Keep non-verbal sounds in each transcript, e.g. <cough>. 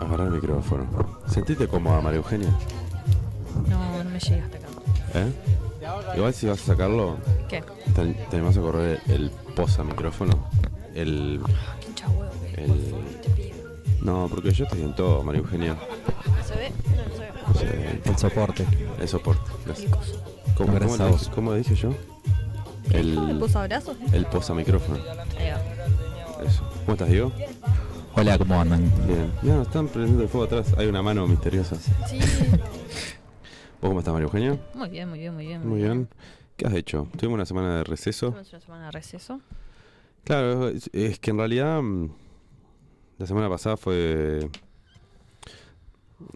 agarrar el micrófono. ¿Sentiste cómoda, María Eugenia? No, no me llega hasta acá. ¿Eh? Igual si vas a sacarlo, ¿Qué? te, te animás a correr el posa micrófono. El. Ah, qué hincha huevo que es, El- por favor, te pido. No, porque yo estoy en todo, María Eugenia. ¿Se ve? No, no se ve. No sé, El soporte. el soporte. El Gracias. coso. ¿Cómo, cómo Gracias le a dije- vos. cómo le dije yo? ¿Cómo ¿Le El, puso abrazos? el posa micrófono. Ahí va. Eso. ¿Cómo estás, Diego? Hola, ¿cómo andan? Bien. Mira, están prendiendo el fuego atrás. Hay una mano misteriosa. ¿Vos Sí. cómo estás, María Eugenia? Muy bien, muy bien, muy bien. Muy bien. ¿Qué has hecho? Tuvimos una semana de receso. Tuvimos una semana de receso. Claro, es, es que en realidad mm, la semana pasada fue...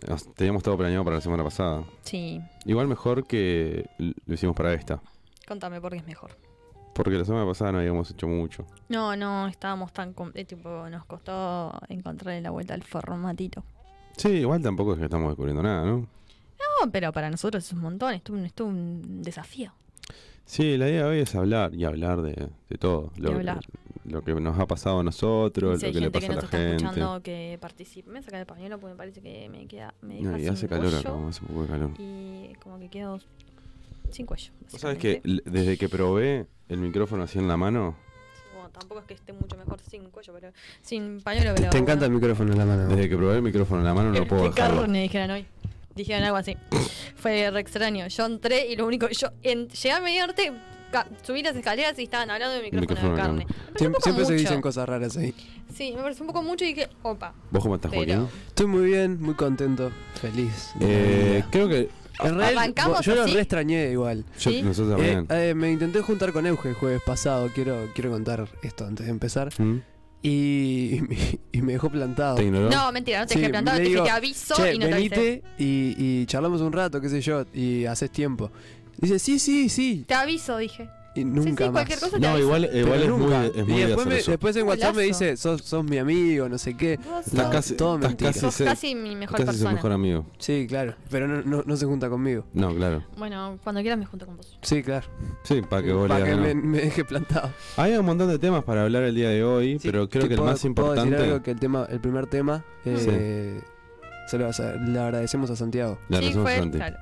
nos- Teníamos todo planeado para la semana pasada. Sí. Igual mejor que l- lo hicimos para esta. Contame por qué es mejor. Porque la semana pasada no habíamos hecho mucho. No, no, estábamos tan... com- eh, tipo, nos costó encontrarle la vuelta al formatito. Sí, igual tampoco es que estamos descubriendo nada, ¿no? No, pero para nosotros es un montón. Estuvo, un- estuvo un desafío. Sí, la idea hoy es hablar y hablar de, de todo. Lo, Y hablar. lo que nos ha pasado a nosotros, si lo hay que le gente pasa que a nos la está gente. escuchando que participe. Me saca el pañuelo porque me parece que me queda... Me No, deja y hace sin calor acá, cuello. hace un poco de calor. y como que quedo sin cuello. ¿Vos sabés que l- desde que probé el micrófono así en la mano, básicamente. Bueno, tampoco es que esté mucho mejor sin cuello, pero sin pañuelo, pero. Te encanta el bueno. micrófono en la mano. desde que probé el micrófono en la mano no El puedo dejarlo. carne, dijeron hoy. Dijeron algo así. Fue re extraño. Yo entré y lo único. Yo en, llegué a mediarte, ca- subí las escaleras y estaban hablando de micrófono, Micrófono de de carne. Me pareció un Siem- poco Siempre se mucho. dicen cosas raras ahí. Sí, me pareció un poco mucho y dije, opa. ¿Vos cómo estás, Pero- Joaquín? Estoy muy bien, muy contento, feliz. de la Eh, vida. creo que. En realidad, ¿Arrancamos yo lo así? re extrañé igual. Yo, ¿Sí? Nosotros Eh, también. eh, me intenté juntar con Euge el jueves pasado, quiero, quiero contar esto antes de empezar. ¿Mm? Y, y me- y me dejó plantado. ¿Te ignoró? No, mentira, no te Sí, dejé plantado, le te dije, digo, te aviso Che, y no te avisé. venite y, y charlamos un rato, qué sé yo, y haces tiempo. Dice, sí, sí, sí. Te aviso, dije. Y nunca sí, más. cualquier cosa. No, igual, Eh, igual Pero es, nunca. muy, es muy y de después, hacer me- eso. después en WhatsApp me Golazo. dice, sos, sos mi amigo, no sé qué. Vos Estás No, sos- casi, todo estás mentira. casi, sos se- casi mi mejor casi su persona. mejor amigo. Sí, claro, pero no, no, no se junta conmigo. No, claro. Bueno, cuando quieras me junto con vos. Sí, claro. Sí, para que vos le Para digas que que no. me, me deje plantado. Hay un montón de temas para hablar el día de hoy, Sí, pero creo sí, que el puedo- más Puedo decir algo importante. que el, tema, el primer tema. eh, se lo, se- le agradecemos a Santiago. La sí, razón fue, antes. claro.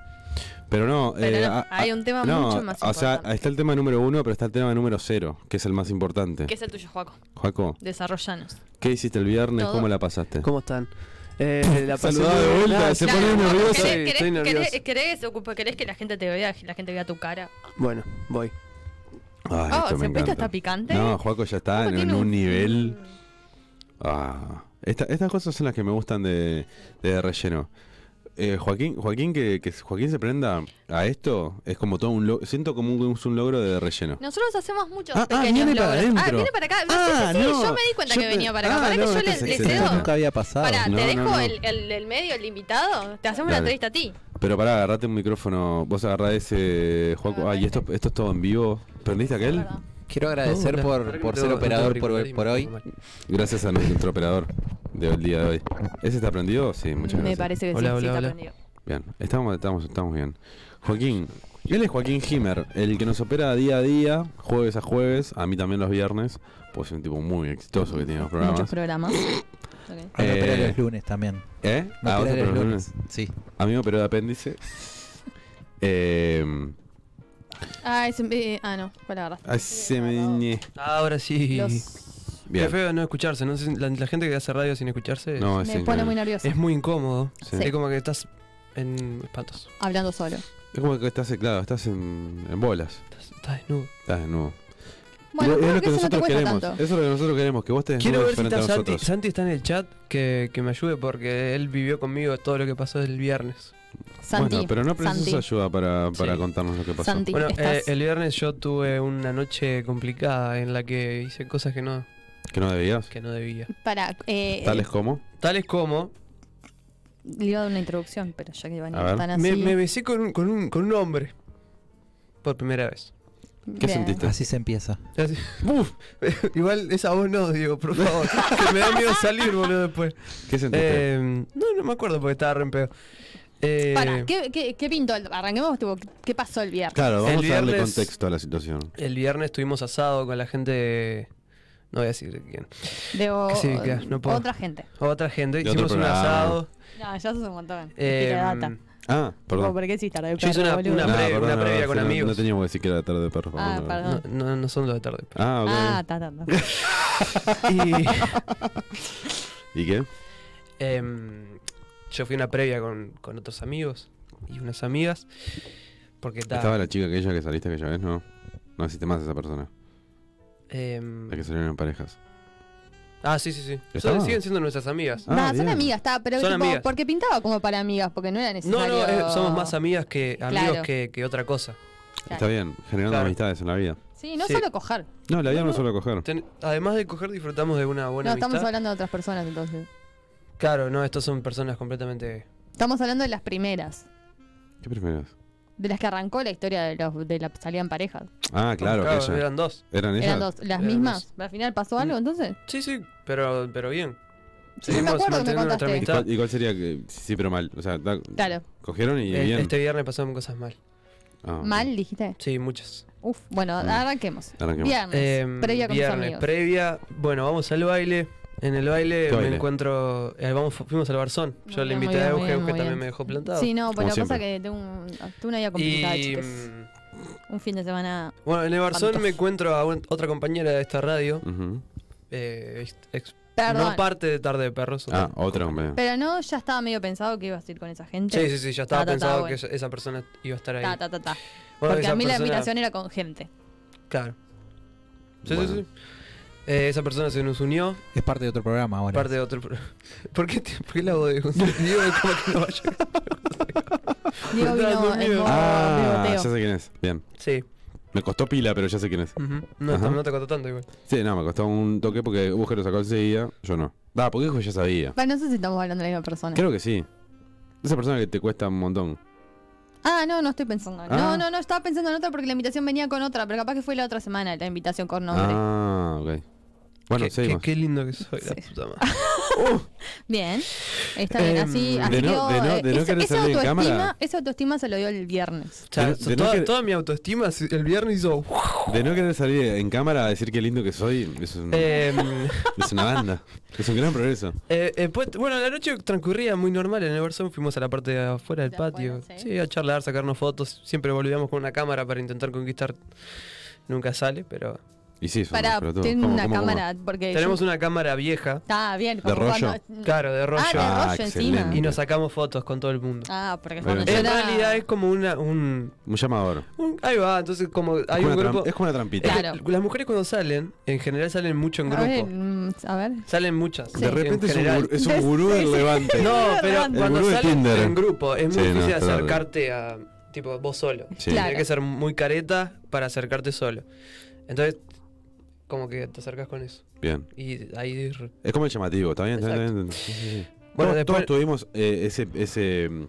Pero no, Pero eh, no, a- hay a- un tema no, mucho más o sea, importante. está el tema número uno, pero está el tema número cero, que es el más importante. ¿Qué es el tuyo, Joaco? Joaco, Desarrollanos. ¿qué hiciste el viernes? Todo. ¿Cómo la pasaste? ¿Cómo están? <laughs> Eh, la pasé Saludá muy de bien. vuelta, Nada, se sí, pone no, nervioso. estoy- ¿Querés, Estoy, querés- nervioso. querés- querés ocupa- querés que la gente te vea, que la gente vea tu cara? Bueno, voy. Ay, esto oh, me ¿se puesto encanta. hasta picante? No, Joaco ya está Joaco en, tiene un nivel. Ah, Esta- estas cosas son las que me gustan de, de relleno. Eh, Joaquín, Joaquín que, que Joaquín se prenda a esto es como todo un lo- siento como un, es un logro de relleno. Nosotros hacemos muchos Ah, ah, pequeños viene para logros. ah, adentro. viene para acá. Sí, Ah, sí, sí, no. yo me di cuenta Yo que te- venía para acá. Ah, Pará no, que yo esto le, es le excelente. cedo. Nunca había pasado. Pará, No, te no, dejo no. El, el- el medio, el invitado. Te hacemos una Dale. entrevista a ti. Pero pará, agarrate un micrófono. Vos agarrá ese Joaco. Agarrá Ay, esto, este. esto es todo en vivo. ¿Prendiste aquel? Perdón. Quiero agradecer Hola. por, por ser operador por, por hoy. Gracias a nuestro operador del día de hoy. ¿Ese está prendido? Sí, muchas gracias. Me parece que sí, Hola, sí, hola, está hola. prendido. Bien, estamos, estamos, estamos bien. Joaquín, él es Joaquín Himer, el que nos opera día a día, jueves a jueves, a mí también los viernes, pues es un tipo muy exitoso que tiene los Muchos programas. programas. <laughs> Ok. Eh, opera los lunes también. ¿Eh? Me Ah, vos opera operás los los lunes. Sí. lunes. A mí me operó de apéndice. Eh, Ah, es, eh, ah, no, fue la verdad. ay, se me ñe. Ah, Ahora sí. Los- Qué Bien. feo no escucharse. No sé, la, la gente que hace radio sin escucharse es- Pues No, es me increíble. pone muy nerviosa es muy incómodo. Sí. Sí. Es como que estás en espantos. hablando solo. Es como que estás, claro, estás en, en bolas. Estás, estás desnudo. Estás desnudo. Bueno, es lo creo que que eso no te nosotros cuesta queremos. Eh, Eso tanto. es lo que nosotros queremos, que vos te Quiero desnudes ver si frente está a Santi. nosotros. Santi está en el chat que, que me ayude porque él vivió conmigo todo lo que pasó el viernes. Santi, bueno, pero no precisas Santi, ayuda para, para Sí. contarnos lo que pasó. Santi, Bueno, eh, estás- el viernes yo tuve una noche complicada en la que hice cosas que no, Que no debías. que no debía. Para, eh, Tales como. Tales como le iba a dar una introducción, pero ya que van A ver. tan así. me, me besé con un, con, un, con un hombre por primera vez. ¿Qué bien. sentiste? Así se empieza. Así. Uf. Igual esa voz no, Diego, por favor. que me da miedo salir, boludo, <laughs> después. ¿Qué sentiste? Eh, no, no me acuerdo porque estaba re en pedo. Eh, Para, ¿qué, qué, qué pintó? el- Arranquemos, tipo, ¿qué pasó el viernes? Claro, El vamos a darle viernes- contexto a la situación. El viernes estuvimos asado con la gente No voy a decir quién. Debo. Sí, claro, no puedo. Otra gente. Otra gente, De otro hicimos un programa. asado. No, ya sos un montón. eh, Tira data. Como, Ah, perdón. ¿Por qué sí tardé? Yo hice boludo? una Nah, previa- perdón, una no, previa no, con no, amigos. No teníamos que decir que era tarde de perro. Ah, perdón. perdón. no, no, no son los de <laughs> tarde. pero- Ah, ok. Ah, está, está, está. Y ¿Y qué? em, yo fui a una previa con, con otros amigos y unas amigas. Porque ta, Estaba la chica aquella que saliste aquella vez, ¿no? No existe más esa persona. em, La que salieron en parejas. Ah, sí, sí, sí. Son- ¿Estaba? siguen siendo nuestras amigas. Ah, Nah, son bien. amigas, está, pero Son tipo, amigas. porque pintaba como para amigas, porque no era No, necesario. no, eh, somos más amigas que amigos Claro. que, que otra cosa. Está bien, generando Claro. amistades en la vida. Sí, no Sí. solo coger. No, la vida no suele coger. Ten- además de coger, disfrutamos de una buena no, amistad. estamos hablando de otras personas entonces. Claro, no, estos son personas completamente. Estamos hablando de las primeras, ¿Qué primero es? de las que arrancó la historia de, los, de la salida en pareja. Ah, claro, ella. eran dos. ¿Eran ellas? Eran dos, las Eran mismas. ¿Al final pasó Mm. algo entonces? Sí, sí, pero, pero bien. Sí, yo me acuerdo que me manteniendo nuestra contaste. ¿Y amistad. cuál, y cuál sería que.? Sí, sí, pero mal. O sea, da- Claro. cogieron y Eh, bien. Este viernes pasaron cosas mal. Ah, ¿Mal dijiste? Sí, muchas. Uf, bueno, Mm. arranquemos. Arranquemos. Viernes, Em, previa con viernes, tus amigos. previa. Bueno, vamos al baile. En el baile ¿Qué me baile? encuentro. eh, vamos, fu- fuimos al Barzón. Muy Yo le bien, muy invité a bien, muy Euge, bien, Euge muy también bien. me dejó plantado. Sí, no, Como pero la cosa siempre. que tengo, un- tuve una vida complicada, y. chiques. mm, Un fin de semana. Bueno, en el Barzón Fantástico. me encuentro a un- otra compañera de esta radio. Ujú. eh, ex- ex- Perdón. no parte de Tarde de Perros. Ah, otra otra compañía. pero no, ya estaba medio pensado que ibas a ir con esa gente. Sí, sí, sí, ya estaba Ah, Ta, ta, ta, pensado que bueno. esa- esa persona iba a estar ahí. Ta, ta, ta, ta. Bueno, Porque esa a mí la persona- admiración era con gente. <laughs> Claro. Sí, Bueno. sí, sí. Eh, esa persona se nos unió, Es parte de otro programa ahora. parte de otro... pro- <laughs> ¿Por qué, te- por qué la voz de <laughs> Gonzalo? Digo, es como que no vaya. <laughs> Diego Me está dando vino en miedo. modo Ah, ya bigoteo. sé quién es. Bien. Sí. Me costó pila, pero ya sé quién es. ujú. No, Ajá. no te contó tanto igual. Sí, no, me costó un toque porque Búger lo sacó enseguida. Yo no. Da, porque hijo ya sabía. Bueno, no sé si estamos hablando de la misma persona. Creo que sí. Esa persona que te cuesta un montón. Ah, no, no estoy pensando. Ah. No, no, no, estaba pensando en otra porque la invitación venía con otra, pero capaz que fue la otra semana la invitación con nombre. Ah, ok. Bueno, qué, qué, seguimos. qué lindo que soy, la Sí. Ah, puta <laughs> madre. Bien, está bien, Em, así, de así no- quedó, de no- eh, de no esa- querer esa salir en autoestima- cámara. Esa autoestima se lo dio el viernes. O sea, De- de no toda, que- toda mi autoestima se- el viernes hizo... <laughs> De no querer salir en cámara a decir qué lindo que soy, es, un- Eh. Em, es una banda. Es un gran progreso. Eh, eh, pues, bueno, la noche transcurría muy normal en el Barzón. Fuimos a la parte de afuera del De patio. afuera, sí. sí. a charlar, sacarnos fotos. Siempre volvíamos con una cámara para intentar conquistar. Nunca sale, pero. Y sí, son Para, pelotudos. tienen ¿Cómo, una cómo, cómo? cámara, porque... Tenemos Eh, yo- una cámara vieja, Está bien, ¿De como rollo? cuando- claro, de rollo. Ah, de Ah, rollo excelente. encima. y nos sacamos fotos con todo el mundo. Ah, porque Muy cuando bien. yo en era- realidad es como una. Un, Un llamador. un- ahí va, entonces, como Es hay como un una grupo. tram- es como una trampita. es que Claro. Las mujeres cuando salen, en general salen mucho en A ver, grupo. mm, a ver. Salen muchas. De en repente es un, general. gurú- es un gurú del levante. No, pero El cuando gurú de salen Tinder. en grupo es muy Sí, no, difícil claro. acercarte a tipo vos solo. Sí. Claro. Tienes que ser muy careta para acercarte solo. Entonces, como que te acercas con eso. Bien. Y ahí. re- Es como el llamativo, ¿está bien? ¿Está bien? Exacto. ¿Está bien? Sí, sí, sí. Bueno, todos, después- todos tuvimos eh, ese, ese mm,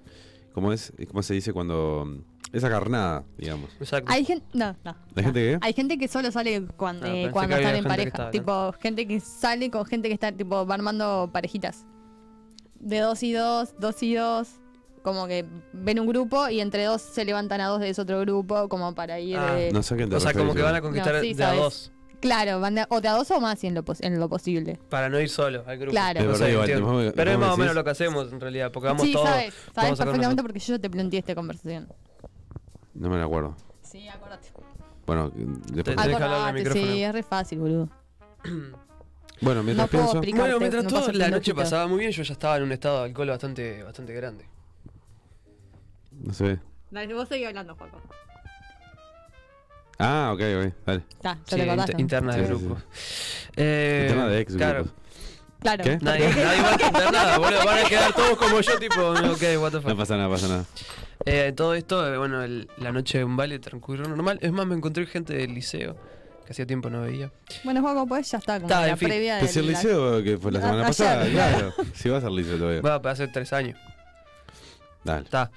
¿cómo es? ¿Cómo se dice cuando mm, esa carnada, digamos? Exacto. Hay gente... No, no. ¿Hay no. gente que? Hay gente que solo sale cuando, Ah, eh, pensé cuando que están había en gente que pareja. estaba, tipo, gente que sale con gente que está tipo va armando parejitas. De dos y dos, dos y dos. Como que ven un grupo y entre dos se levantan a dos de ese otro grupo, como para ir. Ah, eh, No sé a quién te O sea, como que van a conquistar No, sí, de a sabes. dos. Claro, van de- o de a dos o más en lo, pos- en lo posible. Para no ir solo al grupo. Claro. Es No sé, verdad, igual, entiendo. después me- Pero después es me más o menos decís. lo que hacemos en realidad. Porque vamos sí, todos. sabes, sabes vamos a vernos. perfectamente porque yo ya te planteé esta conversación. No me la acuerdo. Sí, acordate. Bueno, mm, después- Te- Tenés que hablar al Acordate, micrófono. sí, es re fácil, boludo. bueno, mientras no puedo pienso, explicar. Bueno, Picante, mientras no todo pasa la el noche relojito. pasaba muy bien, yo ya estaba en un estado de alcohol bastante, bastante grande. no se ve. Dale, vos seguís hablando, Juaco. Ah, ok, ok, dale. Está, ya Sí, te inter- acordaste. interna de Sí, sí, sí. grupo. Eh, Interna de ex Claro. grupos. Claro. ¿Qué? Nadie, nadie va a entender <laughs> nada, <laughs> boludo. Van a quedar todos como yo, tipo, ok, what the No fuck. pasa nada, pasa nada. Eh, todo esto, eh, bueno, el- la noche de un baile transcurrió normal. Es más, me encontré gente del liceo que hacía tiempo no veía. Bueno, Juaco, pues ya está, como Está, la en fin. previa Pero Pues si de el la- liceo que fue la Ah, semana ayer, pasada, claro. claro. Si vas al liceo todavía. Va, hace tres años. Dale. Está.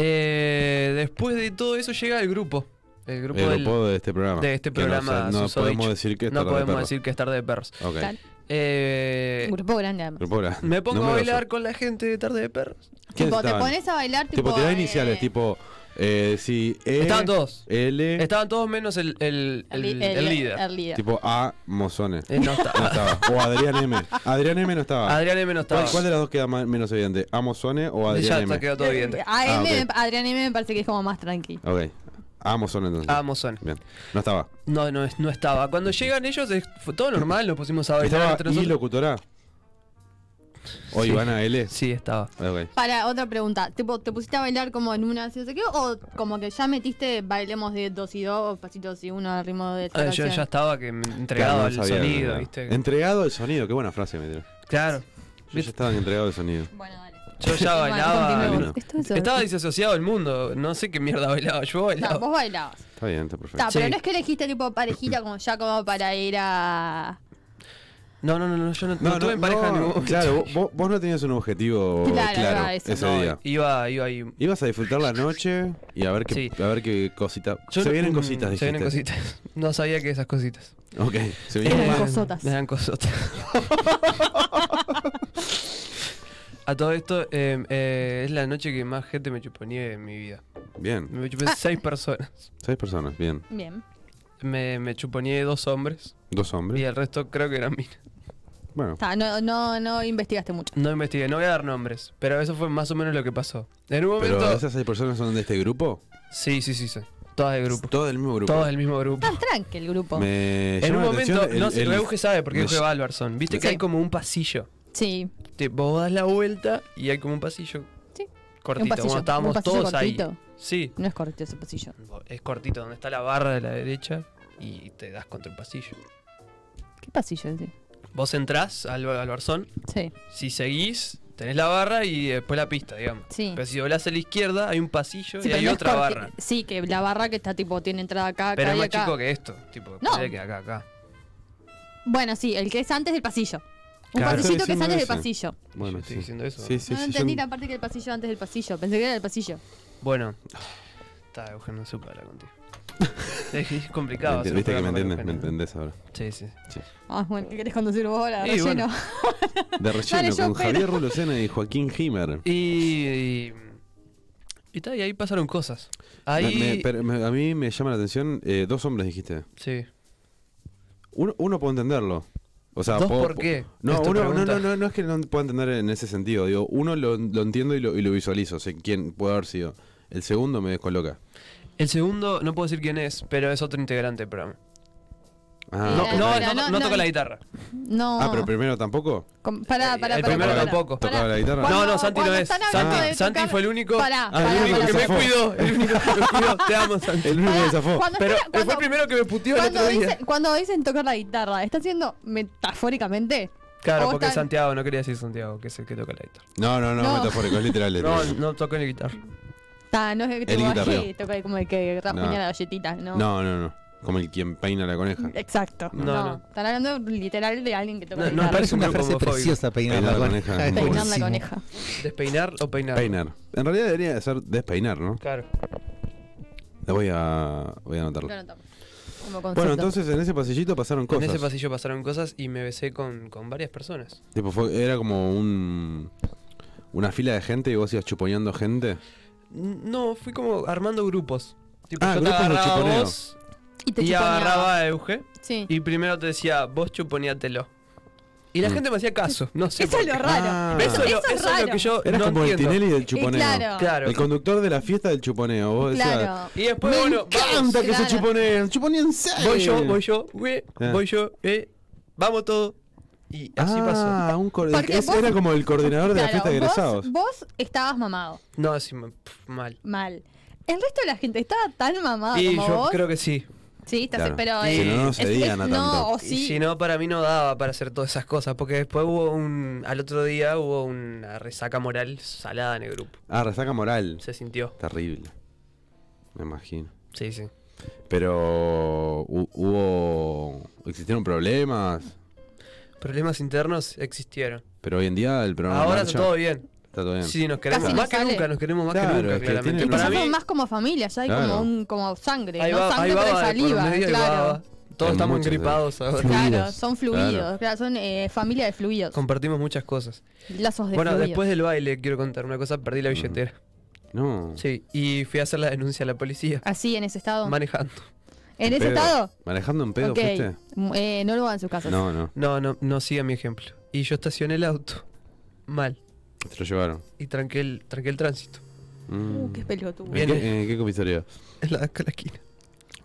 Eh, después de todo eso llega el grupo. El grupo, El del- grupo de este programa. de este Que no, o sea, programa, No, susodicho. podemos decir que es no Tarde de podemos Perro. decir que es tarde de perros. Ok. Claro. Eh, Un grupo grande, además. Grupo grande. me pongo No a lo bailar sé. con la gente de tarde de perros. ¿Quiénes Tipo, te estaban? pones a bailar, tipo. Tipo, te da eh, iniciales, tipo Eh, sí, E, Estaban todos. L, Estaban todos menos el, el, el, li- el líder. el líder. tipo A, Mozones. Eh, no estaba. No estaba. O Adrián M. Adrián M no estaba. Adrián M no estaba. Ah. ¿Cuál, cuál de las dos queda más- menos evidente? ¿A Mozones o ya Adrián está, M? quedó todo evidente. A M, Ah, ok. Adrián M me parece que es como más tranqui. Ok. A Mozones entonces. Ah, Mozón. Bien. No estaba. No, no, es- no estaba. Cuando llegan ellos, es- fue todo normal, nos pusimos a bailar ¿Estaba entre y nosotros. locutora? ¿O Sí. Ivana L? Sí, estaba. Ok. Para otra pregunta, tipo, ¿te pusiste a bailar como en una así, no sé qué? ¿O como que ya metiste bailemos de dos y dos, pasitos y uno al ritmo de esa Ah, yo canción? ya estaba que me entregado Claro, al no sabía, sonido, no. ¿viste? Entregado al sonido, qué buena frase me tiró. Claro. Yo ya estaba entregado al sonido. Bueno, dale. Yo ya <laughs> Bueno, bailaba. continuemos. Bueno. Esto es- Estaba disasociado del mundo. No sé qué mierda bailaba. Yo Ta, bailaba. vos bailabas. Está bien, está perfecto. Ta, Sí. pero no es que elegiste tipo parejita como ya como para ir a... No, no, no, no, yo no, no tuve en pareja no, ningún- Claro, vos- vos, vos no tenías un objetivo Claro, claro, claro, eso ese No, día. Iba, iba ahí. Ibas a disfrutar la noche y a ver qué, Sí. a ver qué cosita. Yo se no- vienen mm, cositas, dijiste. Se vienen cositas. No sabía que esas cositas. Ok, se vienen Eran Eh, cosotas. Eran cosotas. <laughs> A todo esto, eh, eh, es la noche que más gente me chuponía en mi vida. Bien, Me chupé Ah. seis personas. seis personas, bien. Bien. Me, me chuponía dos hombres Dos y hombres. el resto creo que eran minas. Bueno, Ta, no, no, no investigaste mucho. No investigué, no voy a dar nombres, pero eso fue más o menos lo que pasó. En un pero momento. esas seis personas son de este grupo. Sí, sí, sí, sí. Todas del grupo. Todo del mismo grupo. Todas del mismo grupo. Tan tranqui el grupo. Me En llama un la momento, atención no el- sé, el- Euge sabe porque me- Euge va al Barzón. Viste que Sí. hay como un pasillo. Sí. Te- vos das la vuelta y hay como un pasillo. Sí. Cortito, un pasillo. como estábamos un pasillo todos cortito. ahí. Sí. No es correcto ese pasillo. Es cortito, donde está la barra de la derecha y te das contra el pasillo. ¿Qué pasillo es ese? Vos entrás al, al Barzón, Sí. si seguís, tenés la barra y después la pista, digamos. Sí. Pero si doblás a la izquierda, hay un pasillo Sí, y pero hay no es otra corti- barra. Sí, que la barra que está tipo, tiene entrada acá, Pero acá es y más acá. chico que esto. Tipo, No. ponele que acá, acá. Bueno, sí, el que es antes del pasillo. Un Claro. pasillito que es Estoy antes del diciendo pasillo. Bueno, Yo estoy sí. diciendo eso. Sí, sí, no sí, entendí yo- la parte que el pasillo antes del pasillo. Pensé que era el pasillo. Bueno. Está, Eugen, no supe hablar contigo. es complicado. me enti- hacer un Viste que me programa con entiendes, me Eugen, ¿no? entendés ahora. Sí, sí. Ah, bueno, ¿qué querés conducir vos ahora? Y Relleno. bueno. De relleno yo con espero. Javier Rulocena y Joaquín Himer. Y. Y, y ta, y ahí pasaron cosas. Ahí. Me- me- pero me- a mí me llama la atención eh, dos hombres, dijiste. sí. Uno, uno puedo entenderlo. O sea, ¿Dos puedo- por qué? No, Es tu uno- no, pregunta. no, no, no es que no pueda entender en ese sentido. Digo, uno lo, lo entiendo y lo, y lo visualizo, sé quién puede haber sido. El segundo me descoloca. El segundo, no puedo decir quién es, pero es otro integrante del programa. Ah, No, Eh, ok. no, pero no, no- no no- toca la guitarra. No. Ah, pero primero tampoco. Com- Pará, Eh, pará, el pará, primero pará, tampoco. pará. ¿Tocaba la guitarra? No, no, Cuando- Santi no cuando es. están hablando Santi, de Santi tocar- fue el único. Pará, Ah, el pará, el único pará, que me pará. cuidó. El único <laughs> que me cuidó. Te amo, Santi. El único que se fue. Cuando <laughs> Pero espera- pero fue cuando- el primero que me puteó el Cuando, otro día. dice- cuando dicen tocar la guitarra, ¿está haciendo metafóricamente? Claro, o porque tan- Santiago, no quería decir Santiago, que es el que toca la guitarra. No, no, no, No. metafórico, es literal. No, literal. no toca la guitarra. Ta, no es que El te guitarreo. bajé, toca como que rajuña No. la galletita, ¿no? no, no, no. Como el quien peina la coneja. Exacto. No, No, no. Están hablando literal de alguien que toca No, la no, guitarra. parece Es una un grupo frase homofóbico. preciosa peinar la <laughs> coneja. es Peinar Peinar la buenísimo. coneja. ¿Despeinar o peinar? Peinar. En realidad debería ser despeinar, ¿no? Claro. La voy a, voy a anotarlo. Lo anotamos. Como concepto. Bueno, entonces en ese pasillito pasaron cosas. En ese pasillo pasaron cosas y me besé con, con varias personas. Tipo, fue- era como un. Una fila de gente y vos ibas chuponeando gente. N- No, fui como armando grupos. Tipo, Ah, yo te grupos de agarraba a chuponeo. vos Y te y chuponeaba. agarraba a Euge. Sí. Y primero te decía, vos chuponíatelo. Y la Mm. gente me hacía caso, no sé. Eso por es lo qué. raro. Ah. Eso, es Eso lo- es eso es lo raro. que yo Era no como entiendo. el Tinelli del Y chuponeo. claro. Claro. El conductor de la fiesta del chuponeo. Vos decías, Claro. Y después, me bueno, vamos. encanta que claro. se chuponean. Chuponean seis. Voy yo, voy yo, güey, Ah. voy yo, eh, vamos todo. Y así Ah, pasó. un coor- Porque es- vos- Era como el coordinador de la Claro, fiesta de vos- egresados. Vos estabas mamado. No, así me- pf, mal. Mal. El resto de la gente estaba tan mamada y Ah, como yo vos. creo que sí. Sí, estás Claro. pero Sí, eh, no, no es- cedían a es- tanto. No, o Y sí. si no, para mí no daba para hacer todas esas cosas. Porque después hubo un. Al otro día hubo una resaca moral salada en el grupo. Ah, resaca moral. Se sintió. Terrible. Me imagino. Sí, sí. Pero hu- hubo. Existieron problemas. Problemas internos existieron. Pero hoy en día el programa. Ahora marcha. está todo bien. Está todo bien. Sí, nos queremos. Casi más nos que sale. nunca, nos queremos más Claro, que nunca, es que claramente. tienen Y ya Para una- mí, son más como familia, ya hay Claro. como un como sangre, ahí no va, ahí sangre va, pero ahí por saliva, medio hay baba. claro. Todos Hay estamos muchas, <laughs> gripados ahora. Claro, Fluidos. son fluidos, Claro. claro, son eh, familia de fluidos, Compartimos muchas cosas. lazos de bueno, fluidos. Mm. después del baile quiero contar una cosa, perdí la billetera. No. Sí, y fui a hacer la denuncia a la policía, Así, en ese estado. manejando. ¿En ese Pedo. estado? ¿Manejando en pedo ok. fuiste? Mm, eh, no lo hagan en sus casas. No, no. No, no, no siga mi ejemplo. Y yo estacioné el auto mal Te lo llevaron. y tranqué el, tranqué el tránsito <laughs> Mm. Uh, qué pelotudo. ¿En, qué, en qué comisaría? en la, acá en la esquina.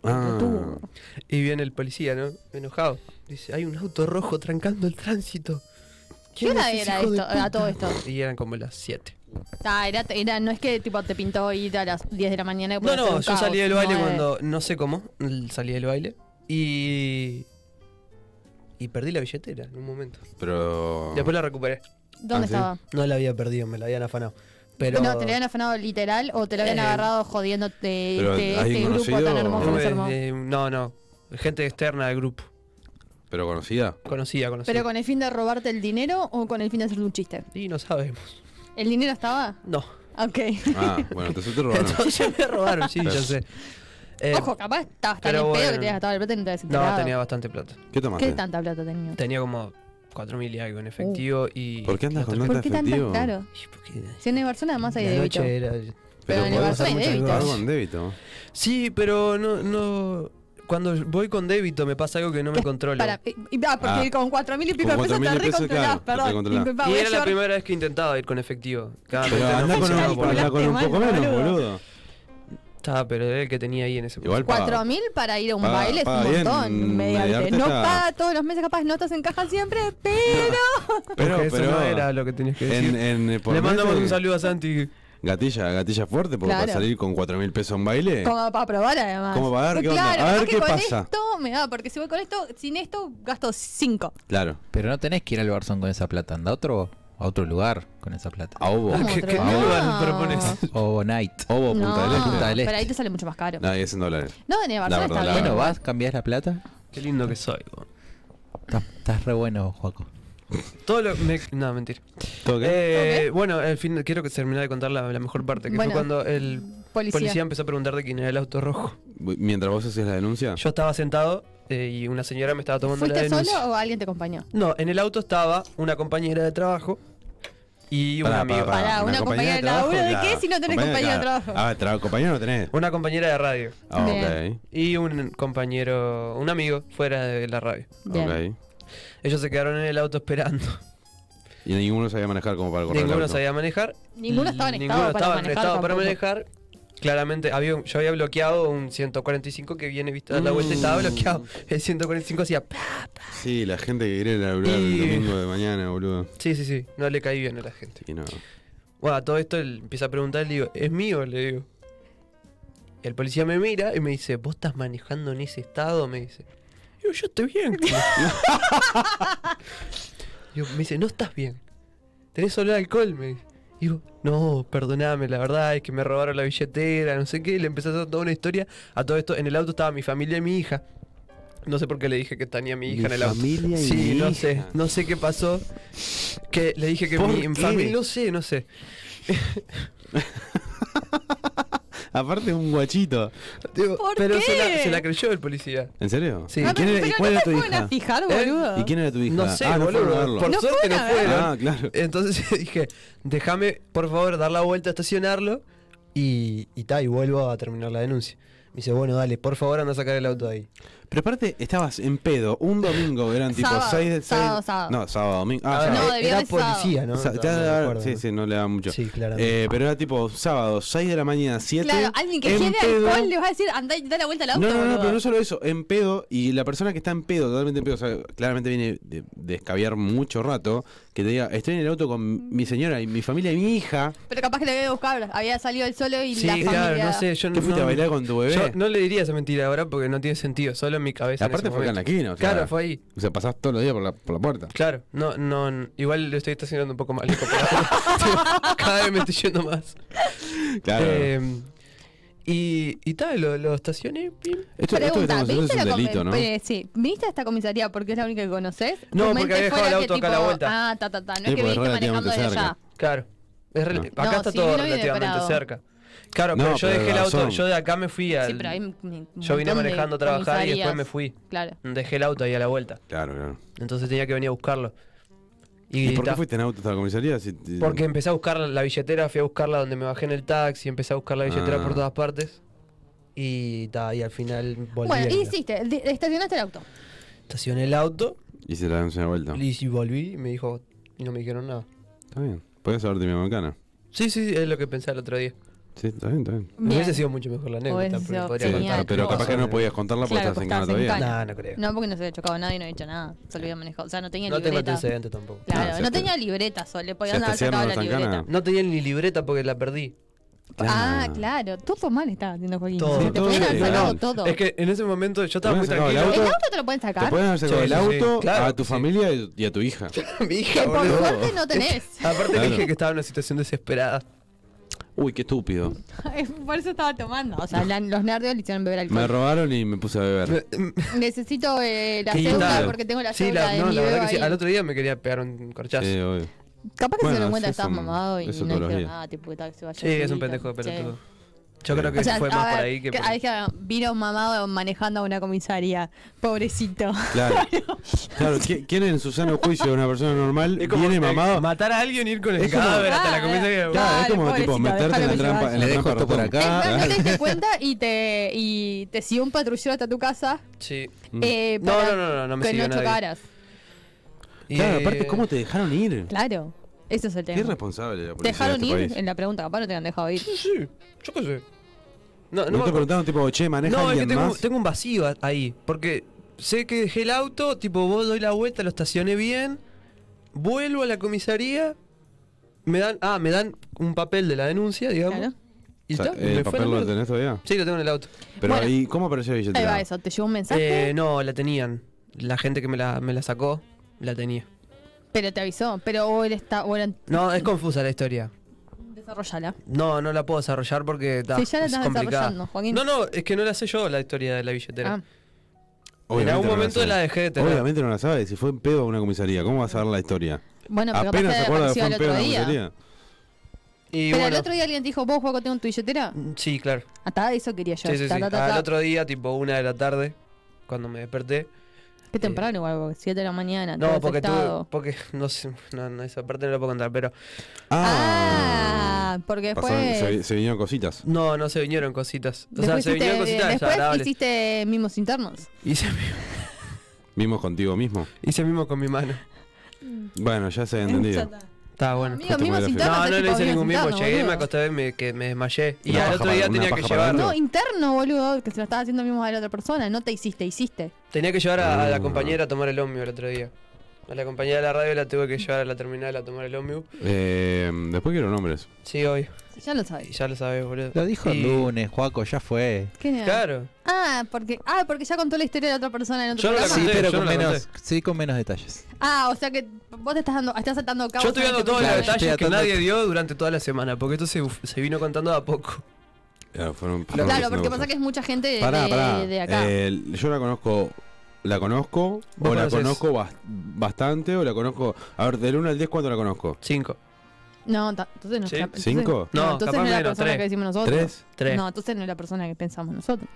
Ah, Pelotudo. Y viene el policía, ¿no? Enojado. Dice, hay un auto rojo trancando el tránsito. ¿Qué hora es ese era hijo de esto, a puta?" todo esto? Y eran como las 7. Ah, era, era- no es que tipo te pintó ir a las 10 de la mañana. y No, poder hacer no, un yo caos, salí del baile no, eh. cuando, no sé cómo, l- salí del baile y... Y perdí la billetera en un momento. pero. Después la recuperé. eh, ¿Dónde Ah, sí. estaba? No la había perdido, me la habían afanado. Pero... No, ¿te lo habían afanado literal o te lo habían Eh, agarrado jodiéndote pero este, ¿alguien este grupo conocido? tan hermoso que se armó? Eh, eh, no, no. Gente externa del grupo. ¿Pero conocida? Conocida, conocida. ¿Pero con el fin de robarte el dinero o con el fin de hacerte un chiste? Y no sabemos. ¿El dinero estaba? No. Ok. Ah, bueno, entonces te <laughs> robaron. Entonces me robaron, sí, ya sé. Eh, Ojo, capaz estabas tan pero en pedo bueno. que te habías gastado el plata y no te habías no, enterado. tenía bastante plata. ¿Qué ¿Qué tomaste? tanta plata tenías? Tenía como 4.000 y algo en efectivo y... ¿Por qué andas con y tanta ¿Por qué tanta? efectivo? Claro. Si en el Barcelona más hay La de noche bicho. era- Pero en el podés Barça hacer hay muchas débito. cosas. Pago en Ah, débito. Sí, pero no, no... Cuando voy con débito me pasa algo que no me controlo. Para, y- y- ah, porque Ah. con 4.000 y pico de Con pesos 4.000 te de pesos, recontrolás, claro, te perdón. recontrolás. Disculpa, Y voy a era la llorar. primera vez que intentaba ir con efectivo. Pero Claramente andá no con, funcionaba un- por andá con un calculaste poco mal, menos, boludo. boludo. Está, pero era el que tenía ahí en ese Igual paga- 4.000 para ir a un paga- baile es paga un Ah. bien, montón. mediante. mediarte No está- paga todos los meses, capaz no estás en <laughs> caja siempre, pero. Pero, Porque eso pero. no era lo que tenías que decir. en, en, eh, por Le mandamos mes, un eh, saludo a Santi. Gatilla, gatilla fuerte, porque Claro. para salir con 4 mil pesos a un baile. Como para probar, además. Como para ver Pues qué onda, claro, a ver capaz que qué con pasa. Esto me da, porque si voy con esto, sin esto gasto 5. Claro. Pero no tenés que ir al Barzón con esa plata. Anda a otro, a otro lugar con esa plata. <laughs> A Obo. ¿Qué- qué Ah, lugar propones? O Night. Obo, Punta del No, Este. Punta del pero ahí Este. te sale mucho más <laughs> caro. No, y es en dólares. No, en el verdad, Barcelona está la bien. verdad. Bueno, vas, cambiás la plata. Qué lindo que soy. bo. Estás- Estás re bueno, Juaco. Todo lo. me- no, mentira. ¿Todo qué? Eh, Bueno, al fin quiero que terminar de contar la, la mejor parte, que Bueno. fue cuando el Policía. policía. empezó a preguntar de quién era el auto rojo. Mientras vos hacías la denuncia. Yo estaba sentado eh, y una señora me estaba tomando la ¿Fuiste denuncia. solo o alguien te acompañó? No, en el auto estaba una compañera de trabajo y un Pará, amigo. pará, pará. Pará, una compañera de trabajo, laburo, ¿de claro. qué si no tenés compañera de trabajo? Ah, tra- compañera no tenés. Una compañera de radio Ah, Bien. ok. y un compañero, un amigo fuera de la radio. Bien. Ok. Ellos se quedaron en el auto esperando. Y ninguno sabía manejar como para correr. el Ninguno auto. sabía manejar. Ninguno estaba en Ninguno estado para estaba en manejar estado para tampoco. manejar. Claramente, había, un- yo había bloqueado un 145 que viene, viste, a la vuelta y estaba Mm. bloqueado. El 145 hacía... pa. Sí, la gente que quiere laburar el Y- domingo de mañana, boludo. Sí, sí, sí, no le caí bien a la gente. Y no. Bueno, a todo esto él empieza a preguntar, le digo, ¿es mío? Le digo. El policía me mira y me dice, ¿vos estás manejando en ese estado? Me dice. Digo, yo estoy bien. <laughs> Digo, me dice, no estás bien. ¿Tenés olor a alcohol? Me dice. Digo, no, perdoname, la verdad es que me robaron la billetera, no sé qué. y Le empecé a hacer toda una historia. A todo esto, en el auto estaba mi familia y mi hija. No sé por qué le dije que tenía mi hija en el auto. familia Sí, no sé, no sé qué pasó. Que le dije que ¿Por mi en qué? familia, no sé, no sé. Aparte un guachito. Digo, ¿Por pero qué? Se, la, se la creyó el policía. ¿En serio? Sí. ¿Y, Ah, quién era, y Pero cuál no era te tu fueron hija? a fijar, ¿Eh? boludo. ¿Y quién era tu hija? No sé, ah, no fueron a boludo. verlo. por No suerte no fueron a verlo. fueron. Ah, claro. Entonces <laughs> dije, déjame por favor dar la vuelta, estacionarlo y, y ta, y vuelvo a terminar la denuncia. Me dice, bueno, dale, por favor anda a sacar el auto de ahí. Pero aparte, estabas en pedo un domingo, eran tipo Sábado, 6 de sábado, sábado. No, sábado, domingo. A Ah, ver, no, sábado. de era viernes sábado. policía, ¿no? Sa- No, ya, no ya, recuerdo. sí, sí, no le da mucho. Sí, claramente. Eh, pero era tipo sábado, 6 de la mañana, 7. Claro, alguien que en lleve pedo. alcohol le va a decir, andá y da la vuelta al auto. No, no, no, boludo. pero no solo eso, en pedo, y la persona que está en pedo, totalmente en pedo, o sea, claramente viene de, de escabiar mucho rato, que te diga, estoy en el auto con mi señora y mi familia y mi hija, Pero capaz que le había buscado, había salido el solo y sí, la claro, familia. no sé, yo ¿qué fuiste no, a bailar con tu bebé? yo no le diría esa mentira ahora porque no tiene sentido, solo en mi cabeza. en Aparte ese fue acá en la momento. esquina, o sea, Claro, fue ahí. o sea, pasás todos los días por la, por la puerta. Claro, no, no, n- igual lo estoy estacionando un poco mal. loco, pero- <laughs> Cada vez me estoy yendo más. Claro. Eh, y, y tal, lo, lo estacioné. pim. esto, esto que Pregunta, estamos haciendo ¿viniste, es a un la com- delito, ¿no? eh, sí, ¿viniste a esta comisaría porque es la única que conoces? Tu No, porque mente había dejado fuera el que auto acá a la tipo, vuelta. Ah, ta, ta, ta. No Sí, es porque que viniste es relativamente manejando desde cerca. allá. Claro. Es rel- No. Acá No, está sí, todo vino bien relativamente preparado. cerca. Claro, Ah. No, pero yo pero dejé el auto, razón. yo de acá me fui al. Sí, pero hay un- un yo vine montón de manejando a trabajar y después comisarías. me fui. Claro. Dejé el auto ahí a la vuelta. Claro, claro. Entonces tenía que venir a buscarlo. Y, ¿Y por qué ta- fuiste en auto hasta la comisaría? Si te- porque empecé a buscar la billetera, fui a buscarla donde me bajé en el taxi, empecé a buscar la billetera Ah. por todas partes. Y, ta, y al final volví. Bueno, a ¿y la- hiciste? Di- Estacionaste el auto. Estacioné el auto Y se la dan una vuelta. y si volví y me dijo, y no me dijeron nada. Está bien. Podías haberte mi mancana. Sí, sí, sí, es lo que pensé el otro día. Sí, está bien, está bien. Bien. Pues Hubiese sido mucho mejor la anécdota, Hubiese pero sido podría Sí, genial. contar. pero capaz que no podías contarla porque estabas Claro, en porque cana estabas en todavía. cana. No, no creo. No, No, porque no se había chocado nadie, no había hecho nada. Se lo había manejado. O sea, no tenía tengo libreta. antecedentes tampoco. Ah, Claro, si no hasta- tenía libreta, Sol. Le Si podían hasta haber hacían sacado una la zancana. libreta. No tenía ni libreta porque la perdí. Ah, Claro. claro. Todo mal estaba haciendo Joaquín. Todo, Se te todo podían haber legal. sacado todo. Es que en ese momento yo estaba Te muy hubieran sacado el tranquilo. ¿El auto- auto te lo pueden Te sacar? pueden haber sacado Sí, el sí, sí. auto Claro a tu que sí. familia y y a tu hija. <laughs> Mi <laughs> hija, Que por boludo. suerte no tenés. <laughs> Aparte Claro. le dije que estaba en una situación desesperada. Uy, qué estúpido. por eso estaba tomando. O sea, la- los nervios le hicieron beber Me alcohol. robaron y me puse a beber. Eh, Necesito eh, la Sí, cédula claro. porque tengo la sí, cédula la, de no, mi la bebé verdad que sí. ahí. Al otro día me quería pegar un corchazo. Sí, Sí, obvio. Capaz que se Bueno, dieron cuenta sí, que es estabas un- mamado y es no odontología. dijeron nada, tipo, que tal, se vaya es un solito. pendejo de Sí. pelotudo. Yo Sí. creo que O sea, fue a más ver, por ahí que. que- por- ahí que vino un mamado manejando a una comisaría. Pobrecito. Claro. <laughs> claro. ¿qui- ¿Quién en su sano juicio de una persona normal Es como viene eh, mamado? Matar a alguien y ir con el Es como- cadáver hasta Ah, la comisaría. claro. Claro, es como Dale, tipo pobrecito, meterte en la déjalo que se trampa. vaya. En la Le dejo trampa esto por ratón. Es acá. más, no te diste cuenta y te, y te siguió un patrullero hasta tu casa. Sí. Mm. eh, No, para no, no, no, no me que siguió no nadie. chocaras. Y, Claro, eh, aparte, ¿cómo te dejaron ir? Claro. Eso es el Qué tema. irresponsable la ¿Te policía dejaron de ir? este país. En la pregunta, capaz no te han dejado ir. Sí, sí, yo qué sé. No No, no, te me acuerdo. preguntaron, tipo, che, maneja No, es que alguien tengo, más. tengo un vacío a- ahí. Porque sé que dejé el auto, tipo, vos doy la vuelta, lo estacioné bien, vuelvo a la comisaría, me dan, ah, me dan un papel de la denuncia, digamos. Claro. Y O sea, está, eh, me ¿El fue la papel lo mierda. tenés todavía? Sí, lo tengo en el auto. Pero Bueno. ahí, ¿cómo apareció la Ahí billetera? va eso. ¿Te llegó un mensaje? Eh, no, la tenían. La gente que me la, me la sacó, la tenía. Pero te avisó. Pero o él está. O él, No, es confusa la historia. desarrollala. No, no la puedo desarrollar porque está Sí, ya la es estás complicada. desarrollando, Joaquín. No, no, es que no la sé yo la historia de la billetera. Ah, Obviamente en algún no momento sabe. la dejé de tener. Obviamente no la sabes. Si fue en pedo a una comisaría, ¿cómo vas a ver la historia? bueno, pero capaz Apenas que se había acuerda que aparecido fue el en pedo a otro una día. comisaría. Y pero el bueno, mm, otro día alguien te dijo, vos, Juaco, tengo tu billetera. Sí, claro. Hasta eso quería yo. Sí, sí, sí. Ta, ta, ta, Al ta. otro día, tipo una de la tarde, cuando me desperté. Qué temprano igual, porque 7 de la mañana. No, todo porque tuve, afectado. porque <laughs> no sé, no, no, esa parte no la puedo contar, pero Ah, porque Pasaron- después. se, se vinieron cositas. no, no se vinieron cositas. O sea, después se vinieron hiciste- cositas después desagradables. hiciste mimos <laughs> internos. Hice, mi- Vimos contigo mismo. hice mismo con mi mano. Bueno, ya se ha entendido. Estaba bueno. Amigos, Esto me mimos da internos. No, no es le tipo hice mimos ningún mismo. internos, Llegué, boludo. me acosté, me, que me desmayé. Y Una al paja otro para- día una tenía que paja para llevar. adentro. No, interno, boludo, que se lo estaba haciendo mismo a la otra persona. No te hiciste, hiciste. Tenía que llevar a, a Ah. la compañera a tomar el ómnibus el otro día. A la compañera de la radio la tuve que llevar a la terminal a tomar el ómnibus. Eh, después quiero nombres. Sí, hoy. Sí, Ya lo Y sabéis. ya lo sabes, boludo. Lo dijo el Y- lunes, Juaco, ya fue. ¿Qué nada? Claro. Ah, porque ah, porque ya contó la historia de la otra persona en otro Yo no la programa. Sí, conté, pero yo con no la menos, sí, con menos detalles. Ah, o sea que vos te estás dando estás atando cabos. Yo estoy en dando este todos los programa. Claro, yo estoy detalles que atando- nadie dio durante toda la semana, porque esto se, se vino contando de a poco. Claro, Eh, fueron- fueron Claro, diciendo porque cosas. pasa que es mucha gente de, Pará, de- pará. de acá. Eh, yo la conozco. La conozco, Vos o la conocés. conozco bas- bastante, o la conozco. A ver, del 1 al 10, ¿cuánto la conozco? Cinco. no, ta- entonces no. ¿Sí? entonces- ¿Cinco? No, entonces capaz no es la menos, persona tres. que decimos nosotros. ¿Tres? Tres. No, entonces no es la persona que pensamos nosotros.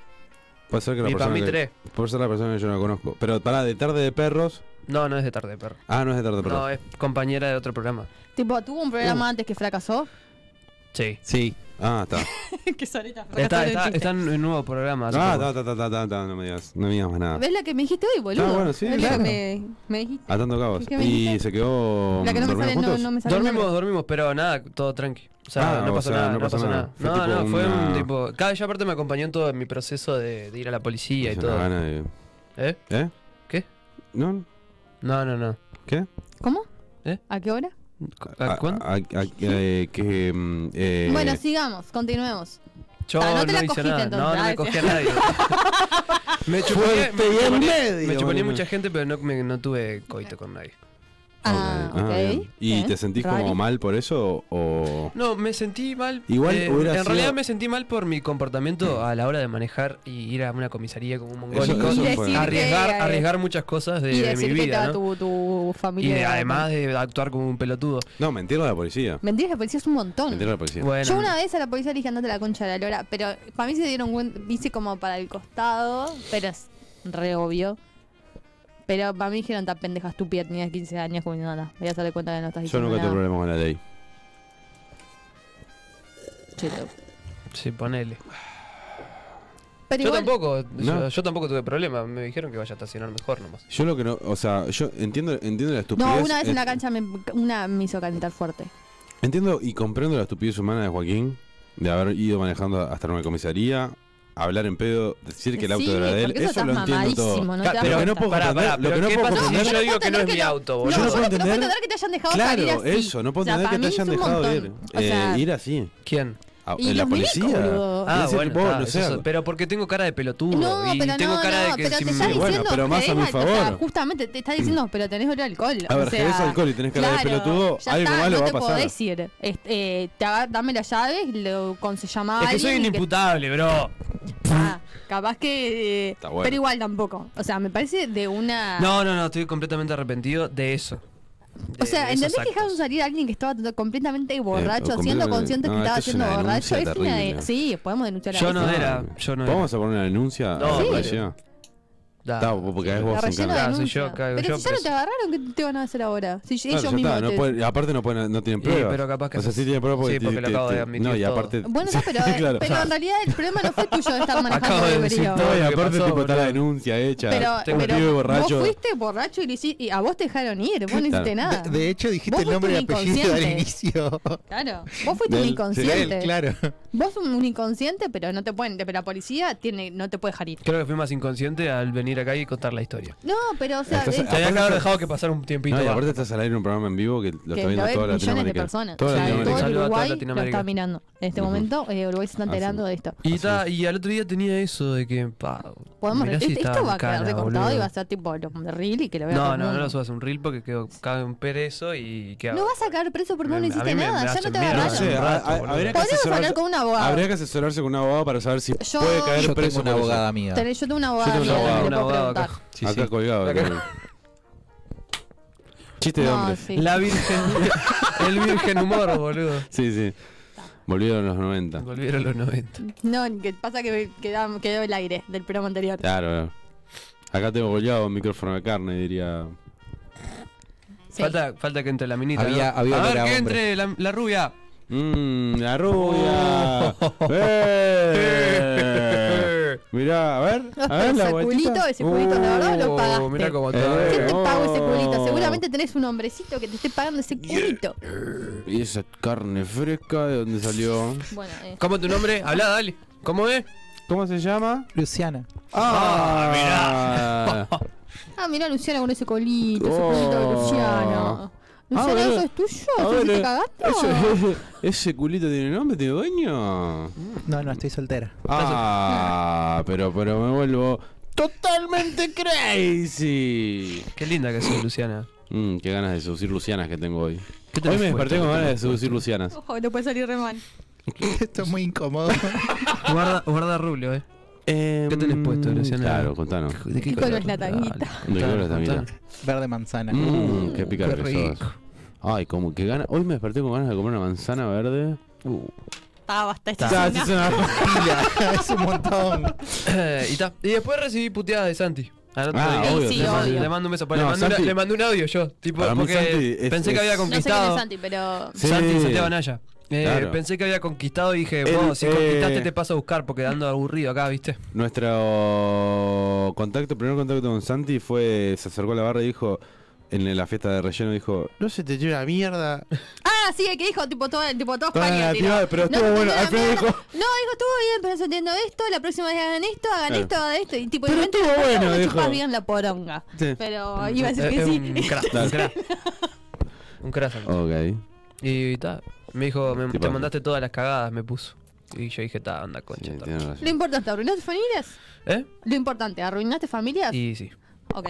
Puede ser que la y para persona. mí que- tres. Puede ser la persona que yo no conozco. Pero pará, de tarde de perros. No, no es de tarde, perro. Ah, no es de tarde de perros. No, es compañera de otro programa. Tipo, tuvo un programa Uh. antes que fracasó. Sí. Sí. Ah, está. <laughs> que solita fracasó Está, en el está, chiste. está en un nuevo programa. Ah, supongo. está, está, está, está, está, no me digas, no me digas más nada. ¿Ves la que me dijiste hoy, boludo? Ah, bueno, sí, ¿Ves la claro. que me, me dijiste? Atando cabos. ¿Qué me Y dijiste? se quedó. La que no me ¿dormían sale, no, juntos? no me sale. el nombre. Dormimos, dormimos, pero nada, todo tranqui. O sea, Ah, no o pasó sea, nada, no no pasó pasó nada. nada. Fue no, tipo no, fue un una- tipo. Cada ella aparte me acompañó en todo mi proceso de, de ir a la policía y Hice todo. una gana de- ¿Eh? ¿Eh? ¿Qué? ¿No? No, no, no. ¿Qué? Ah, ¿Cómo? ¿Eh? ¿A qué hora? ¿A A- cuándo? a- a- eh, que, mm, eh, Bueno, sigamos, continuemos. Yo Ah, no, no te la hice cogiste, nada. entonces. No, no Ah, me sí. cogí a <laughs> nadie. me chuponé, me y en chuponé- medio, me chuponé boludo. mucha gente, pero no, me- no tuve coito con nadie. Ah, ok. bien. ¿Y Bien. te sentís Rari. como mal por eso? O... No, me sentí mal. eh, Igual hubiera en sido- realidad me sentí mal por mi comportamiento a la hora de manejar y ir a una comisaría como un mongólico. Eso- eso y fue. decir arriesgar, que, arriesgar muchas cosas de, y de mi decir que vida, estaba ¿no? tu, tu Y familia. de- además de actuar como un pelotudo. No, mentirle a la policía. Mentiras, la policía es un montón. Mentirle a la policía. Bueno, Yo una vez a la policía le dije andate a la concha de la lora, pero para mí se dieron cuenta, hice como para el costado, pero es re obvio. Pero para mí dijeron, tan pendeja estúpida, tenías 15 años como nada. Voy a hacerle cuenta que no estás Yo diciendo nunca tuve nada. problemas con la ley. Cheto. Sí, ponele. Pero Yo igual, tampoco, yo, No. yo tampoco tuve problema. Me dijeron que vaya a estacionar mejor nomás. Yo lo que no, o sea, yo entiendo, entiendo la estupidez. No, una vez en la eh, cancha me, una me hizo calentar fuerte. Entiendo y comprendo la estupidez humana de Joaquín de haber ido manejando hasta una comisaría, hablar en pedo, decir que el auto Sí, era de él, porque eso eso lo estás entiendo todo. mamadísimo, no Ca- te das pero que no cuenta. puedo Pará, comprender, pará, lo que pero no ¿qué puedo pasa No, comprender, si yo digo que no entender es mi auto, boludo? Yo no No, yo puedo no puedo entender- entender que te hayan dejado salir Claro, así. eso, no puedo O sea, entender para que te mí es hayan un dejado de ir. montón. O Eh, sea, ir así. ¿Quién? A- Y la los milicos, policía. Ah, boludo. Ah, ese bueno, tipo, está, no eso sé. son- pero porque tengo cara de pelotudo No, y pero tengo no, cara de no, que pero si te me- está Sí, bueno, diciendo pero más a mi bebés al- o sea, favor. justamente te está diciendo, pero tenés olor a alcohol. A ver, o bebés sea, alcohol y tenés cara de claro, pelotudo, ya algo está, malo no va a te puedo pasar. decir. Este, eh, te aga- dame las llaves, lo, con, se llamaba Es que soy alguien y que- inimputable, bro. Ah, capaz que... eh, Está bueno. Pero igual tampoco. O sea, me parece de una... No, no, no, estoy completamente arrepentido de eso. O eh, sea, entendés ¿entendés que dejaron salir a alguien que estaba to- completamente borracho, siendo completamente- consciente que no, estaba esto es siendo una borracho? denuncia Es una de- terrible. Sí, podemos denunciar a Yo eso. no era, yo no era. Vamos a poner una denuncia No, Ah. a la sí. policía. Está, porque es La vos relleno encargás. Claro, soy denuncia. yo, caigo pero yo si ya no preso. te agarraron, ¿qué te van a hacer ahora? Si Claro, ya ellos mismos está, no te- pueden- aparte no, pueden, no tienen Y, pruebas. pero capaz que o sea, no. sí tienen pruebas porque, Sí, ti- porque lo ti- acabo de ti- admitir No, y todo. aparte... Bueno, no, <laughs> pero, Sí, claro. pero en realidad el problema no fue tuyo de estar manejando Acabo de decir ebrio. todo. No, y lo que aparte pasó, tipo está la boludo. denuncia hecha. Pero, un pero pibe borracho. vos fuiste borracho y, lo hici- y a vos te dejaron ir, vos no Claro. hiciste nada. De, de hecho, dijiste Vos el nombre y fuiste un apellido al inconsciente. inicio. Claro, vos fuiste un Del- inconsciente. Él, claro. Vos un, un inconsciente, pero no te pueden, pero la policía tiene, no te puede dejar ir. Creo que fui más inconsciente al venir acá y contar la historia. No, pero o sea, Estás- es- Aparte Tenía que haber eso- dejado que pasara un tiempito. No, y más. aparte estás al aire en un programa en vivo que lo que está lo viendo toda ven millones de Latinoamérica. personas. Toda o sea, Latinoamérica. Ah, todo Latinoamérica. Uruguay lo Latinoamérica. está mirando. En este Ujú. momento, eh, Uruguay se está enterando de esto. Y, ta- y al otro día tenía eso de que. Pa, Podemos mirá re- si este- estaba esto va a cana, quedar recortado y boludo. va a ser tipo lo- de reel y que lo vea todo No, el no, no mundo. lo subas a un reel porque quedó cae un perezo y queda. No vas a caer preso porque no, Me- no a mí hiciste me- me nada, ya hace no te miedo. No agarraron. sé, Rayo, a- a- boludo. habría que Podemos hablar asesorarse- con un abogado. Habría que asesorarse con un abogado para saber si Yo- puede caer Yo preso tengo una por eso. abogada mía. Tenés- Yo tengo una tengo abogada, un mía también abogado, le un puedo acá. preguntar. Sí, Acá sí. colgado. Acá. también. Chiste de No, Este hombre. sí. La virgen. <laughs> el virgen humor, boludo. Sí, sí. Volvieron los 90. Volvieron los 90. No, que pasa que quedam- quedó el aire del programa anterior. Claro, claro. Acá tengo colgado un micrófono de carne, diría. Sí. Falta, falta que entre la minita. Había- ¿no? había a olor ver a que hombre. entre la, la rubia. Mmm, la rubia. <laughs> ¡Eh! Mirá, a ver. No, A pero ver la ese vueltita. culito, ese culito, la verdad lo Oh, pagaste. mirá cómo está. Eh, ¿Quién te oh. paga ese culito? Seguramente tenés un hombrecito que te esté pagando ese culito. Y esa carne fresca, ¿de dónde salió? Bueno, eh. ¿Cómo es tu nombre? Habla, dale. ¿Cómo es? ¿Cómo se llama? Luciana. Ah, mirá. Ah, mirá Luciana con ese colito, ese Oh. culito de Luciana. A Luciana, ver, ¿eso es tuyo? a ¿Eso ver, te eh, cagaste? Ese, ese culito tiene nombre, tiene dueño. No, no, estoy soltera. Ah, pero, pero me vuelvo totalmente crazy. Qué linda que sos, Luciana. Mm, qué ganas de seducir lucianas que tengo hoy. ¿Qué tenés Hoy me puesto? desperté con ¿Qué ganas de tenés seducir lucianas. Ojo, no puede salir re mal. <laughs> Esto es muy incómodo. puesto? Guarda, guarda rubio, eh. ¿Qué tenés puesto, Luciana? Em, Claro, contanos. ¿De ¿Qué color es la tanguita? ¿De qué color es la tanguita? Verde manzana. Mmm, qué Qué pica que sos. rico. Ay, como que gana. Hoy me desperté con ganas de comer una manzana verde. Uh, Está, basta, esta Ya, escena. sí, suena- <laughs> Pila, <laughs> es un montón. Eh, y, ta. y después recibí puteadas de Santi. Ah, no te Ah, lo obvio, dije. sí, le, mando- obvio. le mando un beso. No, pero le, mando una- Santi- le mandé un audio yo. Tipo, Para mí porque Santi es- pensé que es- había No sé quién conquistado. es Santi, pero... Sí. Santi Santiago Naya. Eh, Claro. Pensé que había conquistado y dije, El, vos, si eh, conquistaste te paso a buscar porque ando aburrido acá, ¿viste? Nuestro contacto, primer contacto con Santi fue, se acercó a la barra y dijo, en la fiesta de relleno dijo, no se te lleva mierda. Ah, sí, el que dijo tipo todo, tipo todo Toda España, la tiró. tirada, pero estuvo se bueno. entiende Al final la dijo- mierda. No, dijo, estuvo bien, pero se entiendo esto, la próxima vez hagan esto, hagan Claro. esto, hagan esto. Y tipo, Pero igualmente estuvo después bueno, me dijo. chupás bien la poronga. Sí. Pero Oh, iba a decir Eh, que eh, sí. Un crack, un crack. Un crack, Santi. Ok. Y ta, me dijo, me- Oh. Tipo- te mandaste todas las cagadas, me puso. Y yo dije, ta, anda concha. Sí, ta". tiene razón. <laughs> Lo importante, ¿arruinaste familias? ¿Eh? Lo importante, ¿arruinaste familias? Y sí, Ok.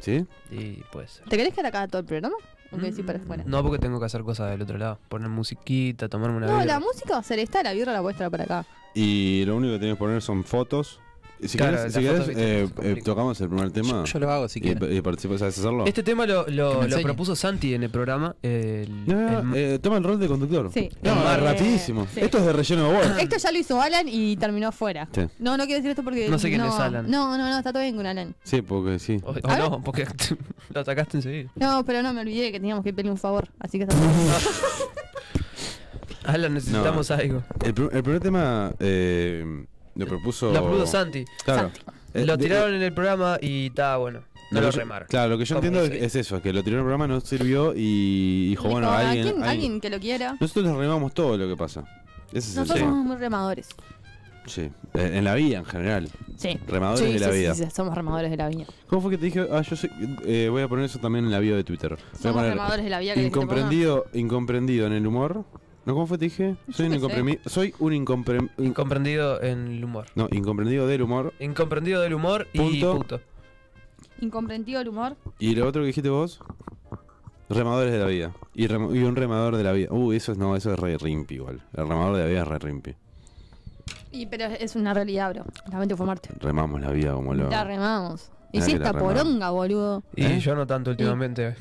¿Sí? y puede ser. ¿Te querés quedar acá todo el programa? ¿O querés ir para Mm, afuera? No, porque tengo que hacer cosas del otro lado. Poner musiquita, tomarme una No, birra. la música va a ser esta, la birra la vuestra para acá. Y lo único que tenés que poner son fotos. si Claro, querés, la si foto, querés, viste, eh, es complicado. eh, tocamos el primer tema Yo, yo lo hago si y, quieren. y participas, ¿sabes hacerlo? Este tema lo, Que me lo, lo enseñe. propuso Santi en el programa. El, No, no, el- no, eh, toma el rol de conductor. Sí. No, Eh, rapidísimo. sí. Esto es de relleno de voz. Esto ya lo hizo Alan y terminó fuera. Sí. No, no quiero decir esto porque. No sé quién es Alan. No, no, no, está todo bien con Alan. Sí, porque sí. o, o A ver. Oh, no, porque <laughs> lo atacaste enseguida. No, pero no me olvidé que teníamos que pedirle un favor. Así que está todo bien. Alan, necesitamos algo. El, pr- el primer tema eh, lo propuso. Lo propuso Santi. Claro. Eh, Lo de- tiraron en el programa y está bueno. No que lo yo- remaron. Claro, lo que yo Vamos, entiendo sí. es, es eso, que lo tiraron en el programa, no sirvió y dijo, bueno, Dijo, ¿a alguien, quién- alguien- alguien que lo quiera. Nosotros nos remamos todo lo que pasa. Ese es Nosotros el tema. somos muy remadores. Sí. Eh, En la vida en general. Sí. Remadores de la vida. somos remadores de la vida. ¿Cómo fue que te dije? Ah, yo soy- eh, voy a poner eso también en la bio de Twitter. Voy a Somos poner remadores de la vida. que incomprendido, incomprendido en el humor. ¿No cómo fue que te dije? Soy un qué sé. incompremi- soy un incomprem- in- Incomprendido en el humor. no, incomprendido del humor. Incomprendido del humor y Punto. punto. dijiste, Incomprendido el humor. ¿Y lo otro que dijiste vos? Remadores de la vida. Y, rem- y un remador de la vida. Uh, eso es, no, eso es re rimpi igual. El remador de la vida es re rimpi. Y pero es una realidad, bro. Lamento informarte. Remamos la vida como lo... La remamos. Ah, que Hiciste la esta remamos. poronga, boludo. Y ¿Eh? yo no tanto últimamente.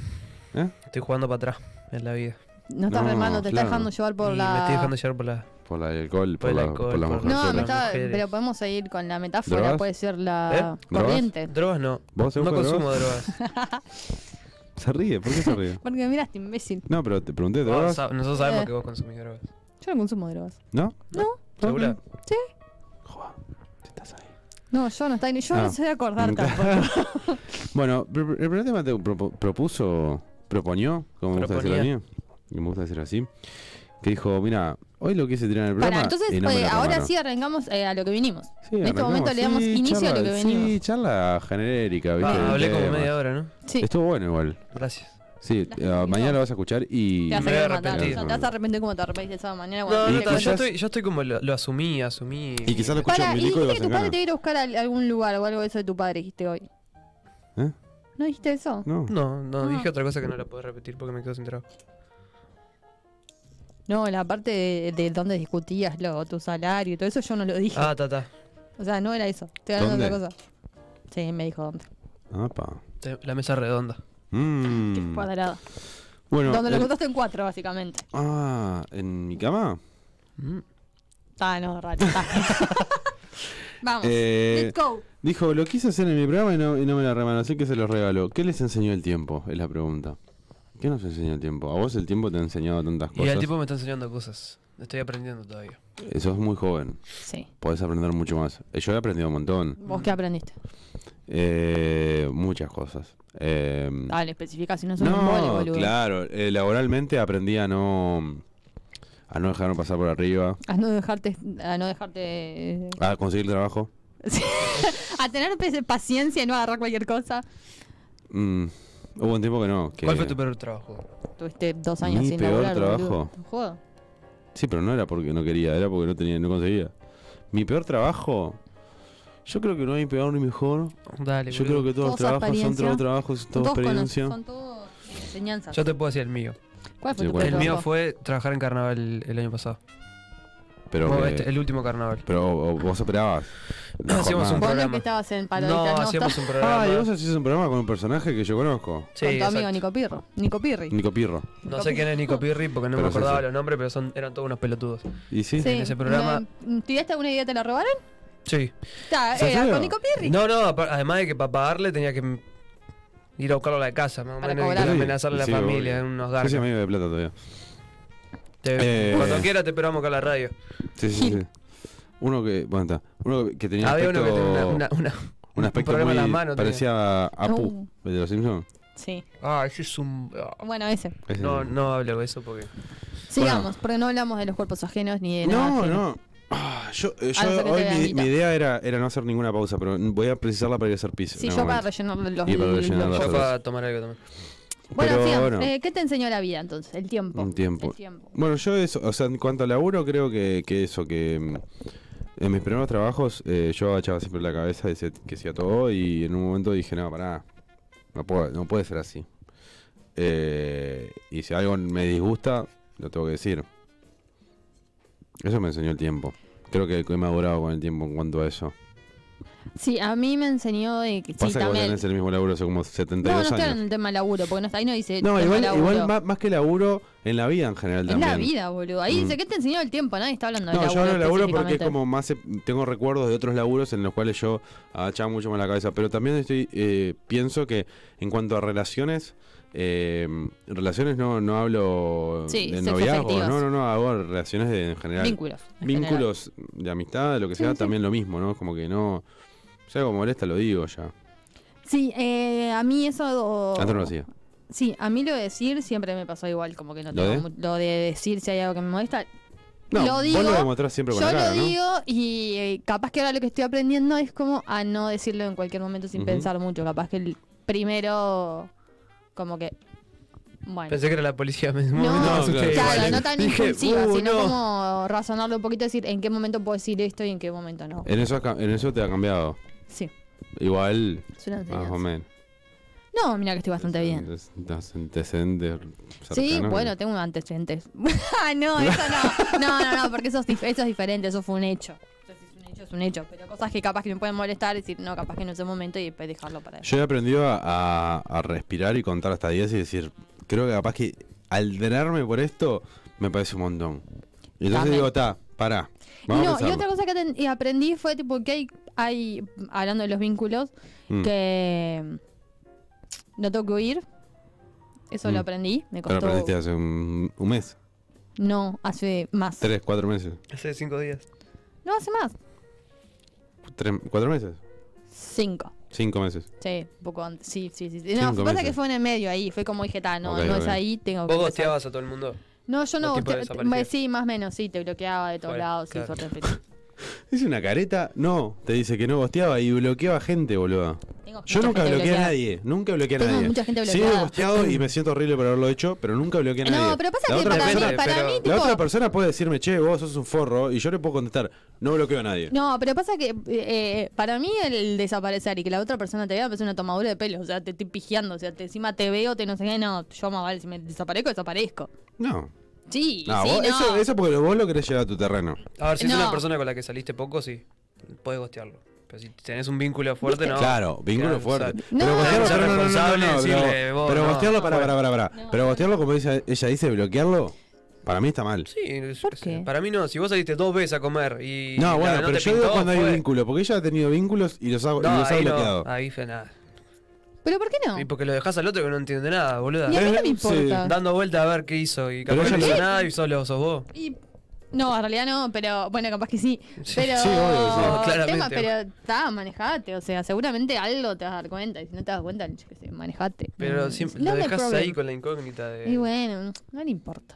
¿Eh? Estoy jugando para atrás en la vida. No estás No, remando, te claro. estás dejando llevar por y la. me estoy dejando llevar por la. Por el alcohol, por, Por el la, alcohol, por las por- mujeres. No, me Las estaba, mujeres. pero podemos seguir con la metáfora, ¿Drogas? puede ser la ¿Eh? ¿Drogas? corriente. Drogas no. ¿Vos, No Eugenio, consumo drogas? drogas. Se ríe, ¿por qué se ríe? Porque me miraste, imbécil. No, pero te pregunté, Vos <laughs> ¿drogas? sab- nosotros sabemos Eh. que vos consumís drogas. Yo no consumo drogas. ¿No? ¿Segura? Ah, Joa, si estás ahí. No, yo no estoy, yo Ah. no sé de acordar <laughs> tampoco. Bueno, pr- pr- el primer tema te propo- propuso, proponió, como me gusta decirlo a Proponía. mí, y me gusta decirlo así, que dijo, mira, hoy lo quise tirar en el programa Para, entonces, y no me eh, la ahora remaron". sí arrancamos eh, a lo que vinimos. Sí, en este arrancamos. momento le damos Sí, inicio a charla- lo que Sí, venimos. charla genérica, ¿viste? Ah, del hablé como tema. media hora, ¿no? Sí. Estuvo bueno igual. Gracias. Sí, La eh, gente mañana no. lo vas a escuchar y... Te vas a me quedar voy a matado. arrepentir. Te vas a arrepentir como te arrepentiste el sábado mañana. No, no, cuando y no, que yo quizás- estoy, yo estoy como lo, lo asumí, asumí. Y quizás lo Ah, escucho en Para, y Milico y vas dijiste a que tu padre ganar. te iba a ir a buscar a algún lugar o algo de eso de tu padre, dijiste hoy. ¿Eh? ¿No dijiste eso? No. No, no, Ah. dije otra cosa que no la puedo repetir porque me quedo sin trabajo. No, la parte de, de donde discutías lo, tu salario y todo eso yo no lo dije. Ah, ta, ta. O sea, no era eso. Estoy hablando de ¿Dónde? otra cosa. Sí, me dijo dónde. Apa. Te- La mesa redonda. Mm. Que es cuadrada. Bueno, Donde lo el- contaste en cuatro, básicamente. Ah, ¿en mi cama? Mm. Ah, no, raro. está. <laughs> Vamos. Eh, Let's go. Dijo, lo quise hacer en mi programa y no, y no me la remanó, así que se los regaló. ¿Qué les enseñó el tiempo? Es la pregunta. ¿Qué nos enseñó el tiempo? A vos el tiempo te ha enseñado tantas Y cosas. el tipo me está enseñando cosas. Estoy aprendiendo todavía. Eh, Sos muy joven, Sí. podés aprender mucho más. Eh, Yo he aprendido un montón. ¿Vos qué aprendiste? Eh, muchas cosas. Eh, Dale, especifica, si Ah, no es un embole, no, boludo. claro. eh, laboralmente aprendí a no... A no dejarme pasar por arriba. A no dejarte. A no dejarte. eh, A conseguir trabajo. A tener pe- paciencia y no agarrar cualquier cosa. Mm, Hubo un tiempo que no. que- ¿Cuál fue tu peor trabajo? Tuviste dos años Mi sin peor laburar, boludo. trabajo. ¿Te jodo? Sí, pero no era porque no quería, era porque no tenía, no conseguía. Mi peor trabajo, yo creo que no hay peor ni mejor. Dale, Yo boludo. creo que todos los Todos trabajos son experiencia. todos trabajos, son todos Todos conocen, experiencia. son todos enseñanzas. Yo te puedo decir el mío. ¿Cuál fue Sí, tu bueno. peor El mío trabajo? fue trabajar en carnaval el, el año pasado. Pero, Vos, que- este, el último carnaval. pero o- o vos operabas. la Hacíamos jornada. un Vos no programa. que estabas en no, Paloditas, no, hacíamos estabas un programa. Ah, y vos hacías un programa con un personaje que yo conozco, Sí, con tu exacto. amigo Nico Pirro. Nico Pirri. Nico Pirro. No sé quién es Nico Pirri porque no Pero me es acordaba ese. los nombres, pero son, eran todos unos pelotudos. ¿Y sí? en ese programa. no, ¿Tuviste alguna idea te la robaron? Sí. Ta, ¿Se era atrevió? con Nico Pirri. No, no, apa- además de que para pagarle tenía que m- ir a buscarlo a la casa, más o Para menos, y cobrar. amenazarle a la Sí, familia obvio. en unos Yo garcas. soy amigo de plata todavía. Te- Eh. Cuando quiera te esperamos acá a la radio. Sí, sí, sí. Uno que, bueno, está. Uno que tenía Había uno que aspecto- tenía una, una, una- un aspecto problema muy en las manos tenía. parecía a Apu, el de los Simpsons. Sí. Ah, ese es un... ah. Bueno, ese. Ese. No, no hablo de eso porque... Sigamos, porque no hablamos de los cuerpos ajenos ni de nada. No, ajeno. no. Ah, yo eh, yo Ahora saqué hoy la mi, bandita. mi idea era, era no hacer ninguna pausa, pero voy a precisarla para ir a hacer pis. Sí, en yo algún para momento. rellenar los... Y para los- rellenar los- las Yo Nosotros. para tomar algo también. Bueno, Pero sigamos. bueno. Eh, ¿qué te enseñó la vida entonces? El tiempo. Un tiempo. El tiempo. Bueno, yo eso, o sea, en cuanto a laburo, creo que, que eso, que mm, en mis primeros trabajos eh, yo agachaba siempre la cabeza, decía que sí a todo y en un momento dije, no, pará, no, puedo, no puede ser así. Eh, y si algo me disgusta, lo tengo que decir. Eso me enseñó el tiempo. Creo que he madurado con el tiempo en cuanto a eso. Sí, a mí me enseñó de que sí, Pasa que vos también- tenés el mismo laburo hace como No, no 72 estoy hablando años. del tema laburo, porque no está, ahí no dice. No, tema igual, laburo. igual más, más que laburo en la vida en general Es también. la vida, boludo. Ahí dice Mm. que te enseñó el tiempo, nadie está hablando de No, laburo. yo hablo de laburo porque es específicamente. como más. eh, Tengo recuerdos de otros laburos en los cuales yo agachaba mucho más la cabeza. Pero también estoy eh, pienso que en cuanto a relaciones. eh, relaciones no, no hablo Sí, de noviazgo, sexoafectivas. no, no, no, hago relaciones de, en general. Vínculos. en general. Vínculos de amistad, lo que Sí, sea, sí. también lo mismo, ¿no? Como que no. Si algo molesta, lo digo ya. Sí, eh, a mí eso. Antes no lo hacía. Sí, a mí lo de decir siempre me pasó igual, como que no ¿Lo de? tengo mu- lo de decir si hay algo que me molesta. No, lo vos digo, lo demostrás siempre yo con la cara, lo ¿no? digo y eh, capaz que ahora lo que estoy aprendiendo es como a no decirlo en cualquier momento sin Ujú. pensar mucho. Capaz que el primero, como que. Bueno. Pensé que era la policía No, mismo. no, claro, igual, no tan Dije, impulsiva, uh, sino no. como razonarlo un poquito, decir en qué momento puedo decir esto y en qué momento no. En eso, ha ca- en eso te ha cambiado. Sí, Igual, es una más o enseñanza. menos. No, mira que estoy bastante bien. Los antecedentes Sí, cercanos. bueno, tengo antecedentes. <laughs> ah, no, eso no. No, no, no, porque eso es, dif- eso es diferente, eso fue un hecho. Eso sí es un hecho, es un hecho. Pero cosas que capaz que me pueden molestar, decir, no, capaz que no es el momento y después dejarlo para Yo he aprendido a, a- a respirar y contar hasta 10 y decir, creo que capaz que al drenarme por esto me parece un montón. Y entonces También. digo, ta, pará. Vamos a no, y pensarlo". otra cosa que aten- y aprendí fue tipo que hay, hay, hablando de los vínculos, Mm. que mm, no tengo que huir. Eso Mm. lo aprendí, me Pero costó. aprendiste hace un, un mes, No, hace más. tres, cuatro meses. Hace cinco días. No, hace más. Tres, ¿Cuatro meses? Cinco. Cinco meses. Sí, un poco antes. Sí, sí, sí. sí. No, Cinco pasa meses. que fue en el medio ahí. Fue como dije, "Ta, no, Ok, no ok. es ahí, tengo que. Vos empezar". gosteabas a todo el mundo. No, yo no tipo gosteaba. desaparecida. te- Sí, más o menos, sí, te bloqueaba de todos Bueno, lados. sí, claro. por respeto. Dice una careta, no, te dice que no bosteaba y bloqueaba gente, boludo. Tengo Yo mucha nunca gente bloqueé a bloqueada. nadie, nunca bloqueé a Tengo nadie. mucha gente Sí, he bloqueada. bosteado y me siento horrible por haberlo hecho, pero nunca bloqueé a nadie. No, pero pasa La que otra para mí, persona- vez, para pero- mí, la La tipo, otra persona puede decirme, che, vos sos un forro, y yo le puedo contestar, no bloqueo a nadie. No, pero pasa que eh, eh, para mí el desaparecer y que la otra persona te vea es una tomadura de pelo. O sea, te estoy pijeando. O sea, te, encima te veo, te no sé qué. No, yo más vale. Si me desaparezco, desaparezco. No. Sí, No, sí, vos- no. Eso, eso porque vos lo querés llevar a tu terreno. A ver, si es No. una persona con la que saliste poco, sí. Puedes gostearlo. Pero si tenés un vínculo fuerte, no. Claro, vínculo Claro, fuerte. exacto. No. Pero gostearlo, Ser pero no, no, no, no, responsable no, y decirle, pero- vos, pero no. gostearlo, pará, pará, pará, pará. No. Pero gostearlo, como dice, ella dice, bloquearlo, para mí está mal. Sí, yo ¿Por qué sé. qué? Para mí no. Si vos saliste dos veces a comer y. No, bueno, la- pero te yo digo pintó, cuando hay fue. vínculo, porque ella ha tenido vínculos y los ha, y No, los ha ahí bloqueado. no. Ahí fue nada. ¿Pero por qué no? Y porque lo dejás al otro que no entiende nada, boluda. Ni a mí no me Sí. importa. Dando vuelta a ver qué hizo y Pero capaz ella no hizo lo- nada y solo sos vos. Y- no, en realidad no, pero bueno, capaz que sí. Sí, Pero. sí, obvio, sí. No, claramente. tema, pero está, manejate. O sea, seguramente algo te vas a dar cuenta. Y si no te das cuenta, yo qué sé, manejate. Pero Mm, siempre no lo me dejás problem. ahí con la incógnita de. Y bueno, no le importa.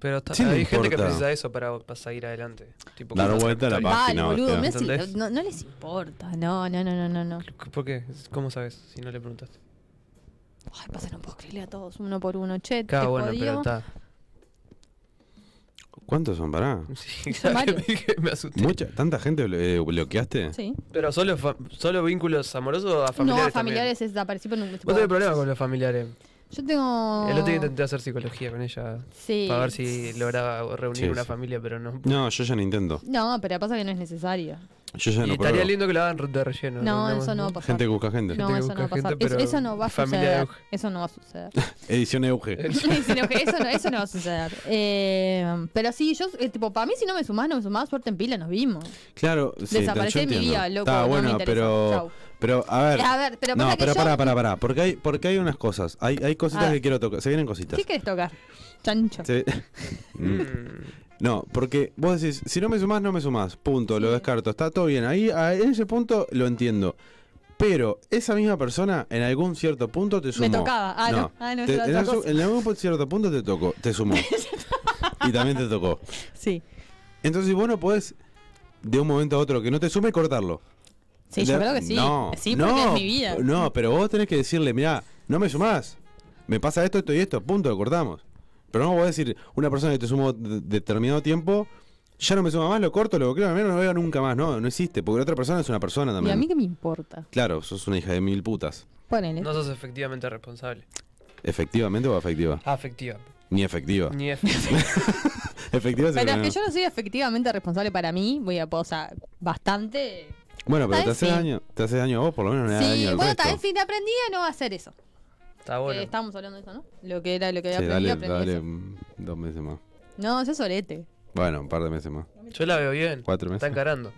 Pero está, Sí le hay gente que importa. precisa eso para, para seguir adelante. Tipo, Dar ¿cómo- vuelta a la Dale, página. Dale, boludo, no, gostear. es- ¿Entendés? no- no les importa. No, no, no, no, no, no. ¿Por qué? ¿Cómo sabes si no le preguntaste? Ay, pasa, no puedo escribirle a todos uno por uno. Che, te Claro, bueno, pero jodió. está. ¿Cuántos son, pará? <laughs> Sí, Son claro, varios. dije, me asusté. Mucha, ¿Tanta gente blo- eh, bloqueaste? Sí. Pero solo, fa- solo vínculos amorosos o a familiares. no, a también? familiares es desaparecí por un Vos tenés problemas con los familiares. Yo tengo. El otro día intenté hacer psicología con ella Sí. para ver si lograba reunir Sí, una sí. familia, pero no. No, yo ya no intento. No, pero pasa que no es necesario. Yo ya y no estaría pruebo. lindo que la hagan de relleno. No, Una- eso no va a pasar. Gente que busca gente. no, gente que eso no va busca a pasar. gente, Es- pero eso no va a familia suceder. de- Eso no va a suceder. <laughs> Edición E Eh, Euge. Sino que eso, no, eso no va a suceder. Eh, pero sí, yo, eh, tipo, para mí, si no me sumás, no me sumás, suerte en pila, nos vimos. Claro, sí, yo Desaparecí de mi entiendo. vida, loco. Está no me bueno, interesa. pero, Chau. pero a ver. A ver, pero pasa no, que pero yo- pará, pará, pará. Porque hay, porque hay unas cosas. Hay, hay cositas Ah. que quiero tocar. Se vienen cositas. ¿Qué querés tocar? Chancho. Se- <laughs> Mm. Mm. no, porque vos decís, si no me sumás, no me sumás. Punto, lo Sí. descarto. Está todo bien. Ahí, a- en ese punto lo entiendo. Pero esa misma persona en algún cierto punto te sumó. Me tocaba. Ah, no. Ah, no, Te- era en, otra algún- cosa. en algún cierto punto te tocó, te <laughs> sumó. y también te tocó. Sí. Entonces vos no podés, de un momento a otro, que no te sume, cortarlo. Sí, yo Le- creo que sí. No, sí, no, porque es mi vida. No, pero vos tenés que decirle, mirá, no me sumás. Me pasa esto, esto y esto, punto, lo cortamos. Pero no vos decir, una persona que te sumó de- determinado tiempo, ya no me suma más, lo corto, lo bloqueo, al menos no lo veo nunca más. No, no existe, porque la otra persona es una persona ¿Y también. a mí qué me importa? Claro, sos una hija de mil putas. Ponele. Mm. No sos efectivamente responsable. ¿Efectivamente o afectiva? Afectiva. Ni <laughs> efectiva. <laughs> Ni efectiva. Efectiva Pero es seguro que yo no soy efectivamente responsable para mí, voy a, o sea, bastante Bueno, pero Tal te haces sí. daño, te haces daño a vos, por lo menos no le haces Sí, daño al bueno, resto. también si te aprendía no va a hacer eso. Está Eh, bueno. estábamos hablando de eso, ¿no? Lo que era, lo que había Sí, dale, aprendido, dale aprendí eso. mm, dos meses más. No, eso es orete. Bueno, un par de meses más. Yo la veo bien. Cuatro Está meses. encarando.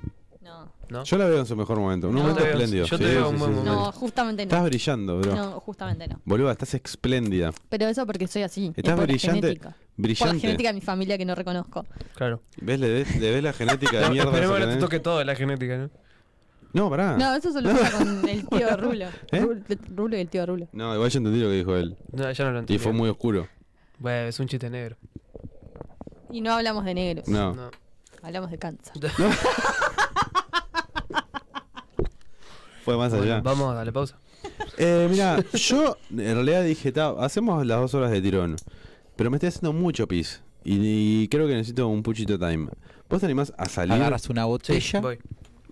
No, Yo la veo en su mejor momento. Un No. momento Yo te veo- espléndido. yo te veo un buen momento. no, justamente Estás no. brillando, bro. No, justamente no. Boluda, estás espléndida. Pero eso porque soy así. Estás y por la brillante, genética. Por la Brillante. genética de mi familia que no reconozco. Claro. ¿Ves? Le, ves- le ves la genética de No, mierda. esperemos que no esa que te tenés. toque todo la genética, ¿no? No, pará. No. No, <laughs> eso se lo pasa con el tío Rulo. Ah. ¿Eh? Rulo. Rulo y el tío Rulo. igual yo entendí lo que dijo él. No, ya no lo Y entendí. fue muy oscuro. Bueno, es un chiste negro. Y no hablamos de negros, No. <laughs> No. hablamos de cáncer. Fue más Bueno, allá. vamos a darle pausa. Eh, mira, yo en realidad dije, "Ta, hacemos las dos horas de tirón. Pero me estoy haciendo mucho pis. Y, y creo que necesito un puchito time. ¿Vos te animás a salir? Agarras una botella. Voy.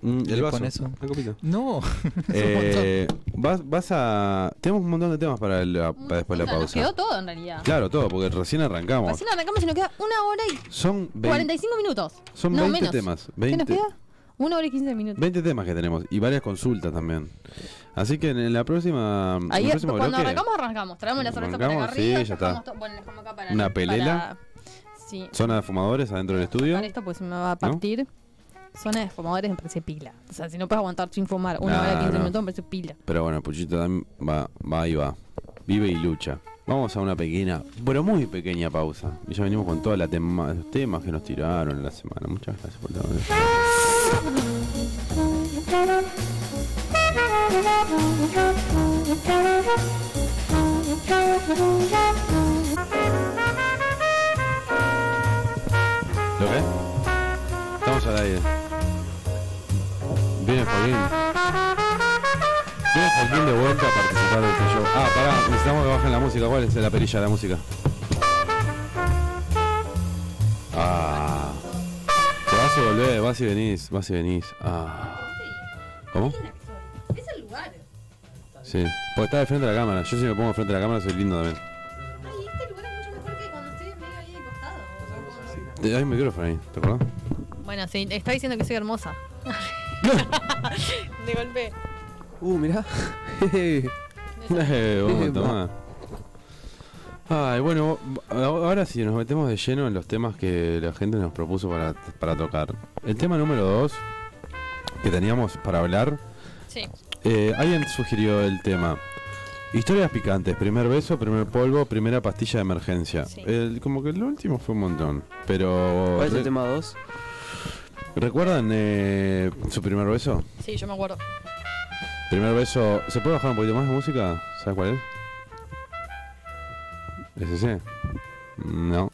Mm, el le vaso. pones un- la copita. no. Eh, vas, vas a. Tenemos un montón de temas para, la- para después de la Puta, nos quedó pausa. todo en realidad. Claro, todo, porque recién arrancamos. Así no arrancamos y nos queda una hora y Son, vein- 45 minutos. son no, 20 menos. temas. ¿Qué nos 20, queda? Una hora y 15 minutos. 20 temas que tenemos y varias consultas también. Así que en, en la próxima. en el Ahí próximo cuando bloque- arrancamos, arrancamos. Traemos la cerveza para acá Arrancamos, sí, arriba. ya está. dejamos to- Bueno, dejamos acá para. Una pelela. para- Sí. Zona de fumadores adentro del estudio. Para esto, pues se me va a partir. Zona de fumadores me parece pila. O sea, si no puedes aguantar sin fumar una Nah, hora y 15 no. minutos, me parece pila. Pero bueno, Puchito Dan va, va y va. Vive y lucha. Vamos a una pequeña, pero muy pequeña pausa. Y ya venimos con todos los temas que nos tiraron en la semana. Muchas gracias por todo. ¿Lo ves? Estamos al aire. Viene Joaquín. Viene Joaquín de vuelta a participar del show. Ah, pará, necesitamos que bajen la música. ¿Cuál es la perilla de la música? Ah. Te vas y volvés, vas y venís, vas y venís. Ah. ¿Cómo? Es el lugar. Sí. Porque está de frente a la cámara. Yo si me pongo frente a la cámara soy lindo también. Ay, este lugar es mucho mejor que cuando estoy medio ahí de costado. Eh, Hay un micrófono ahí, ¿te acordás? Bueno, sí, está diciendo que <laughs> soy hermosa. <laughs> de golpe. Uh, <laughs> mirá. <laughs> Eh, vamos a Eh, tomar. Ay, bueno, a- ahora sí, nos metemos de lleno en los temas que la gente nos propuso para, para tocar. El tema número dos que teníamos para hablar, Sí. eh, alguien sugirió el tema. Historias picantes, primer beso, primer polvo, primera pastilla de emergencia. Sí. El- como que el último fue un montón. Pero... ¿Cuál es re- el tema 2? ¿Recuerdan eh, su primer beso? Sí, yo me acuerdo. Primer beso. ¿Se puede bajar un poquito más de música? ¿Sabes cuál es? ¿Es ese? No.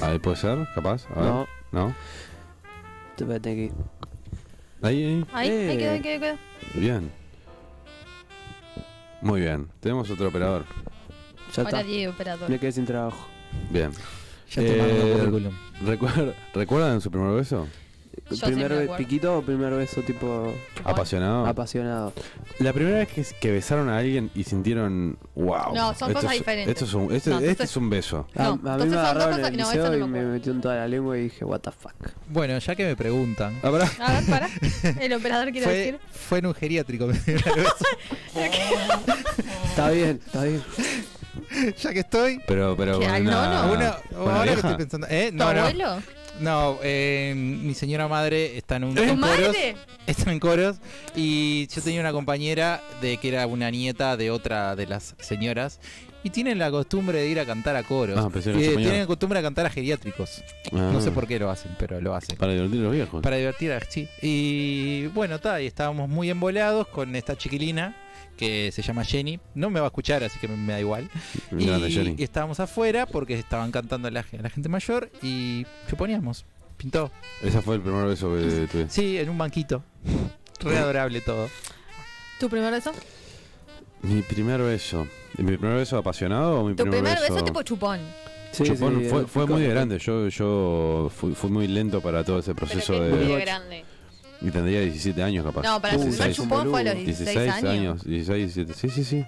Ahí puede ser, capaz. A ver. No. No. Te voy a tener que- Ahí, ahí. Ahí, ahí Eh. quedó, ahí quedó, ahí quedó. Bien. Muy bien. Tenemos otro operador. Ya Ahora está. Diego, operador. Me quedé sin trabajo. Bien. <laughs> Ya te mando Eh, el currículum. Recuer- ¿Recuerdan su primer beso? Yo sí ¿Primer me be- acuerdo. piquito o primer beso tipo Ah, Apasionado. apasionado? La primera vez que, que besaron a alguien y sintieron, wow. No, son esto cosas es- diferentes. Esto es un, este- No, este entonces- es un beso. A- No, a entonces mí son me dos agarraron cosas en que el no, eso no liceo me y me acuerdo. metió en toda la lengua y dije, what the fuck. Bueno, ya que me preguntan. Ah, pará. A ver, para. El operador quiere Fue, decir. fue en un geriátrico. Está bien, está bien. <laughs> ya que estoy. Pero, pero. ¿Qué, Ah, con al nono? con Una- ahora que Ah, vieja. estoy pensando. ¿Eh? ¿Tu No, no. abuelo? No, eh, mi señora madre está en un. ¿Tu en coros. madre? Están en coros y yo tenía una compañera de que era una nieta de otra de las señoras y tienen la costumbre de ir a cantar a coros. Ah, pensé que Y, era eh, español. tienen la costumbre de cantar a geriátricos. Ah, No sé por qué lo hacen, pero lo hacen. Para divertir a los viejos. Para divertir a sí. Y bueno, está, y estábamos muy embolados con esta chiquilina que se llama Jenny. No me va a escuchar, así que me, me da igual. Y, Grande, Johnny. y estábamos afuera porque estaban cantando la, la gente mayor y chuponíamos. Pintó. Ese fue el primer beso que tuve. Sí, en un banquito. Re adorable todo. ¿Tu primer beso? Mi primer beso. ¿Mi primer beso apasionado o mi Tu primer, primer beso beso? tipo chupón. Sí, Chupón sí, fue, el fue pico- muy grande. Yo, yo fui, fui muy lento para todo ese proceso pero que de. es grande. Y tendría 17 años capaz. No, para tu primer 16, chupón fue a los 16, 16 años. años. 16, 17. Sí, sí, sí.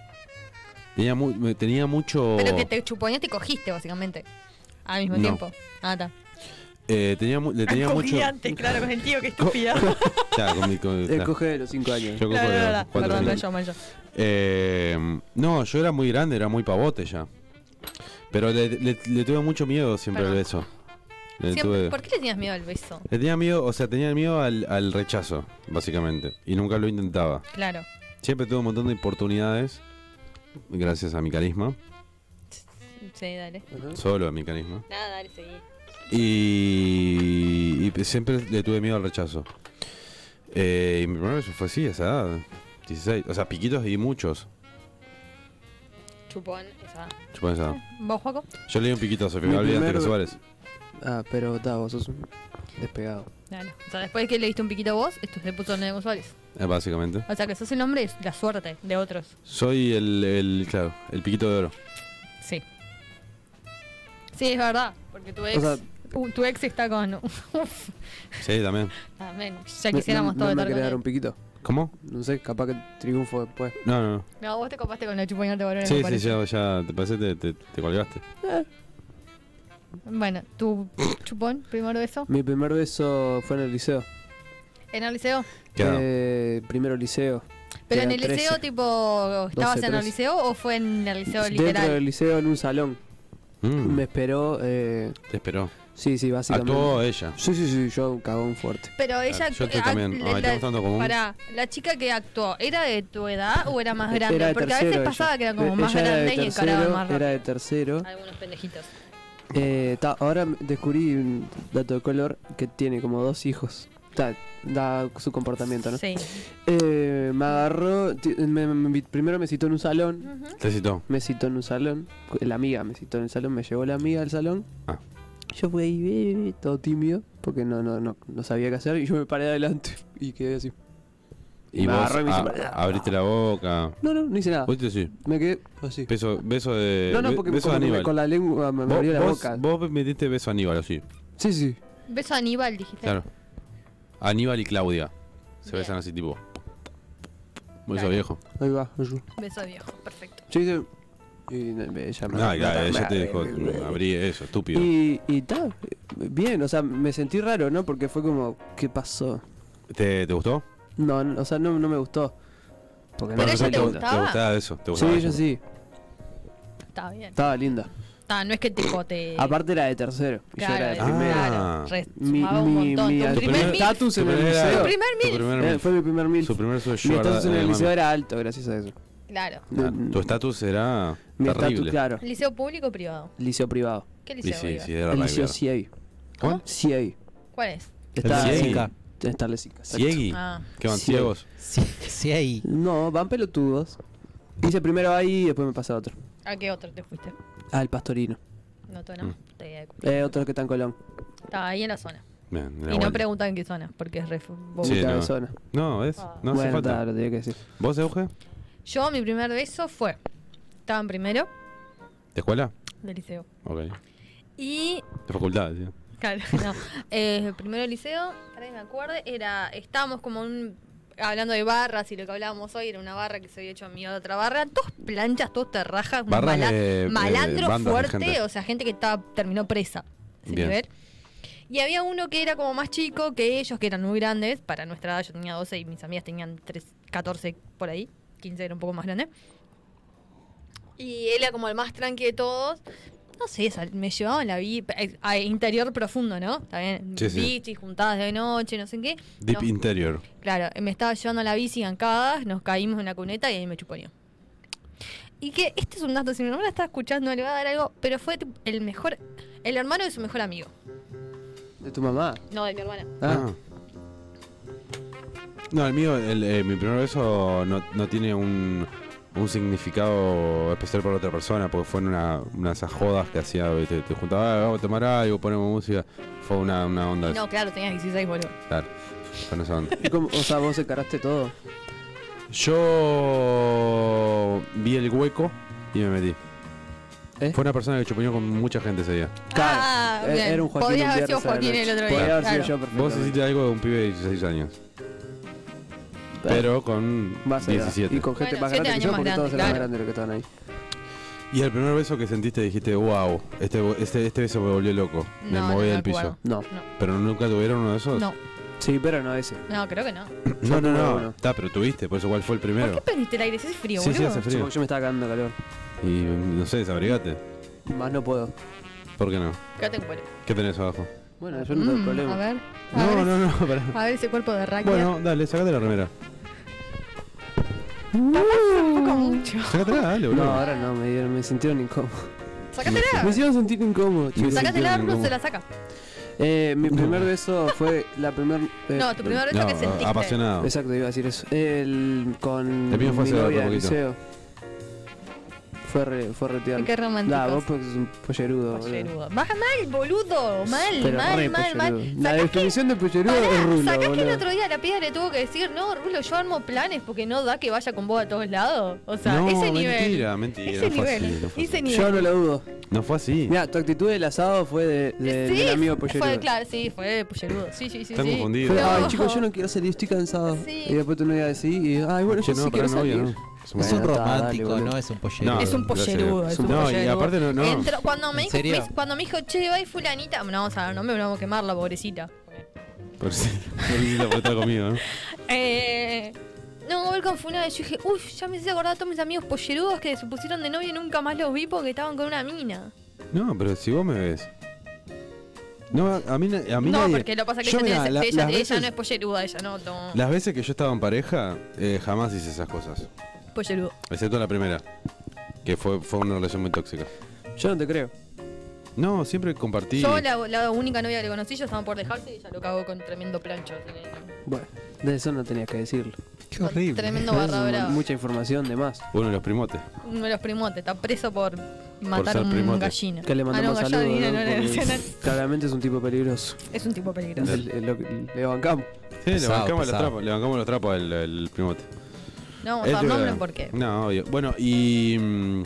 Tenía, mu- me- tenía mucho. Pero que te chuponías y cogiste, básicamente. Al mismo Oh. No. tiempo. Ah, está. eh, tenía, mu- le <laughs> tenía mucho. Antes, claro, con el tío, que estúpida. Claro, con mi- con- Él claro. coge de los 5 años. Yo cojo Claro, de claro, cuatro perdón, años. yo, yo. Eh, no, yo era muy grande, era muy pavote ya. Pero le, le- le tuve mucho miedo siempre al Perdón. beso. Le, Siempre- Eh, tuve- ¿Por qué le tenías miedo al beso? le tenía miedo, o sea, tenía miedo al, al rechazo, básicamente. Y nunca lo intentaba. Claro. Siempre tuve un montón de oportunidades, gracias a mi carisma, Sí, dale. solo a mi carisma. Nada, dale, seguí. Y, y siempre le tuve miedo al rechazo. Eh, y mi primer beso fue así, a esa edad, 16. O sea, piquitos y muchos. Chupón, esa. Chupame esa. ¿Vos, Juaco? Yo le di un piquito a Mi Sofía Olvídate primer- los Suárez. Ah, pero ta, vos sos un despegado. Claro. O sea, después de que le diste un piquito vos, esto se puso nueve usuarios. Eh, Básicamente. O sea, que sos el hombre es la suerte de otros. Soy el, el, claro, el piquito de oro. Sí. Sí, es verdad. Porque tu ex, O sea- uh, tu ex está con. <laughs> Uf, Sí, también. amén. Ya quisiéramos no, todo no me estar querés con dar él. un piquito. ¿Cómo? No sé, capaz que triunfo después. No, no, no. No, vos te copaste con la chupa y no te volvieron a Sí, copar. sí, ya, ya te pasé, te, te, te colgaste. Bueno, tu chupón, primero beso. Mi primer beso fue en el liceo. ¿En el liceo? Claro. Eh, primero liceo. ¿Pero Era en el 13. liceo, tipo, estabas 12, en el 13. liceo o fue en el liceo Dentro del literal? liceo, en un salón. Mm, Me esperó. Eh, Te esperó. sí, sí, básicamente. Actuó ella. Sí, sí, sí, yo un cagón fuerte. Pero ella. Ah, Yo te ac- también. la- Ay, estamos la, tanto como un- pará, la chica que actuó, ¿era de tu edad o era más Eh, grande? era de Porque a tercero veces pasaba ella. que eran como Eh, más ella era de grandes y encaraban tercero, más Era rápido. de tercero. Algunos pendejitos. Eh, ta, ahora m- descubrí un dato de color que tiene como dos hijos. Ta, da su comportamiento, ¿no? Sí. Eh, me agarró, ti- me- me- me- primero me citó en un salón, Ujú. Te citó. me citó en un salón, la amiga me citó en el salón, me llevó la amiga al salón. Ah. Yo fui ahí, eh, eh, todo tímido, porque no, no, no, no sabía qué hacer, y yo me paré adelante y quedé así. Y me vos agarró y me hizo a- para- abriste la boca. No, no, no hice nada. Vos te sí. Me quedé así. Beso, beso de. No, no, porque beso de como que me- Aníbal. con la lengua me, me Vos- abrió la vos- boca. Vos metiste beso a Aníbal, así. Sí, sí. Beso a Aníbal, dijiste. Claro. Aníbal y Claudia. Se Bien. besan así, tipo. Beso Claro. viejo. Ahí va. Yo Beso viejo, perfecto. Sí, sí. Y ella me No, claro, ella te dijo, me- abrí eso, estúpido. Y, y ta, bien, o sea, me sentí raro, ¿no? Porque fue como, ¿qué pasó? ¿Te, te gustó? No, no, o sea, no, no me gustó. Porque Pero no, ella no- te gu- gustaba. Te gustaba eso, te Sí, gustaba ella eso. sí, Está bien. estaba linda. Está, no es que tipo te. Aparte era de tercero, Ah, y yo era de Ah. claro, primero. claro. Re- Mi, sumaba un mi, montón. mi, tu mi primer primer mil. estatus en el Tu primer- liceo. Tu primer Tu mil. primer eh, mil. fue mi primer mil. Ah. Su primer soy Mi yo, estatus en de el mami. liceo era alto, gracias a eso. Claro. Ah, Tu estatus era Mi estatus, terrible. claro. ¿Liceo público o privado? Liceo privado. ¿Qué Sí, liceo? sí, ibas? sí, era El liceo Raiver. CIEI. ¿Cuál? CIEI. ¿Cuál es? Está CIEI. Está en la CIEI, exacto. ¿Ciegui? Ah. ¿Qué van? Sí. ¿Ciegos? Si, si hay. No, van pelotudos. Hice primero ahí y después me pasé a otro. ¿A qué otro te fuiste? Al Pastorino. No, tú no. Mm. Te- Eh, otro que está en Colón. Está ahí en la zona. Bien, y era no bueno. preguntan en qué zona, porque es re fu- bobo. Sí, Sí, no. cabezona. No, es, no hace bueno, falta. ta, lo tenía que decir. ¿Vos, Euge? Yo, mi primer beso fue. Estaba en primero ¿De escuela? del liceo. Ok. Y. De facultad, sí. Claro, <laughs> no. Eh, primero del liceo, para que me acuerde, era. Estábamos como un. Hablando de barras y lo que hablábamos hoy era una barra que se había hecho amiga de otra barra. Dos planchas, dos terrajas, un Barras mala- de, eh, malandro bandas de gente. fuerte, o sea, gente que estaba, terminó presa. ese Bien. nivel. Y había uno que era como más chico que ellos, que eran muy grandes. Para nuestra edad, yo tenía 12 y mis amigas tenían 3, 14 por ahí. 15 era un poco más grande. Y él era como el más tranqui de todos. No sé, sal- me llevaban la vida a interior profundo, ¿no? También Sí, sí. bichis, juntadas de noche, no sé qué. Deep Nos- Interior. Claro, eh, me estaba llevando la bici gancadas, nos caímos en la cuneta y ahí me chuponeó. Y que este es un dato, si mi hermana está escuchando, le va a dar algo, pero fue tipo, el mejor, el hermano de su mejor amigo. ¿De tu mamá? No, de mi hermana. Ah, No, el mío, el, eh, mi primer beso no, no tiene un, un significado especial para otra persona, porque fue en una, una de esas jodas que hacía, te, te juntaba, "Ah, vamos a tomar algo, ponemos música. Fue una, una onda No, claro, tenías 16, boludo. con esa onda. ¿y cómo- o sea, vos encaraste todo. Yo vi el hueco y me metí. ¿Eh? Fue una persona que chuponeó con mucha gente ese día. Claro, Ah, eh, bien. era un Joaquín. Podías un haber sido viernes a la Joaquín noche. el otro día. Podría haber sido claro. yo Vos perfectamente. hiciste algo de un pibe de 16 años, pero con Más allá. 17. Y con gente Bueno, más siete grande que yo, años porque más todos grande, eran más claro. grandes los que estaban ahí. Y el primer beso que sentiste dijiste, wow, este, este, este beso me volvió loco. me No, moví no me del piso. acuerdo. No. ¿Pero nunca tuvieron uno de esos? No, Sí, pero no ese. no, creo que no. no, no. Yo tuve no. uno. Está, pero tuviste, por eso cuál fue el ¿Por qué primero. prendiste el aire? Si hace frío, Sí, sí, boludo. hace frío. Yo, yo me estaba cagando de calor. Y no sé, desabrigate. Más no puedo. ¿Por qué no? Quédate con cuero. ¿Qué tenés abajo? Bueno, yo no tengo Mm, problema. A ver. A, No, ver no, no, <laughs> pará. a ver ese cuerpo de raquia. Bueno, dale, sacate la remera. Tampoco mucho. Sácatela, dale, boludo. No, ahora no, me, dieron- me sintieron incómodo. <laughs> Me Sácatela. hicieron sentir incómodo, chicos. Sácatela, sentí Bruno se incómodo. la saca. Eh, mi primer beso fue la primer... eh, No, tu primer beso que No, sentiste. apasionado. Exacto, iba a decir eso. El, con El mío fue mi hace novia otro del poquito. liceo. Fue re, fue re tierno. Qué romántico. Nah, vos porque sos un pollerudo. boludo. Pollerudo. Baja mal, boludo. Mal, Pero mal, re mal, mal. pollerudo. La Sacás que- definición de pollerudo es Pará, rulo, sacás que el boludo. otro día la piedra le tuvo que decir, no, Rulo, yo armo planes porque no da que vaya con vos a todos lados. O sea, no, ese nivel. mentira, mentira. Ese no fue nivel. así. No fue ese así. nivel. Yo no lo dudo. No fue así. Mira, tu actitud del asado fue de, de- sí, del amigo pollerudo. fue, claro, sí, fue pollerudo. Sí, sí, sí. Están sí. confundidos. Fue, No. Ay, chicos, yo no quiero salir, estoy cansado. Sí. Y después tú no ibas así y, ay, bueno, Che, yo sí no, quiero pará, no, salir. obvio, no. Es un- Bueno, es un está, dale, romántico, boludo. no es un pollero. No, Es un gracias. pollerudo, es un No, y pollerudo. aparte no. no. Entró- cuando, me ¿En dijo, me serio? dice- cuando me dijo, che, va y fulanita. No, vamos a ver, no me vamos a quemarla, pobrecita. Por si por si la puede estar conmigo, ¿no? Eh, no, voy con Fulana. Yo dije, uff, ya me hice acordar a todos mis amigos pollerudos que se pusieron de novio y nunca más los vi porque estaban con una mina. No, pero si vos me ves. No, a a mí, na- a mí no, nadie- porque lo que pasa es que Yo, ella, mirá, tiene- la- ella, las ella veces- no es polleruda, ella no, no. Las veces que yo estaba en pareja, eh, jamás hice esas cosas. Pollerudo. Excepto la primera, que fue, fue una relación muy tóxica. Yo no te creo. No, siempre compartí. Yo, la, la única novia que le conocí, ya estaban por dejarse y ella lo cagó con tremendo plancho. Tremendo, Bueno, de eso no tenías que decirlo. Qué horrible. tremendo Eso es barra brava. mucha información de más. Uno de los primotes. Uno de los primotes, está preso por matar ser un primote. gallina. Que le mandamos Ah, no, saludos. gallina, ¿no? no, no, Porque no, no. Claramente es un tipo peligroso. Es un tipo peligroso. El- el- lo- Le bancamos. Sí, Pesado, le, bancamos los pesado. trapos, le bancamos los trapos al, al primote. No vamos a Él dar te- nombres porque. No, obvio. Bueno, y. mm,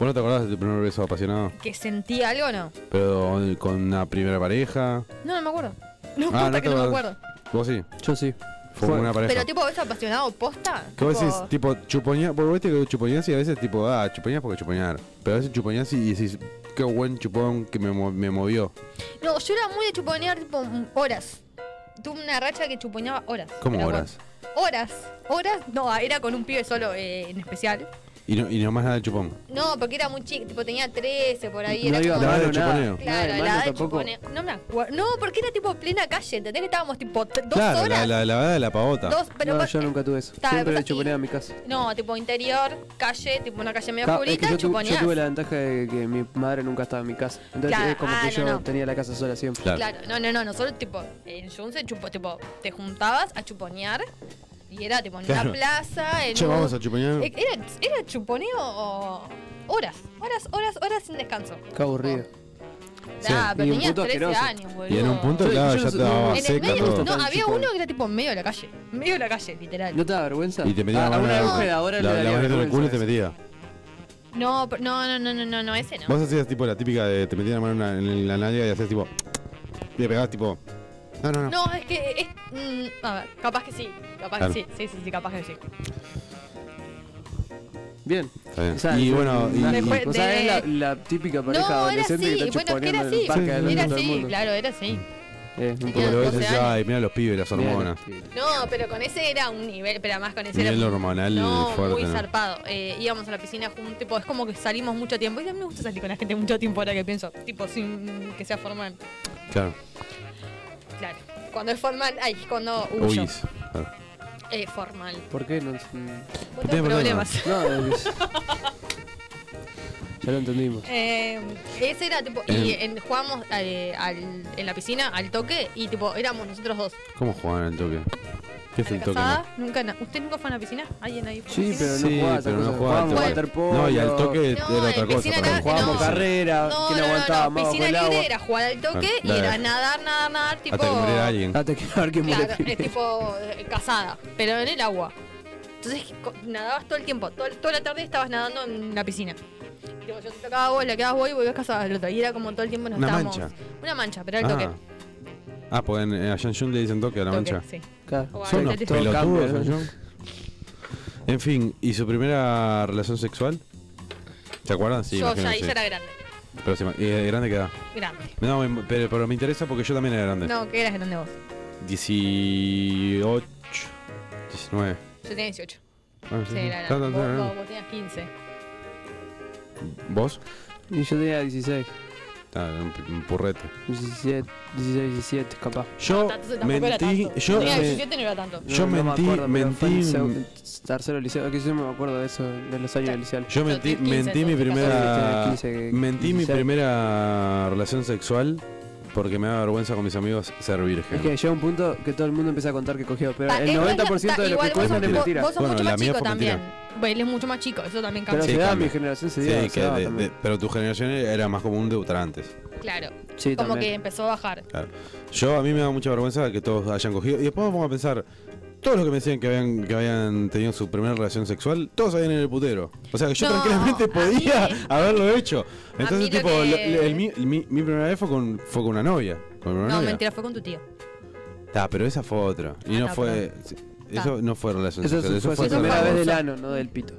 ¿Vos no te acordás de tu primer beso apasionado? ¿Que sentí algo no? Pero con una primera pareja. No, no me acuerdo. No, Ah, posta no que te no me acordás. acuerdo. Vos sí. Yo sí. Fue, Fue- una pareja. Pero tipo, ¿ves apasionado posta? ¿Qué vos Tipo, decís? Tipo, chupoñás. Vos viste que chupoñás y a veces, tipo, ah, chupoñás porque chupoñar. Pero a veces chupoñás y decís, qué buen chupón que me, mo- me movió. No, yo era muy de chuponear tipo mm, horas. Tuve una racha que chuponeaba horas. ¿Cómo Pero horas? con- Horas. Horas. No, era con un pibe solo eh, en especial. Y no, y no más nada de chupón. No, porque era muy chico, tipo tenía 13 por ahí. No era iba a como- La mano, de chuponeo. nada. Claro, Nada de la mano edad de tampoco. chuponeo. No me acuerdo. No, porque era tipo plena calle, ¿entendés que estábamos tipo t- dos claro, la, horas? la, la verdad de la pavota. Dos, pero no, pa- yo nunca tuve eso. Está, Siempre pero le así- chuponía a mi casa. No, tipo interior, calle, tipo una calle medio Ca- oscurita, es que yo, tu- yo chuponeás. tuve la ventaja de que mi madre nunca estaba en mi casa. Entonces Claro, es como ah, que no, yo no. tenía la casa sola siempre. Claro. Claro, no, no, no, nosotros tipo, en Junce, chupo, tipo, te juntabas a chuponear y era tipo en Claro. una plaza, en Che, un- vamos a chupoñar. Eh, Era, era chuponeo o- horas, horas, horas, horas sin descanso. Qué aburrido. Sí. Ah, Y pero un tenías punto 13 asqueroso. años, boludo. Y en un punto, Yo- claro, yo ya no- estaba en En el seca medio, todo. gusta no, el había chupón. uno que era tipo en medio de la calle, medio de la calle, literal. ¿No te da vergüenza? Y te metía Ah, la a mano en una el- mujer ahora La, le la daría manito en el vergüenza culo y te eso. metía. No, pero- no, no, no, no, no, no, ese no. Vos hacías tipo la típica de te metías la mano en la, en la nalga y hacías tipo. Y le pegabas tipo. No, no, no. No, es que es, mm, a ver, capaz que sí, capaz Claro. que sí, sí, sí, sí, capaz que sí. Bien. Está bien. O sea, y es bueno, y, una- y- Después o sea, de- es la, la típica pareja No, era adolescente así, que está bueno, es que chuponeando era en así, el parque del Era resto del así, mundo. claro, era así. Eh, un como poco lo ves y 12 decís, años. ay, mira los pibes, las hormonas. Bien. eh, No, pero con ese era un nivel, pero más con ese Nivel era un- hormonal no, fuerte, muy ¿no? zarpado. Eh, íbamos a la piscina juntos, tipo, es como que salimos mucho tiempo. Y a mí me gusta salir con la gente mucho tiempo ahora que pienso, tipo, sin que sea formal. Claro. Claro. Cuando es formal, ay, cuando huyo. Uy. claro. Eh, formal. ¿Por qué? No, Vos tenés Tiene problemas. no <laughs> es- ya lo entendimos. Eh, ese era tipo, y en, jugamos eh, al- en la piscina al toque y tipo, éramos nosotros dos. ¿Cómo jugaban al toque? ¿Qué es A el la toque? casada, no? nunca, na- ¿Usted nunca fue a la piscina? ¿Alguien ahí? fue a la Sí, piscina? pero no sí, jugaba, pero no esas jugaba al cosas. toque. Jugábamos waterpolo, No, y al toque No, era en otra cosa. piscina para nada, mí. Jugábamos no. carrera, ¿quién aguantaba más bajo piscina el libre agua? era jugar al toque Ah, y la- era nadar, nadar, nadar, tipo. Hasta que muriera alguien. Ah, te quiero ver quién muere Claro, es primero. tipo eh, casada, pero en el agua. Entonces co- nadabas todo el tiempo, todo- toda la tarde estabas nadando en la piscina. Tipo, yo te tocaba vos, la quedabas vos y volvías casada al otro. Y era como todo el tiempo nos Una estábamos. mancha. Una mancha, pero al toque. Ah. Ah, porque en, en- allá en Jun le dicen toque a la Toque, mancha. sí. Claro. Son unos Todo cambia, pelotudos, ¿no? Jun. En fin, ¿y su primera relación sexual? ¿Se acuerdan? Sí, yo ya, imagino que ahí sí. ya era grande. Pero sí, ¿y de grande queda. Grande. No, me- pero, pero me interesa porque yo también era grande. No, que eras grande vos. 18, 19. Yo tenía 18. Bueno, Ah, sí, Sí, sí. era Ta, ta, grande. ta, Vos, ta. vos- vos tenías 15. ¿Vos? Y yo tenía 16, Ah, un p- un purrete. 17, 16, 17, capaz. Yo Tanto- tampoco era mentí. tanto. Yo, tenía me- 17 no era tanto. Yo mentí- pero fue en mentí- seg- tercero liceo, es que yo no me acuerdo de eso, de los años del liceo. yo mentí, tenía 15, mentí mi entonces, primera. capaz. Sí, tenía 15, mentí mi 16. primera relación sexual porque me da vergüenza con mis amigos ser virgen. Es que llega un punto que todo el mundo empieza a contar que cogió, pero Ta, el es verdad, 90% ta, de lo igual que vos cuentan sos- es vos- mentira. Vos sos Bueno, mucho la más mía chico fue también. mentira. Bueno, Él es mucho más chico, eso también Pero cambia. Sí, se da, cambia. mi generación se Sí, dio. que de- de- pero tu generación era más común de ultrantes. Claro. sí, como que también. empezó a bajar. Yo a mí me da mucha vergüenza que todos hayan cogido. Y después me pongo a pensar, todos los que me decían que habían, que habían tenido su primera relación sexual, todos habían en el putero. O sea que yo No, tranquilamente <laughs> a podía mí- <laughs> haberlo hecho. mí Entonces, lo tipo, que- la- la- el mi, el mi- mi primera vez fue con, fue con una novia. Con una No, novia. mentira, fue con tu tío. Ta, pero esa fue otra. Y Ah, no no, fue. sí, Ta. Eso no fue relación Eso sexual. fue su otra primera cosa. vez del ano, no del pito.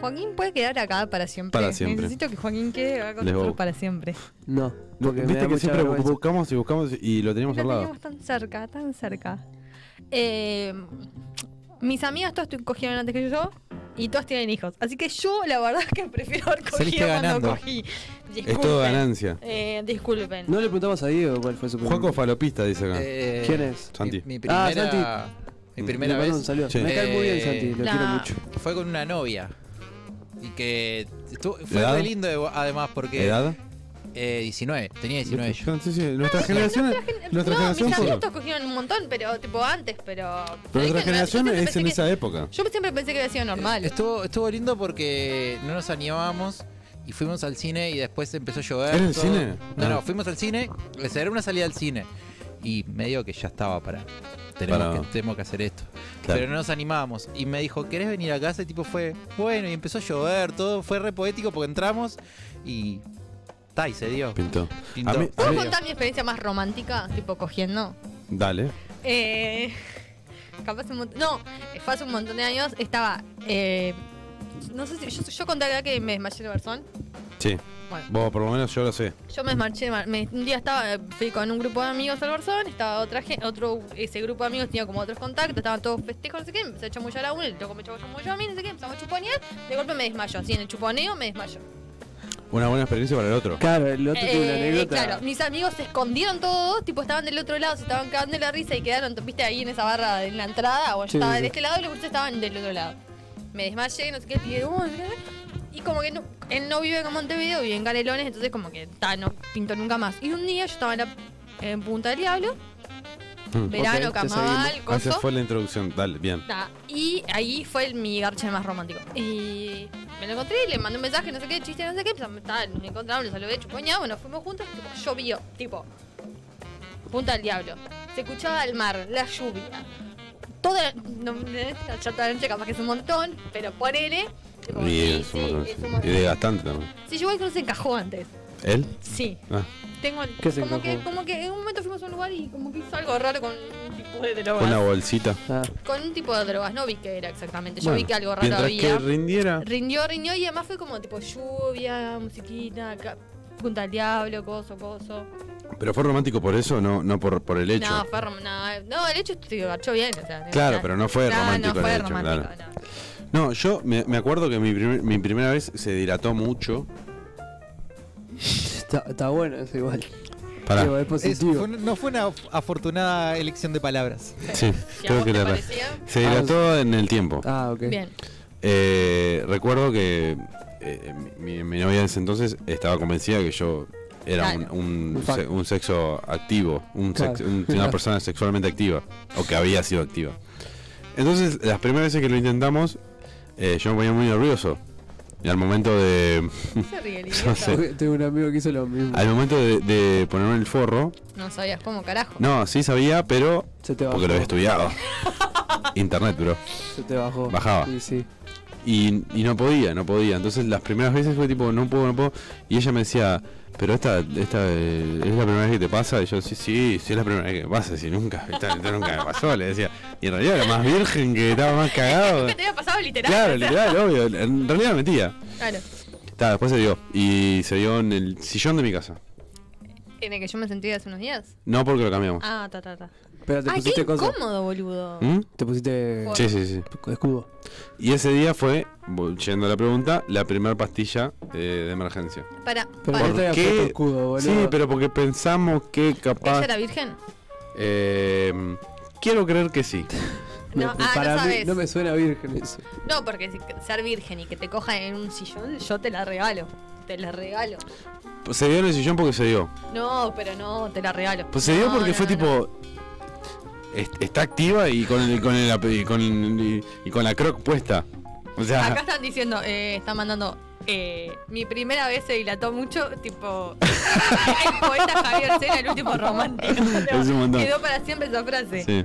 Joaquín puede quedar acá para siempre. Para siempre. Necesito que Joaquín quede acá con Les nosotros voy. para siempre. No, porque me da Viste que mucha siempre vergüenza. buscamos y buscamos y lo teníamos Lo al lado. teníamos tan cerca, tan cerca. Eh, mis amigas todas tu- cogieron antes que yo y todas tienen hijos. Así que yo la verdad <laughs> es que prefiero haber Saliste cogido cuando ganando. cogí. Es Disculpen. todo ganancia. Eh, disculpen. No le preguntamos a Diego cuál fue su primer Eh, Juaco Falopista dice acá. Eh, ¿Quién es? Santi. Mi, mi Ah, primera, Mi Mm. primera Le mando un vez saludo. Sí. Me cae muy bien Eh, Santi, lo la- quiero mucho. Fue con una novia. Y que estuvo- fue ¿Edad? re lindo de- además porque... ¿Edad? Eh, 19, tenía 19 yo. Sí, sí, Nuestra generación. Nuestra no, generación mis fue- amigos todos cogieron un montón, pero tipo antes, Pero pero. nuestra ¿sabés qué? Yo generación siempre es pensé en que- esa época. Yo siempre pensé que había sido normal. Estuvo, estuvo lindo porque no nos animábamos y fuimos al cine y después empezó a llover. ¿Era el todo. cine? No, Ah. no, fuimos al cine, le cerré una salida al cine y medio que ya estaba para. Tenemos, Para- Que, tenemos que hacer esto. Claro. Pero no nos animábamos. Y me dijo, ¿querés venir a casa? Y tipo fue, bueno, y empezó a llover, todo fue re poético porque entramos y. Ta, y se dio. Pintó. Pintó. a mí- ¿Puedo Sí. contar mi experiencia más romántica? Tipo cogiendo. Dale. Eh, <laughs> capaz un montón. No, fue hace un montón de años. Estaba. eh, no sé si. Yo, yo conté acá que me desmayé de Barzón. Sí. Bueno. Vos, por lo menos yo lo sé. Yo me desmarché, de- me- un día estaba, eh, fui con un grupo de amigos al Barzón, estaba otra gen- otro, ese grupo de amigos tenía como otros contactos, estaban todos festejos, no sé qué, me empezó a chamullar a uno, el loco me echó chamullo a mí, no sé qué, empezamos a chuponear, de golpe me desmayo, así en el chuponeo me desmayo. Una buena experiencia para el otro. Claro, el otro tiene una Eh, anécdota. claro, mis amigos se escondieron todos, tipo estaban del otro lado, se estaban cagando de la risa y quedaron, viste, ahí en esa barra en la entrada, o yo Sí, estaba sí. de este lado y los cursos estaban del otro lado. Me desmayé, no sé qué, y, "Uy, eh". y como que no- él no vive en Montevideo, vive en Canelones, entonces como que ta, no pinto nunca más. Y un día yo estaba en, la- en Punta del Diablo, Mm. verano, Hmm, Ok, te carnaval, seguimos. Esa coso. fue la introducción. Dale, bien. Ta, y ahí fue el- mi garche más romántico. Y me lo encontré, le mandé un mensaje, no sé qué, chiste, no sé qué. Pues, ta, nos encontramos, lo saludé, chupoñamos, nos fuimos juntos. Tipo, llovió, tipo, punta del diablo. Se escuchaba el mar, la lluvia. Toda, no, eh, ya toda la noche capaz que es un montón, pero ponele. tipo, Y sí, es sí, un montón, es sí. un Y montón. desgastante también. Sí, yo igual que no se encajó antes. ¿Él? Sí. Ah. Tengo ¿Qué se como que, encajó? como que en un momento fuimos a un lugar y como que hizo algo raro con un tipo de drogas. Con una bolsita. Ah, Con un tipo de drogas, no vi qué era exactamente. Yo Bueno, vi que algo raro Mientras había. que rindiera. Rindió, rindió y además fue como tipo lluvia, musiquita, ca- punta al diablo, coso, coso. Pero fue romántico por eso, no, no por, por el hecho. No, fue rom- no, no, el hecho se garchó bien, o sea. Claro, no- pero no fue no, romántico No, fue el hecho, romántico, claro. no. No, yo me, me acuerdo que mi, primer- mi primera vez se dilató mucho. está, está bueno eso igual. Pará. Digo, es Es- positivo. fue- no fue una afortunada elección de palabras. Sí, Si a creo vos que te la parecía, Se dilató en el tiempo. Ah, ok. Bien. <laughs> Eh, recuerdo que eh, mi, mi novia de ese entonces estaba convencida que yo era un- Claro. un, Un fan. se- un sexo activo, un sex- Claro. un- una persona sexualmente activa, o que había sido activa. Entonces, las primeras veces que lo intentamos, eh, yo me ponía muy nervioso. Y al momento de. Se ríe, el No sé. idiota. Tengo un amigo que hizo lo mismo. Al momento de, de ponerme el forro. No sabías cómo, carajo. No, sí sabía, pero. Se te bajó. <laughs> Porque lo había estudiado. Internet, bro. Se te bajó. Bajaba. Sí, sí. Y, y no podía, no podía. Entonces las primeras veces fue tipo, no puedo, no puedo. Y ella me decía, pero esta, esta eh, es la primera vez que te pasa. Y yo, sí, sí, sí es la primera vez que me pasa. Si nunca, esta- esta nunca me pasó, le decía. Y en realidad era más virgen que estaba más cagado. ¿Qué <laughs> te había pasado literal? Claro, O sea, literal, obvio. En realidad mentía. Claro. Ta, después se dio. Y se dio en el sillón de mi casa. En el que yo me sentí hace unos días. No porque lo cambiamos. Ah, ta, ta, ta. Pero te Ay, qué pusiste cosas. incómodo, boludo. ¿Mm? Te pusiste Sí, sí, sí. escudo. Y ese día fue, vol- yendo a la pregunta, la primera pastilla eh, de emergencia. Para, Pero para. ¿Por no te qué? había puesto escudo, boludo. Sí, pero porque pensamos que capaz... ¿Ella era virgen? Eh, quiero creer que sí. No, ah, no para mí sabes. no me suena virgen eso. No, porque si- ser virgen y que te cojan en un sillón, yo te la regalo. Te la regalo. Pues Se dio en el sillón porque se dio. No, pero no, te la regalo. Pues se dio No, porque no, fue no, tipo... "Est- Está activa y con, el, con, el ap- y con, y- y con la croc puesta. O sea... <laughs> Acá están diciendo, eh, están mandando. eh, mi primera vez se dilató mucho, tipo. <laughs> el poeta Javier Sena, el último <laughs> romántico. Es un montón. Quedó para siempre esa frase. Sí.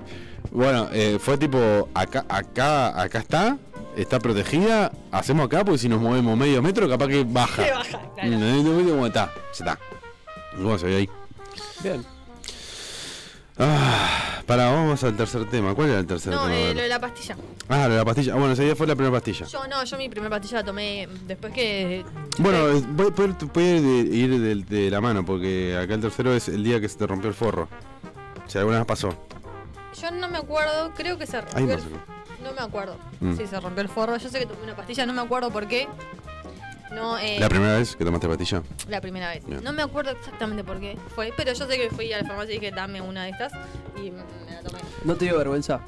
Bueno, eh, fue tipo, acá, acá, acá está, está protegida, hacemos acá, porque si nos movemos medio metro, capaz que baja. Se baja, claro. Mm, ahí te meto como está, ya está. Bueno, se ve ahí. Bien. Ah, pará, vamos al tercer tema. ¿Cuál era el tercer No, tema? eh, lo de la pastilla. Ah, lo de la pastilla. Ah, Bueno, esa idea fue la primera pastilla. Yo no, yo mi primera pastilla la tomé después que. Bueno, eh, voy, voy- voy a ir, de, ir del- de, la mano, porque acá el tercero es el día que se te rompió el forro. Si alguna vez pasó. Yo no me acuerdo, creo que se Ahí rompió. el- pasó. No me acuerdo. Mm. Sí, se rompió el forro. Yo sé que tomé una pastilla, no me acuerdo por qué. No, eh, La primera vez que tomaste pastilla. la primera vez. Bien. No me acuerdo exactamente por qué fue, pero yo sé que fui a la farmacia y dije, dame una de estas y me la tomé. No te dio vergüenza.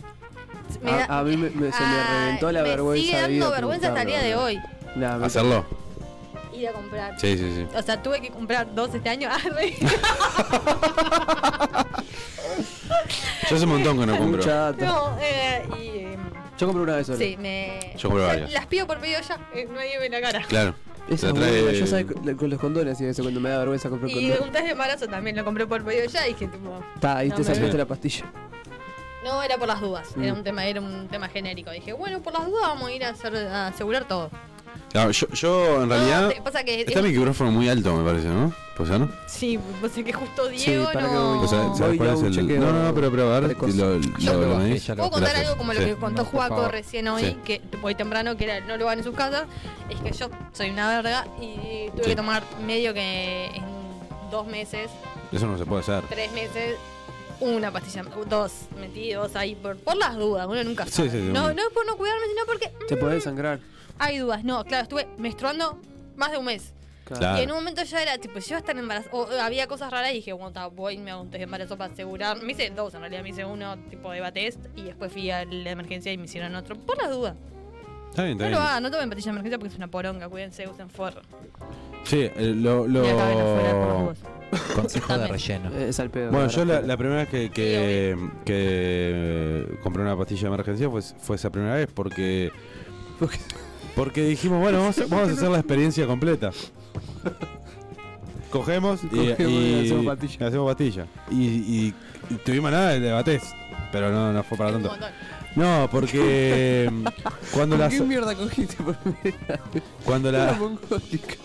Me A- da- a mí me- Ah, me- se me Ah, reventó la vergüenza Me sigue de ir a dando vergüenza hasta el día de hoy Nah, me- ¿Hacerlo? ir a comprar. Sí, sí, sí. O sea, tuve que comprar dos este año. <laughs> Ah, <laughs> re- Yo hace un montón que no compro. Mucha data. no, eh, y. eh, Yo compré una vez sola. sí, me. Yo compré o sea, varias. Las pido por pedido ya, eh, nadie ve la cara. Claro. Esa es Te trae- buena. Yo sabes con con los condones y eso, cuando me da vergüenza comprar Y de condones. un test de embarazo también lo compré por pedido ya y dije, tipo. Está, ahí No, te me- sacaste la pastilla. No, era por las dudas. Era Mm. un tema, era un tema genérico. Dije, bueno, por las dudas vamos a ir a, hacer- a asegurar todo. Claro, Ah, yo, yo en No, realidad. te- pasa que Está es- el micrófono muy alto, me parece, ¿no? ¿Posano? sí, pasa que justo Sí, Diego para que no. voy. O sea, No, ¿sabes voy cuál a es un el- chequeo No, no, no, pero, pero a ver. precoz. Lo, Ya lo- lo lo bajé, medís. ya lo Puedo contar Gracias. algo como lo Sí. que contó No, por Juaco favor. recién hoy, Sí. que hoy temprano, que era no lo hagan en sus casas, es que yo soy una verga y tuve Sí. que tomar medio que en dos meses, Eso no se puede hacer. tres meses, una pastilla, dos, metí dos ahí por, por las dudas, uno nunca Sí, sabe. sí, sí, no, uno- no es por no cuidarme, sino porque Te podés sangrar. hay dudas. No, claro, estuve menstruando más de un mes. Claro. Y en un momento ya era tipo, yo estar embarazada. O, o había cosas raras y dije, bueno, ta, voy y me hago un test de embarazo para asegurar. Me hice dos en realidad, me hice uno tipo de batest y después fui a la emergencia y me hicieron otro. Por las dudas. Está bien, No está lo bien. hagan, no tomen patilla de emergencia porque es una poronga, cuídense, usen forro. Sí, eh, lo. Y acaben afuera por las lo... dudas. Consejo de También. relleno. Eh, Es al pedo. <laughs> Bueno, la yo la, verdad. la primera vez que, que, que, eh, compré una pastilla de emergencia fue, fue esa primera vez porque. <laughs> Porque dijimos, bueno, vamos a, vamos a hacer la experiencia completa. Cogemos y, Cogemos y hacemos pastilla. y hacemos pastilla. Y, y- y tuvimos nada de debates, pero no, no fue para Es un tanto. montón. No, <laughs> porque mm, cuando ¿Con la, Ah. ¿Qué mierda cogiste por primera vez? cuando Una la, mongólica.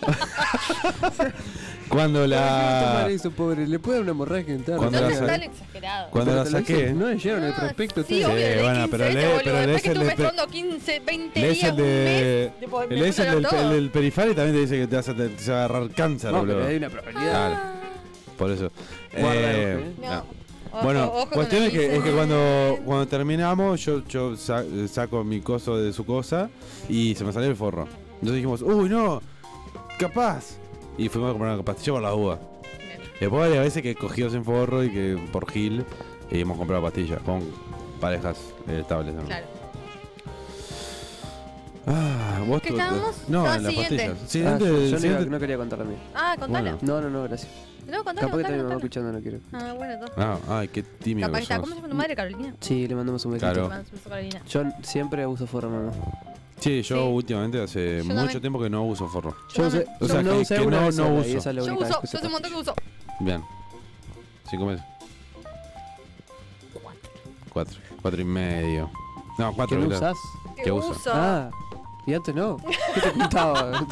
cuando ¿Para qué va a tomar la, eso, pobre? Le puede dar una hemorragia interna. Ah. Cuando No la seas saqué- tan exagerado. cuando Pero la te lo saqué, dije, No leyeron el No, prospecto. Ah, sí, ustedes. obvio, leí bueno, 15 pero veces, lee- boludo. pero Después lees que el estuve de- menstruando 15, 20 lees días, el un de- mes, tipo, me lees el pusieron del, el todo. del periférico y también te dice que te vas a, te- te va a agarrar cáncer, No, boludo. pero hay una probabilidad. Ah, Claro, por eso. Guarda, Eh, ojo, No. ah. Ojo, Bueno, ojo con cuestión el es que, es que pincel. cuando, cuando terminamos, yo, yo sa- saco mi coso de su cosa y se me salió el forro. Entonces dijimos, uy, no, capaz. Y fuimos a comprar una pastilla por la uva. Y después varias veces que cogidos en forro y que por Gil y hemos comprado pastillas con parejas eh, estables. ¿no? Claro. Ah, vos ¿Qué tú- estábamos? No, Ah, en las siguiente. pastillas. Ah, Siguiente, yo- yo no, iba- siguiente- no quería contar la mía. Ah, contala. Bueno. No, no, no, gracias. No, contala, Capaz que contala, también me va contala. escuchando, no quiero. Ah, bueno, todo. Ah, ay, qué tímido. que Capaz que está. sos. ¿Cómo se llama tu madre, Carolina? Sí, le mandamos un besito. Claro. Te mando un beso, Carolina. Yo siempre uso forro, mamá. Sí, yo Sí. últimamente hace Yo mucho también. tiempo que no uso forro. Yo, Yo usé- también. O sea, no que- usé que una no- vez no sola, uso. y esa es la Yo única vez uso, que yo hace un montón que uso. Bien. ¿Cinco meses? Cuatro. Cuatro y medio. No, ¿Que cuatro. no claro. usás? ¿Qué uso? Ah, Y antes no. ¿Qué <laughs> te contaba?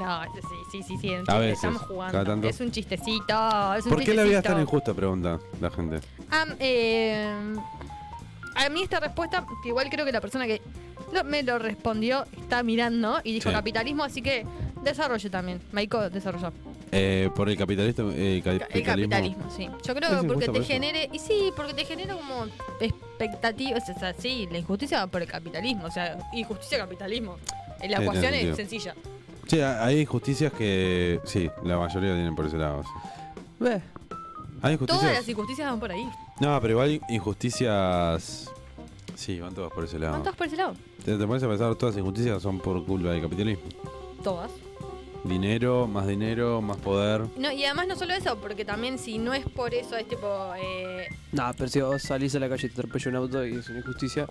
No, sí, sí, sí, sí, A es un chiste, veces, estamos cada tanto. jugando. Es un chistecito, es un ¿Por qué la vida es tan chistecito. injusta? Pregunta la gente. Am, eh, a mí esta respuesta, que igual creo que la persona que lo- me lo respondió está mirando y dijo Sí. capitalismo, así que desarrollo también. Maiko, desarrolló. Eh, por el capitalista. El capitalismo. El capitalismo, sí. Yo creo Es que porque injusta te por eso. genere, y sí, porque te genera como expectativas, o sea, sí, la injusticia va por el capitalismo, o sea, injusticia capitalismo. La Sí, ecuación tiene sentido. es sencilla. Sí, ha- hay injusticias que. Sí, la mayoría tienen por ese lado. sí. Beh, Hay Todas las injusticias. injusticias van por ahí. No, pero igual injusticias. Sí, van todas por ese lado. ¿Van todas por ese lado? ¿Te, te pones a pensar, todas las injusticias son por culpa del capitalismo. Todas. Dinero, más dinero, más poder. No, y además no solo eso, porque también si no es por eso, es tipo... eh, nah, pero si vos salís a la calle y te atropella un auto y es una injusticia.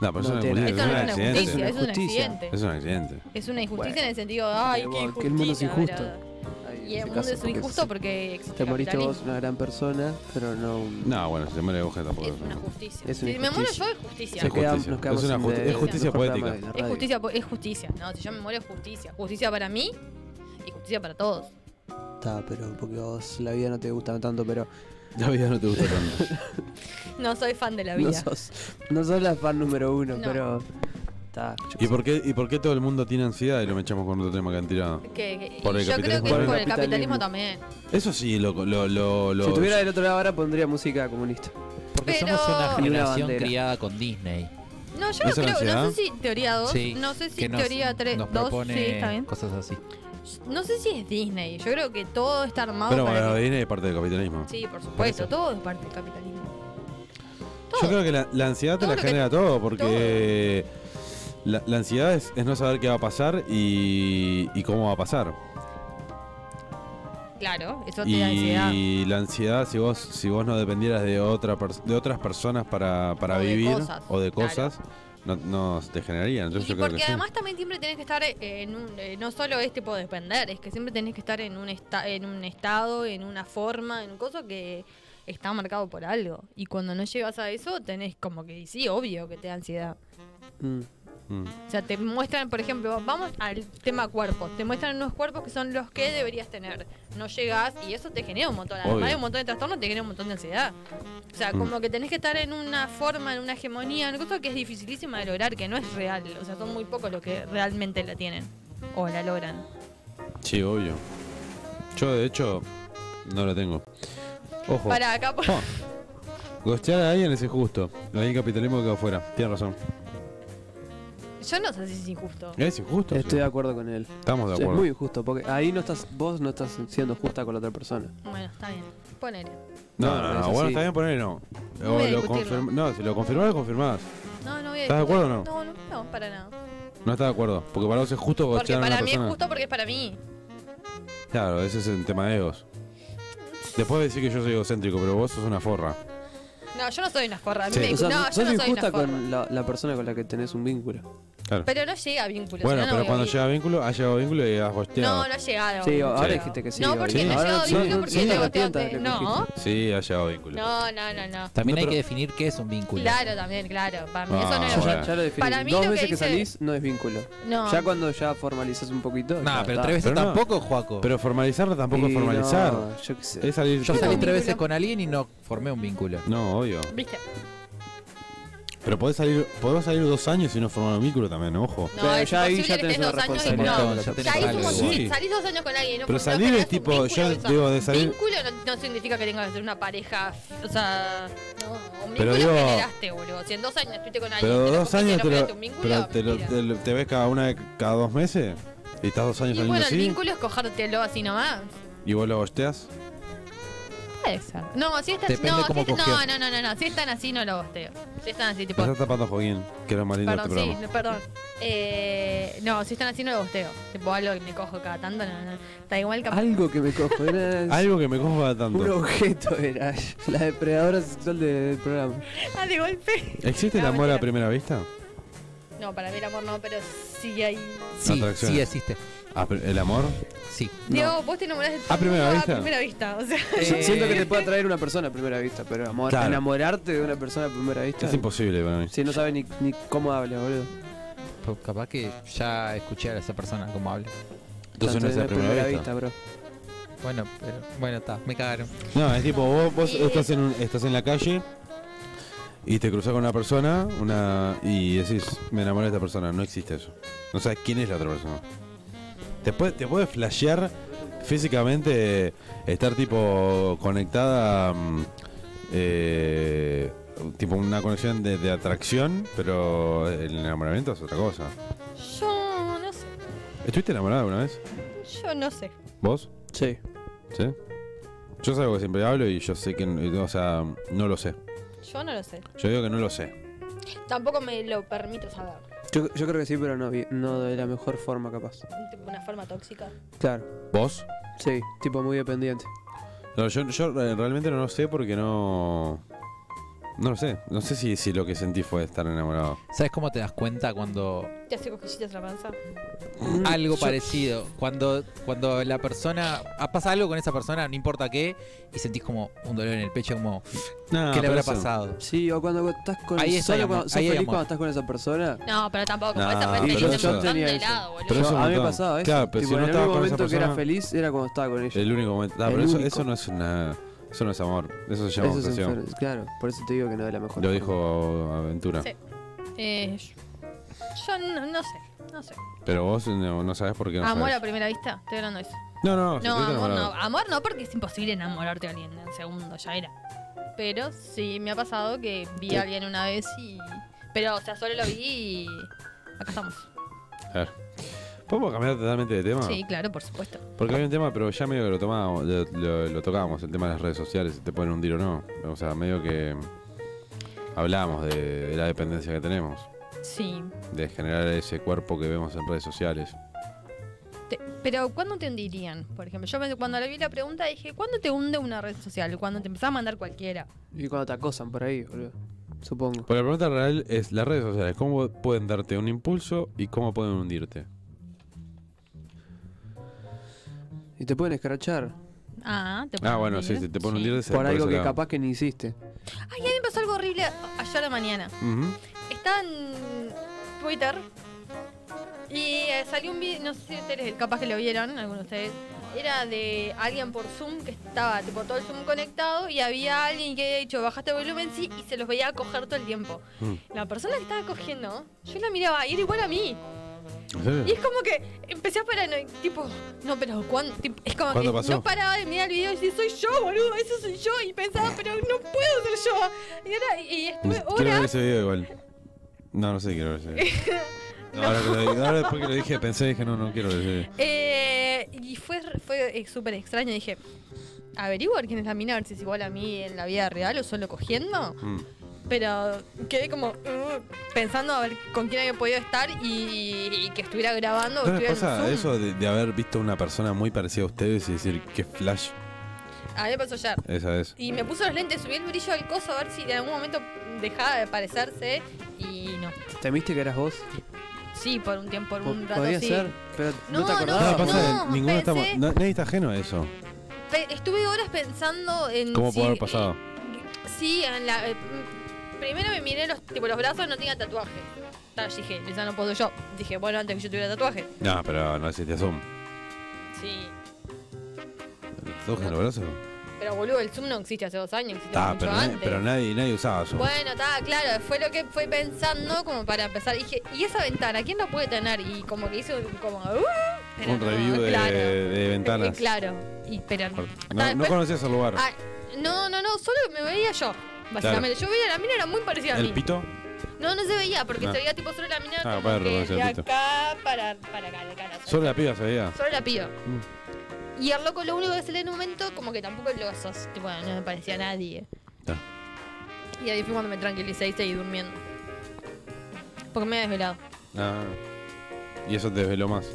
No, pero No eso, tiene- no es eso no es una injusticia, accidente. injusticia, eso es un Es una injusticia. accidente. Es un accidente. Es una injusticia Bueno. en el sentido, ay, qué Pero, injusticia. que el mundo es injusto. bla, bla. Ay, Y en el este mundo caso, es porque injusto porque existe Te moriste capitalismo. vos, una gran persona, pero no. un- No, bueno, si se muere Boja tampoco. Es una justicia. Es una si me muero yo injusticia. es justicia. Sí, Nos quedamos- justicia. nos quedamos Es una sin justi- de- es justicia el programa poética. de la Es radio. justicia, po- es justicia. No, si yo me muero es justicia. Justicia para mí y justicia para todos. Está, pero porque vos la vida no te gusta tanto, pero La vida no te gusta tanto. No soy fan de la no vida. sos, no sos la fan número uno, No. pero. Está. yo qué ¿Y sé. por, qué, ¿Y por qué todo el mundo tiene ansiedad y lo mechamos con otro tema que han tirado? Que- que- y Por el yo creo capitalismo. que Por es el por el capitalismo. capitalismo también. Eso sí, lo. lo, lo, lo- Si estuviera del otro lado ahora pondría música comunista. Porque Pero- somos una Y una generación bandera. criada con Disney. No, yo ¿No no es la creo, ansiedad? no sé si teoría 2, Sí, no sé si que nos- teoría 3, nos 2, sí, propone está bien. cosas así. No sé si es Disney, yo creo que todo está armado Pero para bueno, que- viene de parte del capitalismo. Sí, por Por supuesto, eso. todo es parte del capitalismo. Todo. Yo creo que la, la ansiedad te Todo la lo que- genera todo, porque la, la ansiedad es, es no saber qué va a pasar y, y cómo va a pasar. Claro, eso te da ansiedad. Y la ansiedad, si vos, si vos no dependieras de otra pers- de otras personas para, para O de vivir cosas, o de claro. cosas, no, no te generaría. Entonces Y yo creo que porque sí. además también siempre tenés que estar en un, eh, no solo es tipo depender, es que siempre tenés que estar en un, esta- en un estado, en una forma, en un coso que está marcado por algo. Y cuando no llegas a eso, tenés como que sí, obvio que te da ansiedad. Mm. Mm. O sea, te muestran, por ejemplo, vamos al tema cuerpos. Te muestran unos cuerpos que son los que deberías tener. No llegás y eso te genera un montón. Además Obvio. de un montón de trastornos, te genera un montón de ansiedad. O sea, Mm. como que tenés que estar en una forma, en una hegemonía, en una cosa que es dificilísima de lograr, que no es real. O sea, son muy pocos los que realmente la tienen o la logran. Sí, obvio. Yo, de hecho, no la tengo. Ojo. Para acá, por... Oh. Gostear a alguien es injusto. Hay el capitalismo que afuera. Tienes razón. yo no sé si es injusto. Es injusto. sí. Estoy de acuerdo con él. Estamos de Es acuerdo. muy injusto, porque ahí no estás, vos no estás siendo justa con la otra persona. Bueno, está bien. Ponele. No, no, No, no, eso bueno, sí. está bien poner no. No O voy a lo discutirlo. confirm- No, si lo confirmás, lo confirmás. No, no voy a ¿Estás de acuerdo discutir. o no? No, no, no, para nada. No está de acuerdo. Porque para vos es justo Porque gostear a una para mí persona. es justo porque es para mí. Claro, ese es el tema de egos. Después de decir que yo soy egocéntrico, pero vos sos una forra. No, yo no soy una forra. A mí Sí. me- O sea, no, sos yo no soy una injusta forra. con la, la persona con la que tenés un vínculo. Claro. Pero no llega a vínculo. bueno, si no, no pero voy a cuando ir. llega vínculo, ha llegado vínculo y has No, gosteado. no ha llegado. Sí, ahora Sí. dijiste que sí, No, ahora porque no ha dijiste. llegado Sí, vínculo no, porque sí, te no, goteaste. atenta de lo que No, Sí, ha llegado vínculo. no, no, no, no. También No, hay pero- que definir qué es un vínculo. Claro, también, claro. Para mí eso no Ah, era Yo ya, bueno. ya lo definí. Para mí lo Dos que veces que dice- salís no es vínculo. No. Ya cuando ya formalizás un poquito. No, ya pero está. tres veces Pero no. tampoco, Juaco. Pero formalizarlo tampoco es Y formalizar. no, yo qué sé. Es salir. yo tipo- salí un tres vínculo. veces con alguien y no formé un vínculo. No, obvio. ¿Viste? Pero podés salir, podemos salir dos años y no formar un vínculo también, ojo. No, Pero es ya ahí imposible ya que tenés estés una dos años y responsabilidad. no. Montón, ya tenés Ya ahí algo. somos Sí. sí, salís dos años con alguien. y No, Pero no salir generás es un tipo, vínculo, yo eso. digo, de salir- Vínculo no, no significa que tengas que ser una pareja. O sea, no. Un vínculo Pero digo- generaste, boludo. Si en dos años estuviste con alguien. Pero te la dos pusiste y años no te lo, generaste un vínculo, pero te, lo- mentira. te lo- te ves cada una de- cada dos meses y estás dos años Y saliendo bueno, el así vínculo es cojártelo así nomás. y vos lo gosteas. Puede ser. No, si están, Depende no, si cómo están- cojeas. no, no, no, no, si están así no lo bosteo. Si están así, tipo, Me estás tapando Joaquín, que era más lindo perdón, este sí, programa. no, perdón. Eh, no, si están así no lo bosteo. Tipo, algo que me cojo cada tanto, no, no. Está igual capaz. Algo que me cojo, <laughs> era Algo que me coja tanto. un objeto, era la depredadora sexual del programa. Ah, de golpe. ¿Existe el No, amor a Ah, mentira. primera vista? No, para mí el amor no, pero sí hay. Sí, Atracciones. sí existe. Ah, pero ¿El amor? Sí. Diego, vos te enamorás de todo ¿A primera mundo vista? A primera vista, o sea. Yo Siento que te puede atraer una persona a primera vista, pero amor- Claro. enamorarte de una persona a primera vista. Es imposible para mí. Si no sabes ni, ni cómo habla, boludo. po- pues capaz que ya escuché a esa persona como habla. Entonces no es la primera vista. bro. Bueno, pero, bueno, está, me cagaron. No, es tipo, vos, vos Y- estás, en, un- estás en la calle y te cruzas con una persona una y decís, me enamoré de esta persona. No existe eso. No sabes quién es la otra persona. Te puede, te puede flashear físicamente, estar tipo conectada, mm, eh, tipo una conexión de, de atracción, pero el enamoramiento es otra cosa. Yo no sé. ¿Estuviste enamorada alguna vez? Yo no sé. ¿Vos? Sí. ¿Sí? Yo es algo que siempre hablo y yo sé que, o sea, no lo sé. Yo no lo sé. Yo digo que no lo sé. Tampoco me lo permito saber. Yo, yo creo que sí, pero no, vi- no de la mejor forma capaz. Tipo, Una forma tóxica. Claro. ¿Vos? Sí, tipo muy dependiente. No, yo, yo, eh, realmente no lo sé porque no. No lo sé. No sé si, si lo que sentí fue estar enamorado. ¿Sabes cómo te das cuenta cuando Te hace cosquillitas la panza. algo parecido? Cuando cuando la persona ah, pasa algo con esa persona, no importa qué, y sentís como un dolor en el pecho, como No, qué le pero habrá eso- pasado. Sí, o cuando estás con Ahí está el solo amor, cuando, sos ahí hay feliz amor. cuando estás con esa persona. No, pero tampoco. No, esa fue pero feliz yo un montón tenía de eso. lado, boludo. Pero eso es un a mí me montón. pasaba eso. Claro, pero tipo, si no en el estabas único con esa momento que era persona- feliz era cuando estaba con ella. El único momento. Ah, El pero eso, único. eso no es una. Eso no es amor. Eso se llama Eso es obsesión. enfer- Claro, por eso te digo que no de la mejor Lo forma. dijo Aventura. Sí. Eh, yo no, no sé. No sé. Pero vos no, no sabés por qué no amor a sabés. primera vista. Estoy hablando de eso. No, no, si No, estuviste amor no. enamorado. Amor no, porque es imposible enamorarte a alguien en segundo, ya era. Pero sí, me ha pasado que vi a alguien una vez y. Pero, o sea, solo lo vi y. Acá estamos. Claro. ¿Podemos cambiar totalmente de tema? Sí, claro, por supuesto. Porque hay un tema, pero ya medio que lo tomábamos, lo, lo- lo tocábamos, el tema de las redes sociales, si te pueden hundir o no. O sea, medio que hablamos de, de la dependencia que tenemos, Sí. de generar ese cuerpo que vemos en redes sociales. Te- pero, ¿cuándo te hundirían? Por ejemplo, yo me- cuando le vi la pregunta dije, ¿cuándo te hunde una red social? Cuando te empezás a mandar cualquiera. Y cuando te acosan por ahí, boludo. Supongo. Pero la pregunta real es, las redes sociales, ¿cómo pueden darte un impulso y cómo pueden hundirte? Y te pueden escrachar Ah, te Ah, pueden bueno, hundir. sí, si te pueden hundir por algo que capaz... capaz que ni hiciste. Ay, a mí me pasó algo horrible a- ayer a la mañana. Estaba en Twitter y eh, salió un video, no sé si ustedes capaz que lo vieron, algunos de ustedes. Era de alguien por Zoom que estaba tipo todo el Zoom conectado y había alguien que había dicho bajaste el volumen sí y se los veía coger todo el tiempo. Mm. La persona que estaba cogiendo, yo la miraba y era igual a mí. Y es como que empecé a paranoiar, tipo, no, pero ¿cuándo? Tipo, es como que ¿Cuándo pasó? no paraba de mirar el video y decía, soy yo, boludo, eso soy yo. Y pensaba, pero no puedo ser yo. Y, ahora, y estuve Quiero ver horas. ese video igual. No, no sé, quiero ver ese <laughs> video. Ahora, que lo, dije- ahora después que lo dije, pensé, dije, no, no quiero ver ese video. eh, y fue, fue eh, súper extraño. Dije, averiguar quién es la mina, a ver si es igual a mí en la vida real o solo cogiendo. Mm. Pero quedé como "Ugh", pensando a ver con quién había podido estar y, y que estuviera grabando o ¿No les estuviera en pasa Zoom. eso de, de haber visto una persona muy parecida a ustedes y decir que flash A mí me pasó ayer. esa es? Y me puso los lentes, subí el brillo del coso a ver si en algún momento dejaba de parecerse y no. ¿Temiste que eras vos? Sí, por un tiempo, por Po- un rato Podía sí. ser, pero no, No, te no, Ah, No, acordabas. pasa boludo. que no, ninguno pensé- estamos- na- nadie está ajeno a eso. Pe- Estuve horas pensando en ¿Cómo si- puede haber pasado? Sí, en la, eh, mm, primero me miré los, tipo, los brazos, no tenía tatuaje. Ta, dije, esa no puedo yo. Dije, bueno, antes que yo tuviera tatuaje. No, pero no existe Zoom. Sí. ¿Tocan los brazos? Pero boludo, el Zoom no existe hace dos años, existía Ta, mucho pero, nadie, antes. pero nadie, nadie usaba Zoom. Bueno, está claro, fue lo que fue pensando como para empezar. Dije, ¿y esa ventana quién la puede tener? Y como que hice un, como, "Uh", pero Un no, review de, claro. de Eh, ventanas. Claro, y, pero no. No, no conocías el lugar. Ah, no, no, no, solo me veía yo. Básicamente, yo veía la mina, era muy parecida a mí. ¿El pito? No, no se veía, porque Ah. se veía tipo solo la mina Ah, como claro, que parecía de al pito. acá para, para acá, de cara. Solo la piba se veía. Solo la pido. Mm. Y al loco lo único que se lee en un momento, como que tampoco lo sos. Tipo, no me parecía a nadie. Ah. Y ahí fue cuando me tranquilicé y seguí durmiendo. Porque me había desvelado. Ah. Y eso te desveló más.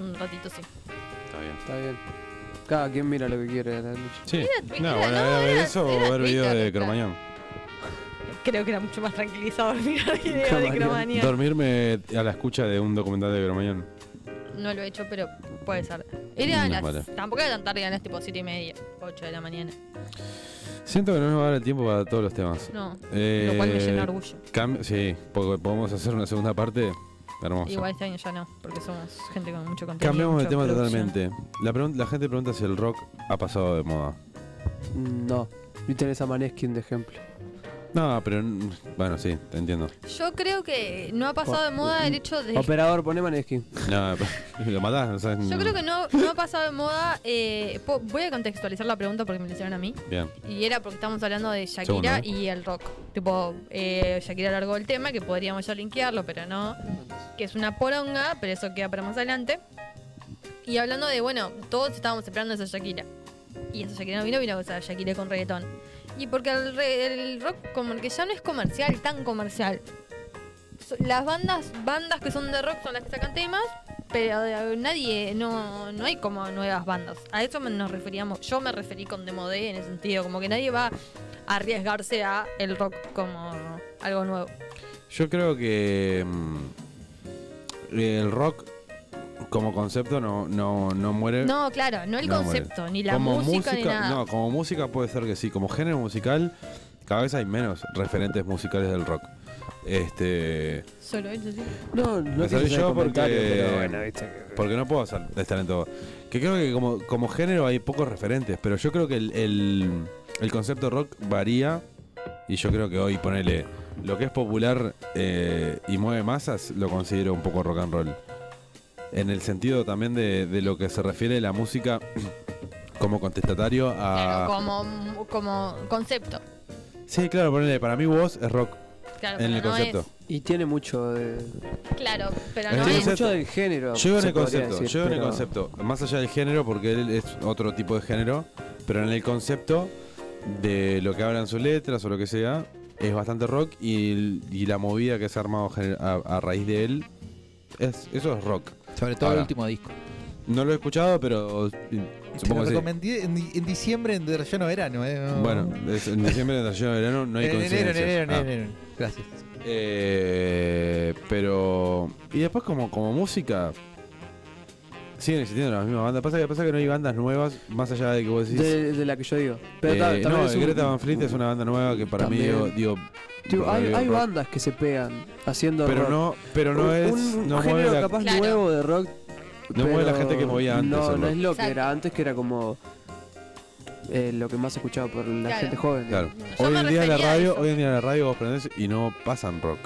Un ratito sí. Está bien. Está bien. Cada quien mira lo que quiere de la noche. Sí. Era- no, era- bueno, no, era ver era- eso era o ver videos Twitter, de claro. Cromañón. Creo que era mucho más tranquilizador <laughs> mirar videos de Cromañón. cromanía. Dormirme a la escucha de un documental de Cromañón. No lo he hecho, pero puede ser. Era No, las, vale. Tampoco era tan tarde, eran las tipo 7 y media, 8 de la mañana. Siento que no nos va a dar el tiempo para todos los temas. No, Eh, lo cual me llena de orgullo. cam- sí, porque podemos hacer una segunda parte Hermoso. Igual este año ya no, porque somos gente con mucho contenido. Cambiamos de mucha tema producción. totalmente. La, pregun- la gente pregunta si el rock ha pasado de moda. No. Y tenés a Maneskin de ejemplo. No, pero mm, bueno, sí, te entiendo. Yo creo que no ha pasado Oh, de moda mm, el hecho de Operador, poné Maneskin. No, <laughs> lo matás. o sea, Yo creo que no, no ha pasado de moda. eh, po- voy a contextualizar la pregunta porque me la hicieron a mí. Bien. Y era porque estamos hablando de Segundo, Shakira ¿eh? y el rock. Tipo, eh, Shakira largó el tema, que podríamos ya linkearlo, pero no. Que es una poronga, pero eso queda para más adelante. Y hablando de, bueno, todos estábamos esperando esa Shakira. Y esa Shakira no vino, vino esa Shakira con reggaetón. Y porque el, re- el rock como que ya no es comercial, tan comercial. So- Las bandas, bandas que son de rock son las que sacan temas, pero eh, nadie, no, no hay como nuevas bandas. A eso me- nos referíamos, yo me referí con Demodé en ese sentido, como que nadie va a arriesgarse a el rock como algo nuevo. Yo creo que mm, el rock como concepto no, no, no muere. No, claro, no el No, concepto, ni la como música, ni nada. No, como música puede ser que sí. Como género musical, cada vez hay menos referentes musicales del rock. Este. Solo eso sí. No, no Me salí quise hacer yo comentario, porque- pero bueno, viste que- Porque no puedo sal- estar en todo. Que creo que como, como género hay pocos referentes, pero yo creo que el, el, el concepto rock varía. Y yo creo que hoy, ponele, lo que es popular eh, y mueve masas, lo considero un poco rock and roll. En el sentido también de, de lo que se refiere la música <clears throat> como contestatario a... Claro, como, como concepto. Sí, claro, ponele, para mí vos es rock Claro, en pero el no concepto. Y tiene mucho de. es. Claro, pero Es no que es. se- mucho del género. Yo en se podría el concepto, decir, yo en el pero- concepto. Más allá del género, porque él es otro tipo de género, pero en el concepto de lo que hablan sus letras o lo que sea, es bastante rock y, el- y la movida que se ha armado gener- a, a raíz de él, es, eso es rock. Sobre todo Ahora. el último disco. No lo he escuchado, pero eh, Te lo supongo que sí. recomendé en, di- en diciembre en de relleno de verano. eh, no- Bueno, es- en diciembre de Taller de verano no hay en enero, en coincidencias. enero, en Ah. enero. Gracias. Eh, pero. Y después, como, como música. Siguen existiendo las mismas bandas. Pasa que, pasa que no hay bandas nuevas, más allá de que vos decís. De, de la que yo digo. Pero Eh, ta- también no, es un- Greta Van Fleet es una banda nueva que para mí digo, También. digo, Tipo, hay, digo, hay rock, bandas que se pegan haciendo pero rock. no, pero no Un- es un no mueve género la, capaz Claro. nuevo de rock. no mueve la pero gente que movía antes. No, el no rock. es lo que Exacto. era antes, que era como eh, lo que más escuchaba por la Claro. gente joven. Claro. Yo Hoy me en día la refería a radio, eso. hoy en día la radio vos prendés y no pasan rock,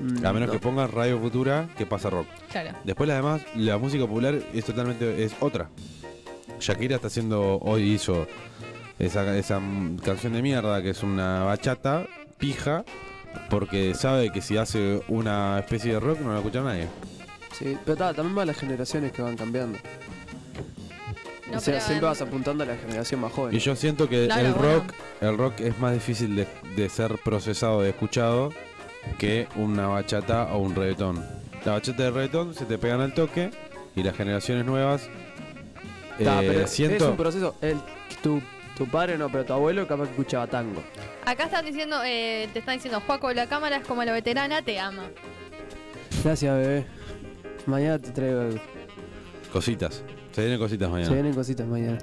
Mm, a menos no. que pongan Radio Futura que pasa rock. Claro. Después las demás, la música popular es totalmente es otra. Shakira está haciendo hoy hizo esa, esa mm, canción de mierda que es una bachata pija porque sabe que si hace una especie de rock no la escucha nadie. Sí, pero ta, también van las generaciones que van cambiando. No, o sea, pero em, siempre en- vas apuntando a la generación más joven. Y yo siento que Claro, el bueno. rock, el rock es más difícil de, de ser procesado, de escuchado, que una bachata o un reggaetón. La bachata de reggaetón se te pegan al toque y las generaciones nuevas Ta, eh, pero es- siento. es un proceso. El- tu, tu padre no, pero tu abuelo capaz que escuchaba tango. Acá están diciendo, eh, te están diciendo, Juaco, la cámara es como la veterana, te ama. Gracias, bebé. Mañana te traigo algo. Cositas. Se vienen cositas mañana. Se vienen cositas mañana.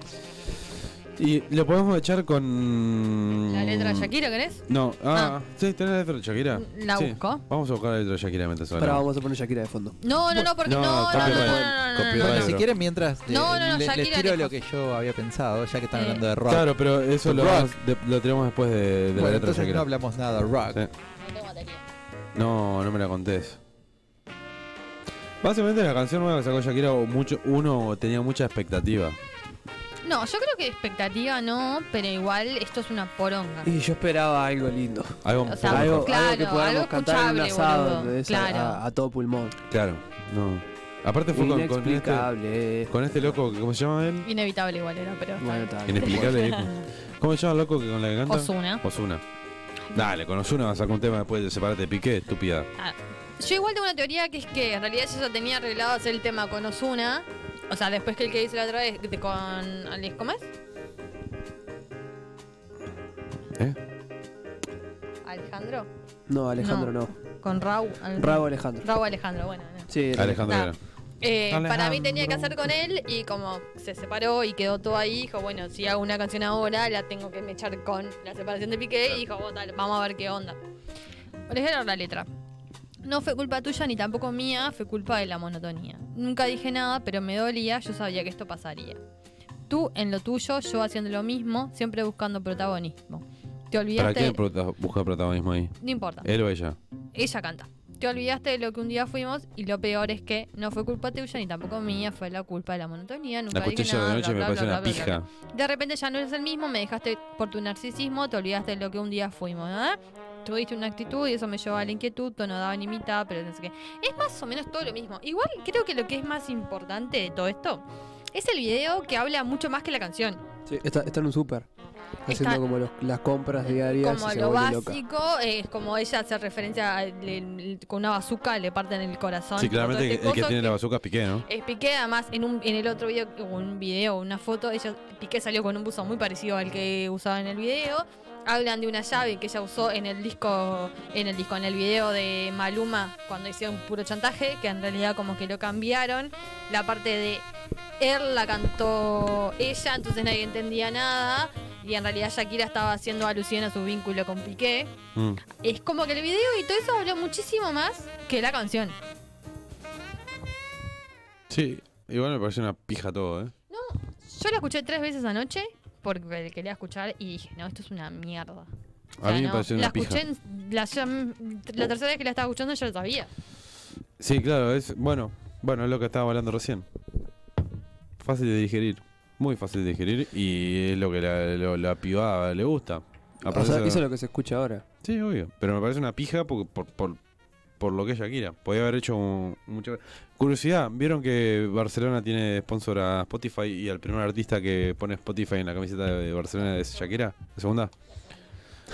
Y lo podemos echar con. La letra de Shakira, ¿querés? No, ah, sí, tenés la letra de Shakira. La Sí. busco. Vamos a buscar la letra de Shakira mientras Ahora hablamos. vamos a poner Shakira de fondo. No, no, no, porque No, no, no, no, no, copyright, no, no, no, no, copyright. Bueno, si Pedro. quieren, mientras eh, No, no, no, le- les Shakira tiro dijo. lo que yo había pensado, ya que están Eh. hablando de rock. Claro, pero eso The lo, Rock. vamos- de- lo tiramos después de, de la Bueno, letra de entonces no Shakira. hablamos nada de rock. Sí. No, no me la contés. Básicamente la canción nueva que sacó Shakira o mucho, uno tenía mucha expectativa. No, yo creo que expectativa no, pero igual esto es una poronga. Y yo esperaba algo lindo. Algo O un sea, poco algo, mejor. claro, algo que podamos algo cantar en un escuchable, asado boludo. ¿entendés? A- Claro. a, a todo pulmón. Claro, no. Aparte fue con, con este, Inexplicable. con este loco, que- ¿cómo se llama él? Inevitable igual era, pero... Bueno, está bien. Inexplicable. <laughs> dijo. ¿Cómo se llama el loco que con la que canta? Osuna. Osuna. Dale, con Osuna vas a sacar un tema después de separarte de Piqué, estúpida. Yo igual tengo una teoría que es que en realidad ella ya tenía arreglado hacer el tema con Osuna. O sea, después que el que hizo la otra vez de- con Alex, ¿cómo es? ¿Eh? Alejandro. No, Alejandro no. Con Raúl. Bravo Alejandro. Raúl Alejandro, bueno. no. Sí, era- Alejandro Ah. era. Eh, Alejandro. para mí tenía que hacer con él y como se separó y quedó todo ahí, dijo, bueno, si hago una canción ahora la tengo que mechar con la separación de Piqué y dijo, bueno, dale, vamos a ver qué onda. Les voy a leer la letra. No fue culpa tuya ni tampoco mía, fue culpa de la monotonía. Nunca dije nada, pero me dolía, yo sabía que esto pasaría. Tú en lo tuyo, yo haciendo lo mismo, siempre buscando protagonismo. Te ¿Para olvidaste. quién prota- busca protagonismo ahí? No importa. ¿Él o ella? Ella canta. Te olvidaste de lo que un día fuimos y lo peor es que no fue culpa tuya ni tampoco mía, fue la culpa de la monotonía. Nunca La dije cuchilla de nada, la noche bla, me bla, parece bla, una bla, bla, bla. pija. De repente ya no eres el mismo, me dejaste por tu narcisismo, te olvidaste de lo que un día fuimos, ¿verdad? Tuviste una actitud y eso me llevó a la inquietud, tú no daba ni mitad, pero no sé qué. Es más o menos todo lo mismo. Igual creo que lo que es más importante de todo esto es el video que habla mucho más que la canción. Sí, está, está en un súper. Está Haciendo como los- las compras diarias. y como se lo vuelve loca. básico, es como ella hace referencia a- le- le- con una bazuca, le parten el corazón. Sí, tipo, todo claramente este el que coso tiene la bazooka es Piqué, ¿no? Es Eh, Piqué, además, en, un, en el otro video, o un video, una foto, ella, Piqué salió con un buzo muy parecido al que usaba en el video. Hablan de una llave que ella usó en el disco, en el disco, en el video de Maluma, cuando hicieron puro chantaje, que en realidad como que lo cambiaron. La parte de él la cantó ella, entonces nadie entendía nada. Y en realidad Shakira estaba haciendo alusión a su vínculo con Piqué. Mm. Es como que el video y todo eso habló muchísimo más que la canción. Sí, igual me parece una pija todo, ¿eh? Yo la escuché tres veces anoche porque la quería escuchar y dije, no, esto es una mierda. O A sea, mí me no, parece la una pija. escuché, en- la, ya- mm, la tercera vez que la estaba escuchando ya lo sabía. Sí, claro, es bueno, bueno, es lo que estaba hablando recién. Fácil de digerir, muy fácil de digerir y es lo que la, lo- la pibada le gusta. O sea, Aparece- eso es lo que se escucha ahora. Sí, obvio, pero me parece una pija por, por, por, por lo que es Shakira. Podía haber hecho un- mucho... Curiosidad, ¿vieron que Barcelona tiene sponsor a Spotify y el primer artista que pone Spotify en la camiseta de Barcelona es Shakira? ¿La segunda?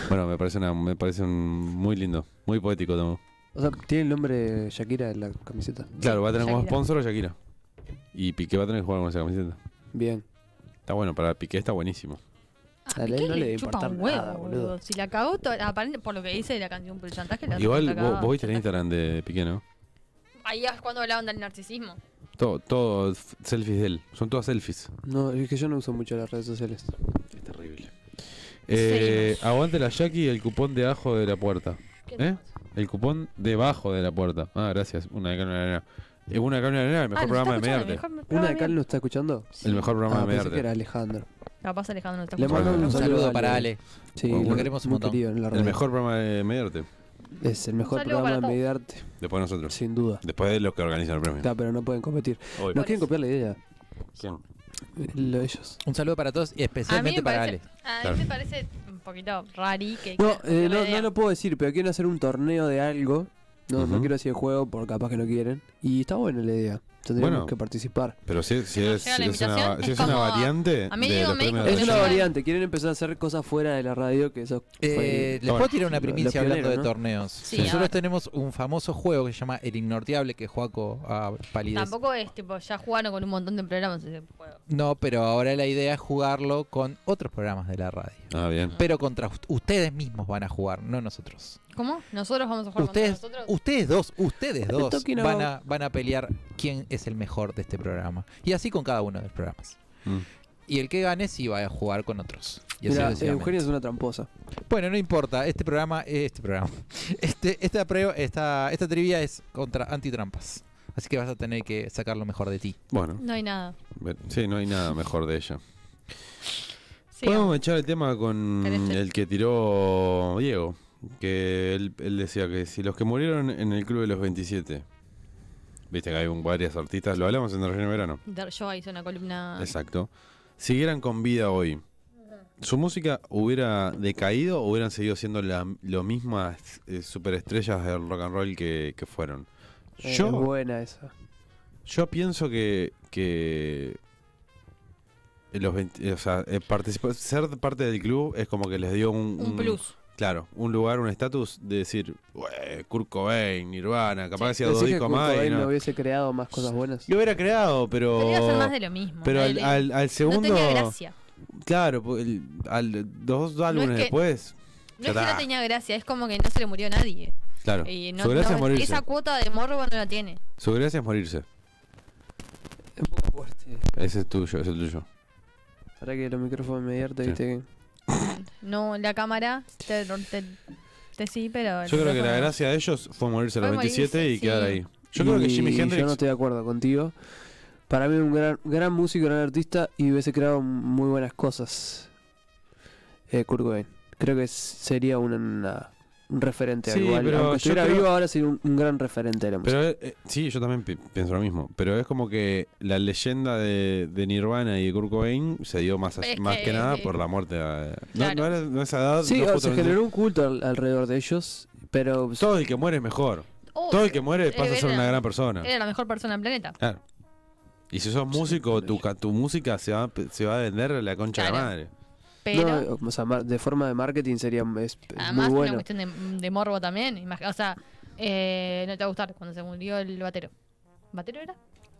Bueno, me parece, una, me parece un- muy lindo, muy poético todo. O sea, tiene el nombre Shakira en la camiseta. Claro, va a tener como Shakira. sponsor a Shakira. Y Piqué va a tener que jugar con esa camiseta. Bien. Está bueno, para Piqué está buenísimo. A él Ah, ¿Qué no le debe chupa importar un huevo, nada, boludo. Si la cagó, to- aparente- por lo que dice de la canción por el chantaje, la Igual la cagó. vos, vos viste el Instagram de Piqué, ¿no? Ahí es cuando hablaban del narcisismo. Todo, todo f- selfies de él. Son todas selfies. No, es que yo no uso mucho las redes sociales. Es terrible. Eh, aguante la Jackie y el cupón debajo de la puerta. ¿Qué ¿Eh? El cupón debajo de la puerta. Ah, gracias. Una de carne arena. Es una de carne arena, el mejor Ah, nos programa de está Mediarte. escuchando, mejor ¿Una de programa Cal no está escuchando? El mejor programa Ah, de pensé que Mediarte. era Alejandro. Capaz Alejandro no está Le escuchando. mando un, Un saludo, saludo a para Ale. Sí, Lo lo queremos un muy montón. querido en la El radio. mejor programa de Mediarte. Es el mejor Un saludo programa para de todos. Mediarte, Después de nosotros. sin duda. Después de los que organizan el premio. Está, pero no pueden competir. Obvio. Nos quieren copiar la idea. ¿Quién? Lo de ellos. Un saludo para todos y A mí, especialmente me para parece, Ale. a mí Claro. me parece un poquito rari que... No, que- eh, que no, la idea. no lo puedo decir, pero quieren hacer un torneo de algo. No, no Ujú. quiero decir el juego porque capaz que no quieren. Y está buena la idea. Tendríamos Bueno. que participar. Pero si, si No es, llega si la es una, va- invitación, si es es una como- variante a mí de Diego los me dijo premios que de Es yo una no- Reyes. variante, quieren empezar a hacer cosas fuera de la radio que eso Eh, fue- les puedo tirar una lo- lo primicia hablando pionero, de ¿no? torneos. Sí, a ver. Nosotros tenemos un famoso juego que se llama El Ignorteable, que Juaco ha palidez. Tampoco es tipo, ya jugaron con un montón de programas ese juego. No, pero ahora la idea es jugarlo con otros programas de la radio. Ah, bien. Pero contra ust- ustedes mismos van a jugar, no nosotros. ¿Cómo? ¿Nosotros vamos a jugar Ustedes, contra nosotros? ustedes dos, ustedes Me dos toquen a van vos. a, van a pelear quién es el mejor de este programa. Y así con cada uno de los programas. Mm. Y el que gane sí va a jugar con otros. Y así Mira, eh, sucesivamente. Eugenia es una tramposa. Bueno, no importa, este programa, este programa. <laughs> Este, esta, prueba- esta, esta trivia es contra antitrampas. Así que vas a tener que sacar lo mejor de ti. Bueno, No hay nada. ve- sí, no hay nada mejor de ella. Sí, Podemos echar el tema con ¿Querés que- el que tiró Diego. Que él, él decía que si los que murieron en el club de los 27, viste que hay un, varias artistas, lo hablamos en el relleno de verano. Dar- Yo hice una columna. Exacto. Siguieran con vida hoy, ¿su música hubiera decaído o hubieran seguido siendo la, lo mismas eh, superestrellas del rock and roll que, que fueron? Eh, Yo, Es buena esa. yo pienso que, que los 20 o sea, eh, participar- ser parte del club es como que les dio un, Un un- plus. Claro, un lugar, un estatus de decir, "Ué, Kurt Cobain, Nirvana, capaz que hacía Decís dos que discos Kurt más. Y Cobain no no. hubiese creado más cosas buenas. Lo hubiera creado, pero. Pero iba a ser más de lo mismo. Pero al, nadie le- al, al segundo. No tenía gracia. Claro, po- el- al, dos álbumes que- después. No es que está. no tenía gracia, es como que no se le murió a nadie. Claro. Y no- Su gracia no- es morirse. esa cuota de morbo no la tiene. Su gracia es morirse. Es muy fuerte. Ese es tuyo, ese es tuyo. Para que los micrófonos me viste Sí. viste que- No, la cámara. te- te- Este sí, pero. el Yo creo que otro la no. gracia de ellos fue morirse a los Fue 27 y morirse, quedar sí. ahí. Yo creo que Y Jimi Hendrix. Yo no estoy de acuerdo contigo. Para mí, un gran, gran músico, gran artista y hubiese creado muy buenas cosas. Eh, Kurt Cobain. Creo que es- sería un, una- un referente. Sí, igual. pero yo Aunque estuviera creo- vivo, ahora sería un, un gran referente de la música. Pero eh, eh, sí, yo también pi- pienso lo mismo. Pero es como que la leyenda de, de Nirvana y de Kurt Cobain se dio más, a- Es más que, que- nada por la muerte. a- no, Claro. no era no esa edad. sí, no o- se justamente- generó un culto al- alrededor de ellos, pero Todo el que muere es mejor. Oh, Todo el que muere pasa a ser era- una gran persona. Era la mejor persona del planeta. Claro. Y si sos músico, tu, ca- tu música se va, se va a vender a la concha de la Claro. madre. Pero No, o sea, mar- de forma de marketing sería es- es además muy fue una bueno. cuestión de, de morbo también. Imag- O sea, eh, no te va a gustar cuando se murió el batero. ¿Batero era?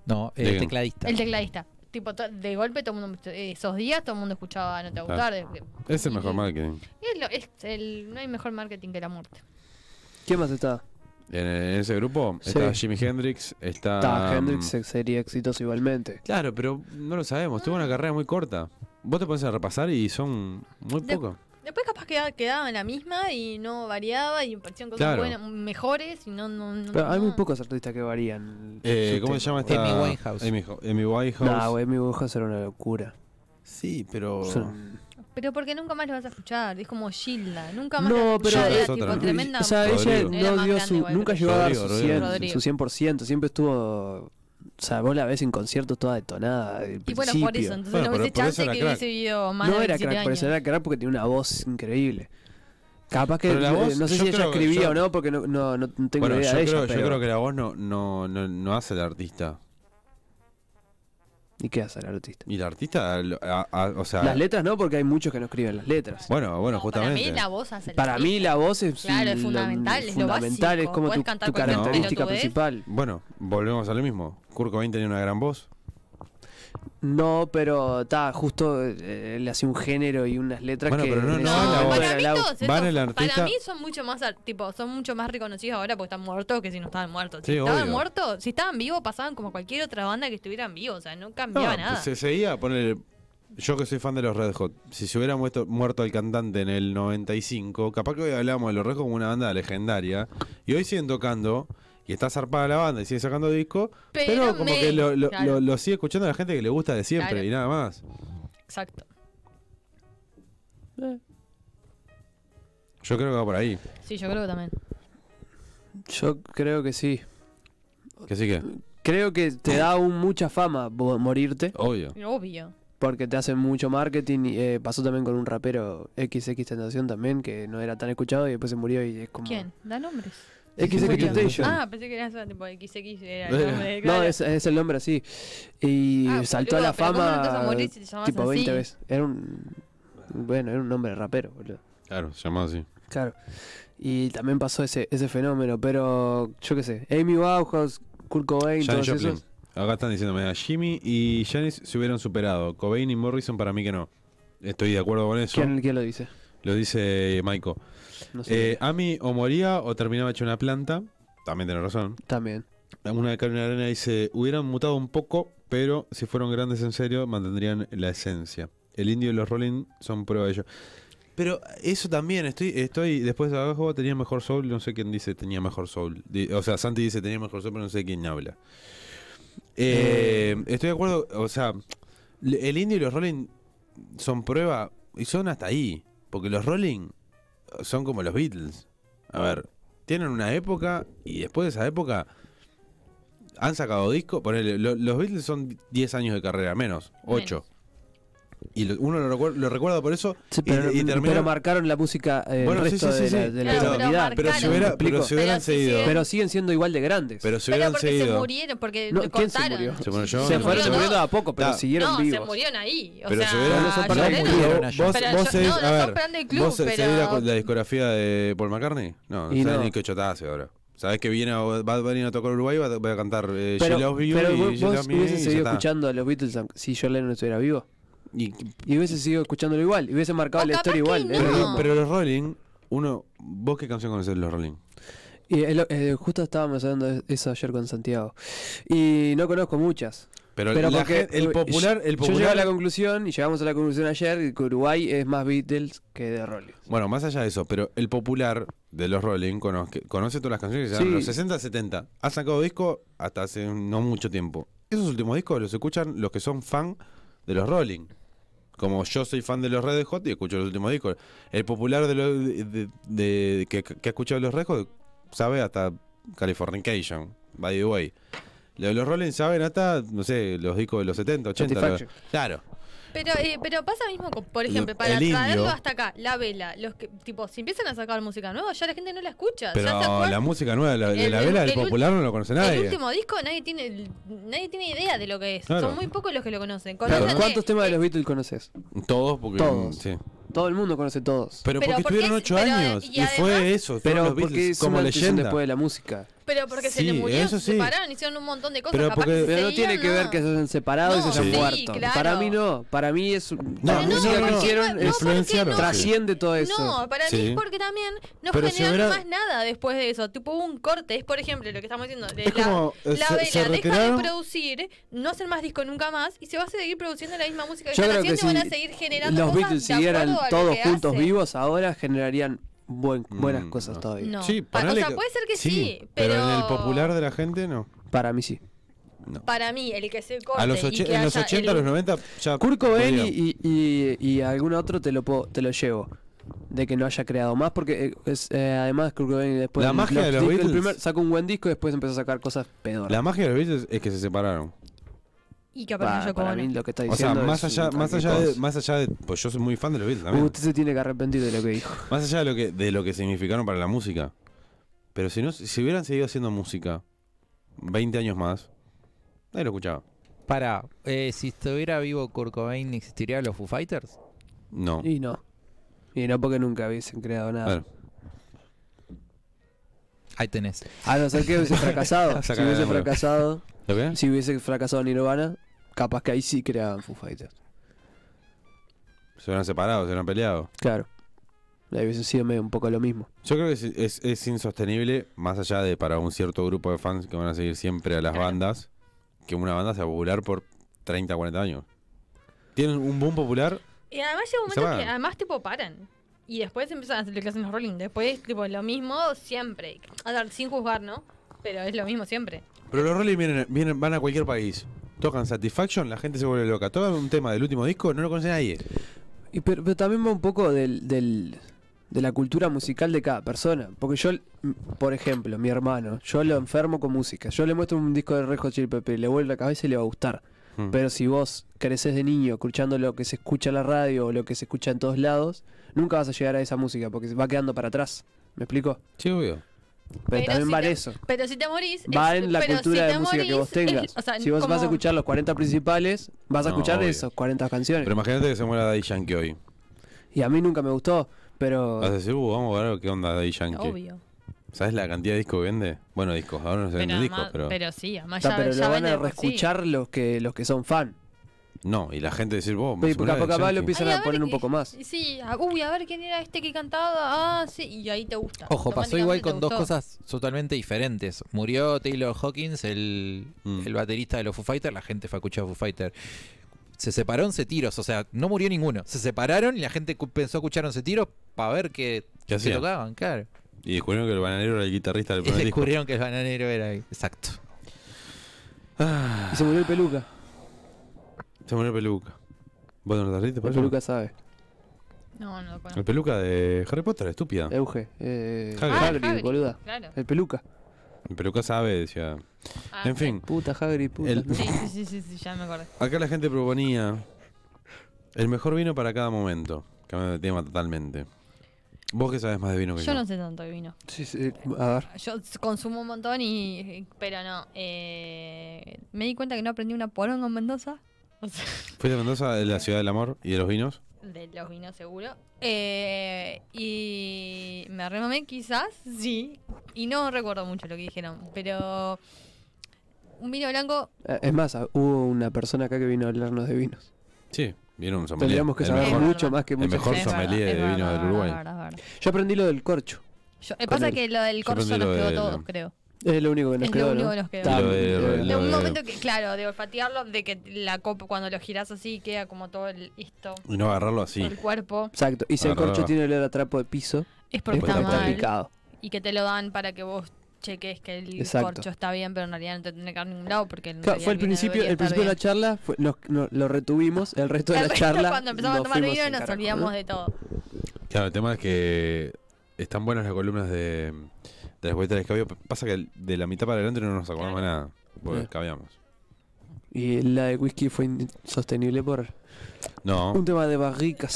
No, el Digan. tecladista. El tecladista. Tipo, to- de golpe, todo el mundo, esos días todo el mundo escuchaba No te va a gustar. de- Es el mejor y- marketing. Es lo- es el- no hay mejor marketing que la muerte. ¿Quién más está? En, en ese grupo Sí. está Jimi Hendrix, está. Está mm, Hendrix se- sería exitoso igualmente. Claro, pero no lo sabemos. Tuvo una carrera muy corta. Vos te pones a repasar y son muy De- pocos. Después capaz quedaba, quedaba en la misma y no variaba y aparecían cosas Claro. buenas, mejores y no... no, no- Pero hay muy no. pocos artistas que varían. Eh, su ¿Cómo se llama tema, boludo. esta? Amy Winehouse. Amy, Ho- Amy Winehouse. Nah, güey, mi Winehouse era una locura. Sí, pero. Son- Pero porque nunca más lo vas a escuchar. Es como Gilda. Nunca más No, la pero- escuchás, Gilda es era tipo otra. tremenda... o sea, ella Rodrigo. Era no más dio grande su, igual, nunca pero- llegó a dar Rodrigo, su, Rodrigo. 100, Rodrigo. su 100%, siempre estuvo... O sea, vos la ves en conciertos toda detonada. del Y bueno, por principio. eso. Entonces Bueno, no pero por eso hubiese chance era que crack. hubiese vivido más No de era 27 crack, pero años. era crack porque tenía una voz increíble. Capaz que Pero la eh, voz, no sé yo si ella creo que escribía yo- o no, porque no, no, no tengo Bueno, yo idea de creo, ella. yo pero- creo que la voz no, no, no, no hace el artista. ¿Y qué hace el artista? Y el artista, lo- a- a- o sea. Las letras no, porque hay muchos que no escriben las letras. Bueno, bueno, No, justamente. Para mí la voz hace el Para mí la voz es, Claro, es lo- fundamental, es lo fundamental, es básico. como tu, Podés cantar tu cualquier característica pelotudez. principal. Bueno, volvemos a lo mismo. Kurt Cobain tenía una gran voz. No, pero está, justo eh, le hace un género y unas letras Bueno, que... pero no, que no, son la No, muy voz. para buenas, mí la- todos van esos- el artista- Para mí son mucho más ar- tipo, son mucho más reconocidos ahora porque están muertos que si no estaban muertos. Si Sí, estaban obvio. muertos, si estaban vivos pasaban como cualquier otra banda que estuvieran vivos, o sea, no cambiaba No, nada. pues se seguía poner. Yo que soy fan de los Red Hot, si se hubiera muerto, muerto el cantante en el 95, capaz que hoy hablábamos de los Red Hot como una banda legendaria, y hoy siguen tocando, y está zarpada la banda y sigue sacando disco, pero, Pero como me- que lo, lo- claro. lo- lo sigue escuchando la gente que le gusta de siempre Claro. y nada más. Exacto. Yo creo que va por ahí. Sí, yo creo que también. Yo creo que sí. Que sí que, Creo que te da un mucha fama bo- morirte, obvio. Obvio. porque te hacen mucho marketing. Y, eh, pasó también con un rapero XX Tentación también, que no era tan escuchado y después se murió y es como... ¿Quién? Da nombres. XX Murió. Tentación. Ah, pensé que era eso, tipo XX era el nombre. Eh, No, claro. es, es el nombre así. Y Ah, saltó boludo, a la pero ¿cómo no te vas a fama morir si te llamás tipo así? 20 veces. Era un... Bueno, era un nombre de rapero, boludo. Claro, se llamaba así. Claro. Y también pasó ese, ese fenómeno, pero yo qué sé. Amy Bauhaus, Kurt Cobain, Janis todos Joplin. esos. Acá están diciéndome, a Jimmy y Janis se hubieran superado. Cobain y Morrison para mí que no. Estoy de acuerdo con eso. ¿Quién, quién lo dice? Lo dice Maiko. No sé. Eh, Ami o moría o terminaba hecho una planta. También tiene razón. también. Una de Carolina Arena dice: hubieran mutado un poco, pero si fueron grandes en serio, mantendrían la esencia. El indio y los Rolling son prueba de ello. Pero eso también, estoy, estoy, después de abajo tenía mejor soul, no sé quién dice tenía mejor soul. Di- O sea, Santi dice tenía mejor soul, pero no sé quién habla. Eh, estoy de acuerdo, o sea, le- el indio y los Rolling son prueba y son hasta ahí. Porque los Rolling son como los Beatles. A ver, tienen una época y después de esa época han sacado disco. Ponele, lo- los Beatles son 10 años de carrera, menos, 8. Y lo- uno lo, recuer- lo recuerda por eso. Sí, y- pero, y, termina- pero marcaron la música eh, Bueno, el sí, resto sí, sí, de, la, sí. de la Claro, pero humanidad. pero si, marcaron. hubiera, ¿Me explico? pero si Pero hubieran sí, seguido. sí. Pero siguen siendo igual de grandes. pero si Pero hubieran porque se seguido. murieron, porque No, lo ¿quién se cortaron. murió? Se murió yo, se fueron murió, se ¿no? muriendo de a poco, pero Ta. siguieron no, vivos. se murieron ahí. O Pero sea, se hubieran- No son yo personas era- murieron. Pero ellos. vos, Pero vos yo- seguís- no, no a son ver, fan del club, vos se- pero- seguís la, la discografía de Paul McCartney? No, no Y sabés no. ni qué chotada hace ahora. Sabés que viene, a- va a venir a tocar Uruguay, va a, va a cantar eh, Pero, She Loves You pero y vos, She vos Loves Me hubiese y ya seguido está. escuchando a los Beatles aunque- si John Lennon estuviera vivo. Y- Y hubiese seguido escuchándolo igual. Y hubiese marcado O la capaz historia que igual. no. es lo pero, mismo. pero los Rolling, uno, ¿vos qué canción conocés de los Rolling? Y es lo- eh, justo estábamos hablando de eso ayer con Santiago. Y no conozco muchas. Pero, Pero la porque gen- el popular, el Yo llegué a la popular. conclusión y llegamos a la conclusión ayer que Uruguay es más Beatles que de Rolling. Bueno, más allá de eso, pero el popular de los Rolling conoce, conoce todas las canciones que se llaman Sí. los 60, 70. Ha sacado disco hasta hace no mucho tiempo. Esos últimos discos los escuchan los que son fan de los Rolling. Como yo soy fan de los Red Hot y escucho los últimos discos. El popular de los, de, de- de- que, que ha escuchado los Red Hot sabe hasta Californication, by the way. Lo de Los Rolling saben hasta, no sé, los discos de los 70, 80. Satisfaction. lo- claro. Pero, eh, pero pasa mismo, con, por El- ejemplo, para el indio. traerlo hasta acá, la vela, los que, tipo, si empiezan a sacar música nueva, ya la gente no la escucha. ya se Pero acuerda- la música nueva de la, de El- la el- vela el del ul- popular no lo conoce nadie. el último disco nadie tiene nadie tiene idea de lo que es. Claro. Son muy pocos los que lo conocen. Claro, Conocen ¿Cuántos de- temas de los Beatles conoces? Todos, porque. Todos. mm, sí. Todo el mundo conoce todos. Pero, Pero porque porque estuvieron es- ocho pero, años. y Y, fue además- eso. fueron Pero los Beatles porque es como una antes y un leyenda. después de la música. Pero porque se Sí, le murió, eso se sí. separaron, hicieron un montón de cosas. Pero capaz porque- que se Pero no tiene seguían, que ver que se hayan separado y se No, hayan sí, muerto. claro. Para mí no. Para mí es No, la no, música no, que no. hicieron No, es- porque influenciaron, no, sí. trasciende todo eso. No, para mí Sí. es porque también no Pero si generaron hubiera- más nada después de eso. Tipo, hubo un corte, es por ejemplo lo que estamos diciendo. de Es la, como, eh, la se- vela se deja retiraron- de producir, no hacen más disco nunca más y se va a seguir produciendo la misma música que Yo están creo haciendo que y van a si seguir generando Los cosas Beatles de siguieran acuerdo a lo todos que juntos hacen. vivos, ahora generarían buen- buenas Mm, cosas no. todavía. No. Sí, Pa- o ponele sea, que- puede ser que sí, pero, en el popular de la gente, no. Para mí sí. Para mí, el que se corte. A los y oche- que en los haya 80, el- a los 90, ya. Kurt Cobain podía. y, y- y- y algún otro te lo, puedo- te lo llevo. De que no haya creado más, porque eh, es, eh, además Kurt Cobain después La del magia de los disco, el Beatles. primer- sacó un buen disco y después empezó a sacar cosas peor. La magia de los Beatles es que se separaron. Y que para, apareció para con. mí lo que está O sea, diciendo más es allá, un más allá de, cualquier más allá de. Pues yo soy muy fan de los Beatles cosa. también. Usted se tiene que arrepentir de lo que dijo. Más allá de lo que, de lo que significaron para la música. Pero si no, si hubieran seguido haciendo música 20 años más, nadie lo escuchaba. Para, eh, si estuviera vivo Kurt Cobain, ¿existirían los Foo Fighters? No. Y no. Y no porque nunca hubiesen creado nada. Claro. Ahí tenés. A no ser que hubiese <laughs> fracasado. si Saca hubiese de la mano. fracasado, ¿Lo qué? si hubiese fracasado Nirvana, capaz que ahí sí creaban Foo Fighters. Se hubieran separado, se hubieran peleado. Claro. Ahí hubiese sido medio un poco lo mismo. Yo creo que es, es- es insostenible, más allá de para un cierto grupo de fans que van a seguir siempre a las Claro. bandas, que una banda sea popular por 30, 40 años. Tienen un boom popular, Y además llega un Se momento que van. además tipo paran. Y después empiezan a hacer lo que hacen los Rolling. Después tipo lo mismo siempre. A ver, sin juzgar, ¿no? Pero es lo mismo siempre. pero los Rolling vienen, vienen- van a cualquier país. Tocan Satisfaction, la gente se vuelve loca. Tocan un tema del último disco, no lo conoce nadie. Y pero, pero también va un poco del, del- de la cultura musical de cada persona. Porque yo, mm, por ejemplo, mi hermano, yo lo enfermo con música. Yo le muestro un disco de Rejo Chili Pepe, le vuelve la cabeza y le va a gustar. Mm. Pero si vos creces de niño escuchando lo que se escucha en la radio o lo que se escucha en todos lados, nunca vas a llegar a esa música porque se va quedando para atrás. ¿Me explico? Sí, obvio. Pero, Pero también si va en te- eso. Pero si te morís. Va es- en la pero si cultura te de música que morís, vos tengas. es- <laughs> o sea, si vos vas a como- escuchar los 40 principales, vas a No, escuchar obvio. esos 40 canciones. Pero imagínate que se muera Daddy Yankee hoy. Y a mí nunca me gustó, pero... Vas a decir, "Uh, vamos a ver qué onda Daddy Yankee. Obvio. ¿Sabes la cantidad de discos que vende? Bueno, discos, ahora no se venden discos, además- pero... pero sí, además Está, Ah, ya, pero ya lo van vende a de por sí. reescuchar los que los que son fan. No, y la gente decir, vos, Pero se murió capaz- Daddy capaz lo Yankee". empiezan Ay, a ver poner un qué- poco más. Sí, a- uy, a ver quién era este que cantaba. Ah, sí, y ahí te gusta. Ojo, pasó igual Automáticamente te con dos gustó. cosas totalmente diferentes. Murió Taylor Hawkins, el, Mm. el baterista de los Foo Fighters, la gente fue a escuchar a Foo Fighters. Se separó 11 tiros, o sea, no murió ninguno. Se separaron y la gente cu- pensó escuchar 11 tiros para ver qué, qué hacían? tocaban, claro. Y descubrieron que el bananero era el guitarrista del <laughs> Y primer disco. descubrieron que el bananero era... Exacto. Y se murió el peluca. Se murió peluca. ¿Vos no lo trajiste por El eso? peluca sabe. No, no lo El conozco. peluca de Harry Potter, estúpida. Euge. Eh, Hagrid. Ah, Hagrid, Hagrid, boluda. Claro. El peluca. El peluca sabe, decía. Ah, En fin, Puta Hagrid, puta. El- ¿no? Sí, sí, sí, sí, sí, ya me acordé. acá la gente proponía el mejor vino para cada momento. Cambio de tema totalmente. Vos que sabes más de vino que yo. Yo no sé tanto de vino. Sí, sí, A ver. Yo s- consumo un montón y. Pero no. eh, me di cuenta que no aprendí una poronga en Mendoza. O sea, Fuiste a Mendoza, de la ciudad del amor y de los vinos. de los vinos seguro. Eh, y me remamé quizás, sí. Y no recuerdo mucho lo que dijeron. Pero. Un vino blanco. Eh, Es más, ah, hubo una persona acá que vino a hablarnos de vinos. Sí, vieron un sommelier. Tendríamos que El saber Es mejor. mucho verdad. más que El mucha mejor gente. Es verdad, sommelier es de verdad, vino es del verdad, Uruguay. es verdad, es verdad. Yo aprendí lo del corcho. Yo- eh, pasa el- que lo del yo corso aprendí nos lo pegó a del- todos, creo. Es lo único que nos Es lo quedó. único ¿no? que nos quedó. Está Lo de- bien, lo De un de- momento que, claro, de olfatearlo, de que la copa, cuando lo giras así, queda como todo el, esto, Y no agarrarlo todo así. el cuerpo. Exacto. Y si el Agarrá. corcho tiene olor a trapo de piso, Es es porque Está está porque está mal. picado. Y que te lo dan para que vos cheques que el Exacto. corcho está bien, pero en realidad no te tiene que dar a ningún lado porque en Claro, realidad fue el vino principio, debería el principio de la estar charla, fue- nos- no- lo retuvimos, el resto de bien. la El resto, charla. Cuando empezamos a nos tomar fuimos vino en nos carajo, olvidamos ¿no? de todo. Claro, el tema es que están buenas las columnas de, de las vueltas de escabio. Pasa que de la mitad para adelante no nos acordamos de nada. Porque Eh. escabiamos. Y la de whisky fue insostenible por No. un tema <laughs> de barricas.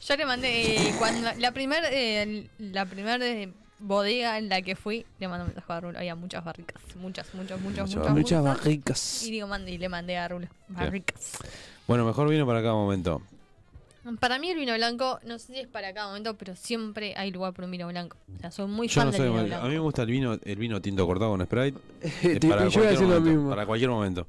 Yo le mandé, eh, cuando la primer, eh, la primer eh, bodega en la que fui, le mandé un mensaje a Rulo. Había muchas barricas, muchas, muchas, muchas, Muchas barricas. muchas. Muchas barricas. <laughs> Y, digo, mandé, y le mandé a Rulo. Barricas. Bueno, mejor vino para cada momento. Para mí el vino blanco, no sé si es para cada momento, pero siempre hay lugar para un vino blanco. O sea, soy muy Yo fan no del sé, vino a blanco. mí me gusta el vino, el vino tinto cortado con Sprite. Y Es Eh, yo para, voy a cualquier decir lo momento, mismo. para cualquier momento.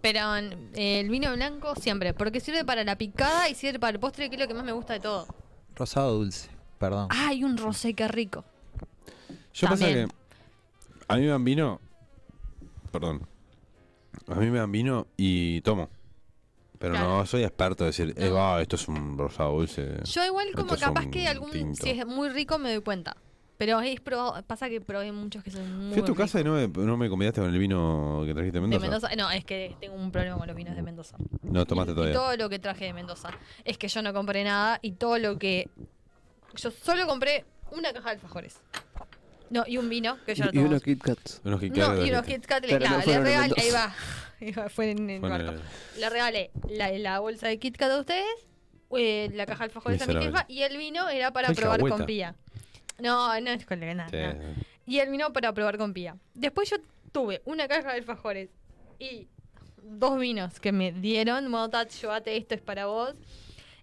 Pero eh, el vino blanco siempre, porque sirve para la picada y sirve para el postre, que es lo que más me gusta de todo. Rosado dulce, perdón. ¡Ay, un rosé, qué rico! Yo pasa que También. a mí me dan vino. Perdón. A mí me dan vino y tomo. Pero no Claro. soy experto de decir, eh, va, esto es un rosado dulce. Yo igual como Estos capaz son que algún, tinto. si es muy rico me doy cuenta. Pero es probado, pasa que probé muchos que son muy Fui a tu ricos. casa y no me, no me convidaste con el vino que trajiste de de Mendoza. Mendoza. No, es que tengo un problema con los vinos de Mendoza. No tomaste Y- y todavía. todo lo que traje de Mendoza. Es que yo no compré nada y todo lo que... Yo solo compré una caja de alfajores. No, y un vino, que yo lo Y, y tomo. unos Kit Kats. Unos Kit Kat que No, y unos trajiste. Kit Kat le, Pero no claro, le fueron de regalé, ahí Mendoza. va. <laughs> Ahí va, fue en el Fue en cuarto. el- Le regalé la, la bolsa de Kit Kat a ustedes, eh, la caja de alfajores a mi Miserable. jefa y el vino era para Ay, probar cahueta. con pía. No, no es con la nada. nada. Sí, sí. Y el vino para probar con pía. Después yo tuve una caja de alfajores y dos vinos que me dieron. Bueno, Tat, llévate esto, es para vos.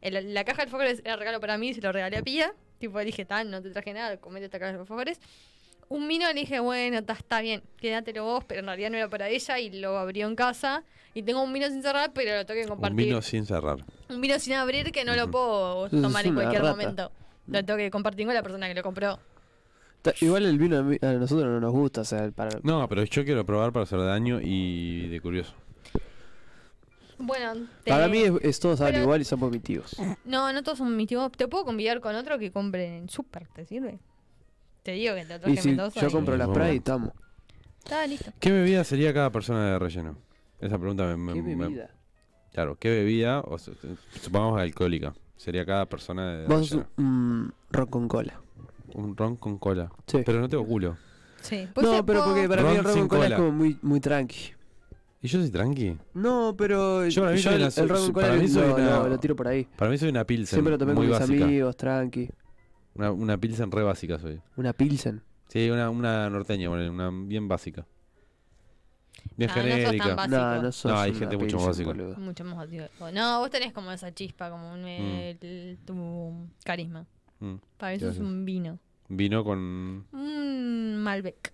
El- la caja de alfajores era regalo para mí, se lo regalé a pía. Tipo, le dije, tan, no te traje nada, comete esta caja de alfajores. Un vino le dije, bueno, ta, está bien, quédatelo vos, pero en realidad no era para ella y lo abrió en casa. Y tengo un vino sin cerrar, pero lo tengo que Un compartir. vino sin cerrar. Un vino sin abrir que no lo Ujú. puedo Eso es tomar en una cualquier rata. momento. Lo tengo que compartir con la persona que lo compró. Ta- Igual el vino a, mí- a nosotros no nos gusta, o sea, para... No, pero yo quiero probar para hacer daño y de curioso. Bueno, te- Para mí es, es todos saben Pero- igual y son vomitivos. No, no todos son mis tíos. Te puedo convidar con otro que compre en Super, ¿te sirve? Te digo que te lo traje Y si Mendoza. yo y- compro la Muy Sprite y bueno. estamos. Está listo. ¿Qué bebida sería cada persona de relleno? Esa pregunta me, me- ¿Qué me- bebida? Claro, ¿qué bebida? O su- su- supongamos alcohólica. Sería cada persona de Vos relleno. un ron con cola. Un ron con cola. Sí. Pero no tengo culo. Sí. pues No, pero porque para mí Ron el ron sin con cola es cola. como muy, muy tranqui. ¿Y yo soy tranqui? No, pero Yo para mí soy el, una- el ron con para cola mí soy lo, una- lo- lo tiro por ahí. Para mí soy una pilsen. Siempre lo tomé con muy mis básica. amigos, tranqui. Una, una pilsen re básica soy. Una pilsen. Sí, una, una norteña, ponele, una bien básica. Bien Ah, no sos tan genérica. básico. No, no sos No, hay una gente mucho más pilsen, básica. boludo. Mucho más motivo. No, vos tenés como esa chispa, como Mm. un, el- tu carisma. Mm. Para eso es Gracias. un vino. Vino con. Un Malbec.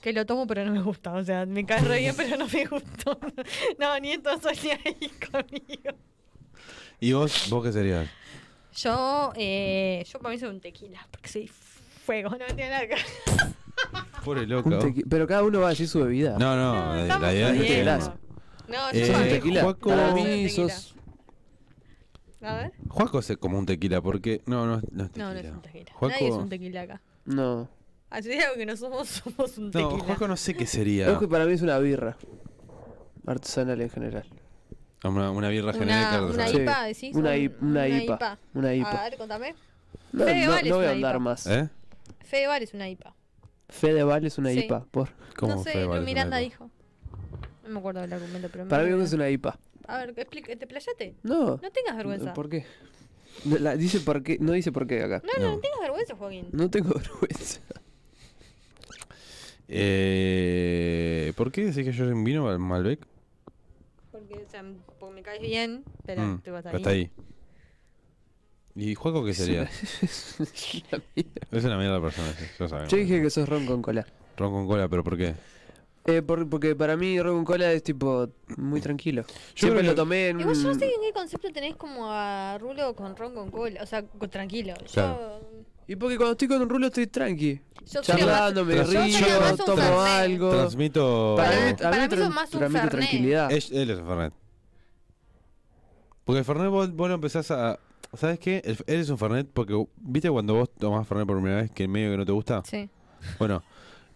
Que lo tomo, pero no me gusta. O sea, me cae re bien, pero no me gustó. <laughs> No, ni entonces ni ahí conmigo. ¿Y vos? ¿Vos qué serías? Yo, eh, yo para mí soy un tequila, porque soy fuego, no tiene nada que ver. Pobre Un loco. tequi- Pero cada uno va a decir su bebida. No, no, eh, la idea es que. bien. tenemos. Tequilazo. No, yo Eh, para mí- tequila. Juaco- Para mí Tequila. sos- A ver. Juaco es como un tequila, porque. No, no, no es tequila. No, no es un tequila. Juaco- Nadie es un tequila acá. No. Así es algo Ah, que no somos, <laughs> somos un No, tequila. Juaco no sé qué sería. Ojo que para mí es una birra. Artesanal en general. Una, una birra genérica. Una, una artesanal. Sí. IPA, decís. Una, Un- i- una IPA. Una A IPA. ver, contame. No, Fede no- Val es no voy a una andar IPA. más. ¿Eh? Fedeval es una IPA. Fedeval es una Sí. IPA. Por. no sé, fue, lo vale, Miranda una- dijo. No me acuerdo del argumento, pero... me Para mí acuerdo. es una IPA. A ver, explica, te playate. Mm. No. No tengas vergüenza. ¿Por qué? No, la- dice por qué. No dice por qué acá. No, no, No. no tengas vergüenza, Joaquín. <laughs> No tengo vergüenza. Eh, ¿Por qué decís que yo soy un vino Mal- Malbec? Porque, o sea, porque me caes bien, pero Mm, tú vas ahí. Hasta ahí. ¿Y Juaco <laughs> <laughs> qué sería? Es una- es una mierda. Es una mierda de persona, sí, yo sabía. Yo dije que sos ron con cola. Ron con cola, pero ¿por qué? Eh, por- porque para mí ron con cola es tipo muy tranquilo. creo Siempre que- lo tomé en Igual yo no Mm. un- sé en qué concepto tenés como a Rulo con ron con cola. O sea, co- tranquilo. Yo. Claro. Y porque cuando estoy con un rulo estoy tranqui. Yo creo Charlando, me yo soy río, más un tomo fernet. algo. Transmito. Ah. Eh, Para- a para mí tran- sos más un transmite Fernet. tranquilidad. Es- él es el Fernet. Porque el Fernet vos, vos lo empezás a. ¿Sabes qué? El- él es un Fernet porque. ¿Viste cuando vos tomás Fernet por primera vez que en medio que no te gusta? Sí. Bueno,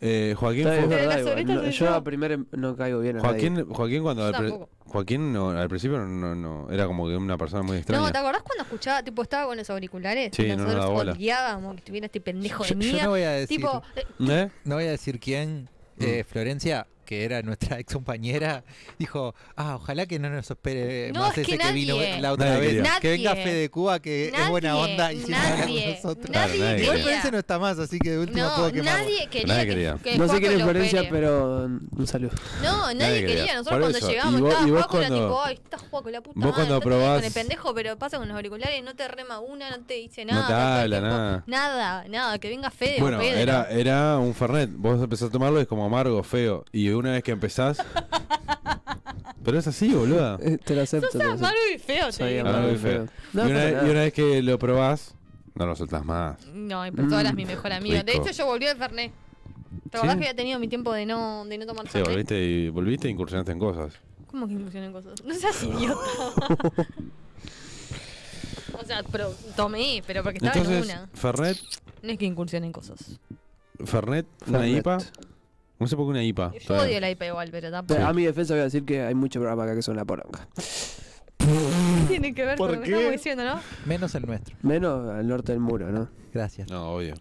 eh, Joaquín Está bien, es fue- verdad, Pero las igual. orejas No, soy yo yo. a primera no caigo bien a nadie. Joaquín, Joaquín cuando Yo al, pri- tampoco. Joaquín no, al principio no, no- era como que una persona muy extraña. No, ¿te acordás cuando escuchaba, tipo, estaba con los auriculares? Sí, y no nos nosotros daba bola. odiábamos que estuviera este pendejo de Yo- yo mía. no voy a decir. Tipo, eh, ¿Eh? No voy a decir quién. eh, Florencia, que era nuestra <laughs> ex compañera, dijo: Ah, ojalá que no nos espere No, más es que ese que, vino nadie. la otra Nadie vez. quería. Que venga Nadie. Fe de Cuba, que es buena nadie, onda y se habla con nadie, nosotros. nadie Claro, nadie Igual quería. Florencia no está más, así que de última No, puedo quemarla. nadie quería, Nadie que- quería. que No sé Juaco quién es lo Florencia, opere. pero mm, un <laughs> saludo. <laughs> No, nadie, Nadie quería. quería. Nosotros Por cuando eso. llegábamos, Y vos- estaba y vos Juaco, era cuando- tipo, ay, está Juaco, la puta Vos madre, cuando está todo probás- Con el pendejo, pero pasa con los auriculares, no te rema una, no te dice No nada. te todo el habla, tiempo. nada. Nada, nada, que venga Fede o Bueno, Pedro. era, era un Fernet. Vos empezás a tomarlo y es como amargo, feo. Y una vez que <laughs> empezás. Pero es así, boluda. Eh, Te lo acepto. Sos te lo acepto. amargo y feo, te Soy digo. amargo. amable, y feo. pero- No, y, una para vez, nada. y una vez que lo probás, no lo soltás más. No, y por todas las mi mejor amiga. De Mm. rico. hecho, yo volví al Fernet. ¿Te acordás ¿Sí? que había tenido mi tiempo de no, de no tomar Sí, Fernet? volviste y volviste e incursionaste en cosas. ¿Cómo que incursioné en cosas? <laughs> No seas idiota. o sea, pero tomé, pero porque estaba Entonces, en una. Fernet, No es que incursioné en cosas. Fernet, una Fernet. IPA. No sé por qué una IPA. Yo todavía. odio la IPA igual, pero Pero tampoco. A mi defensa voy a decir que hay muchos programas acá que son la poronga. <laughs> Tiene que ver con ¿Por lo que qué? estamos diciendo, ¿no? Menos el nuestro. Menos al norte del muro, ¿no? Gracias. No, obvio.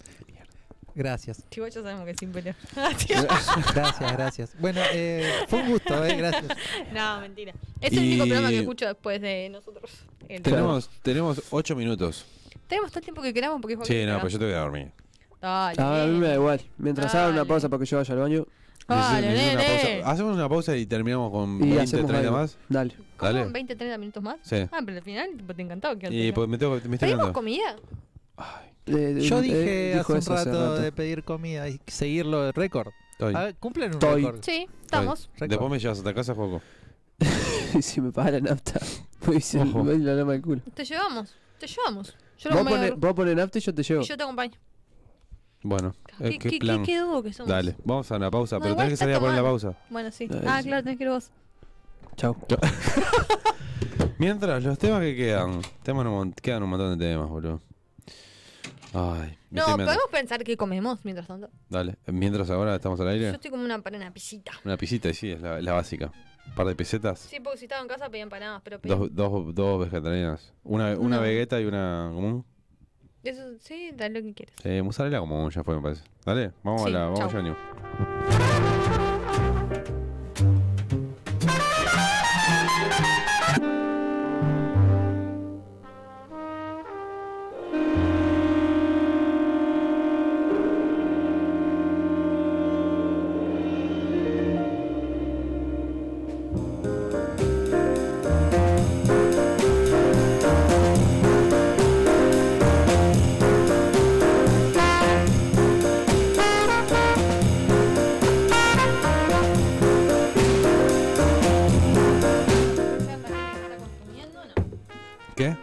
Gracias. Tipo, ya sabemos que es sin <laughs> Ah, pelea. Gracias, gracias. Bueno, eh, fue un gusto, eh, gracias. no, mentira. Es el Y- único programa que escucho después de nosotros. El- Tenemos, tenemos ocho minutos. Tenemos todo el tiempo que queramos porque Joaquín Sí, no, está. pero yo te voy a dormir. Dale, Ah, a mí me da igual. Mientras haga una Dale. pausa para que yo vaya al baño Vale, Necesito- necesito una nene. pausa. Hacemos una pausa y terminamos con y 20, hacemos 30 algo. más. Dale. ¿Cómo? Dale. ¿20, 30 minutos más? Sí. Ah, pero al final tipo, te encantaba que Y pues me tengo que. Me estoy ¿Pedimos quedando. comida? Eh, Yo eh, dije dijo hace un eso rato, de pedir comida y seguirlo de récord. Estoy, A ver, cumplen un Estoy. récord. Sí, estamos. estoy. Después me llevas hasta casa, Juego. <laughs> Y si me paga la nafta, <laughs> me dice Ojo. me dice la loma del culo. Te llevamos. Te llevamos. Yo lo Vos acompaño. pones vos pones nafta y yo te llevo. Y yo te acompaño. Bueno, eh, ¿Qué, qué qué, plan. qué, qué dúo que somos? Dale, vamos a una pausa, No, pero igual tenés que está salir a poner la pausa. Bueno, sí. Dale, Ah, sí. claro, tenés que ir vos. Chao. Mientras, los temas que quedan. Temas un mon- quedan un montón de temas, boludo. Ay, me No, estoy meando. podemos pensar que comemos mientras tanto. Dale, mientras ahora estamos al Yo aire. estoy como una para una pisita. Una pisita, y sí, es la, la básica. Un par de pesetas. Sí, porque si estaba en casa pedían empanadas, pero pedí. Dos, dos, dos vegetarianas. Una, una No. vegeta y una común. Eso, sí, dale lo que quieras. Eh, mozzarella común ya fue, me parece. Dale, vamos a Sí, la. Vamos chau. al baño. ¿Qué?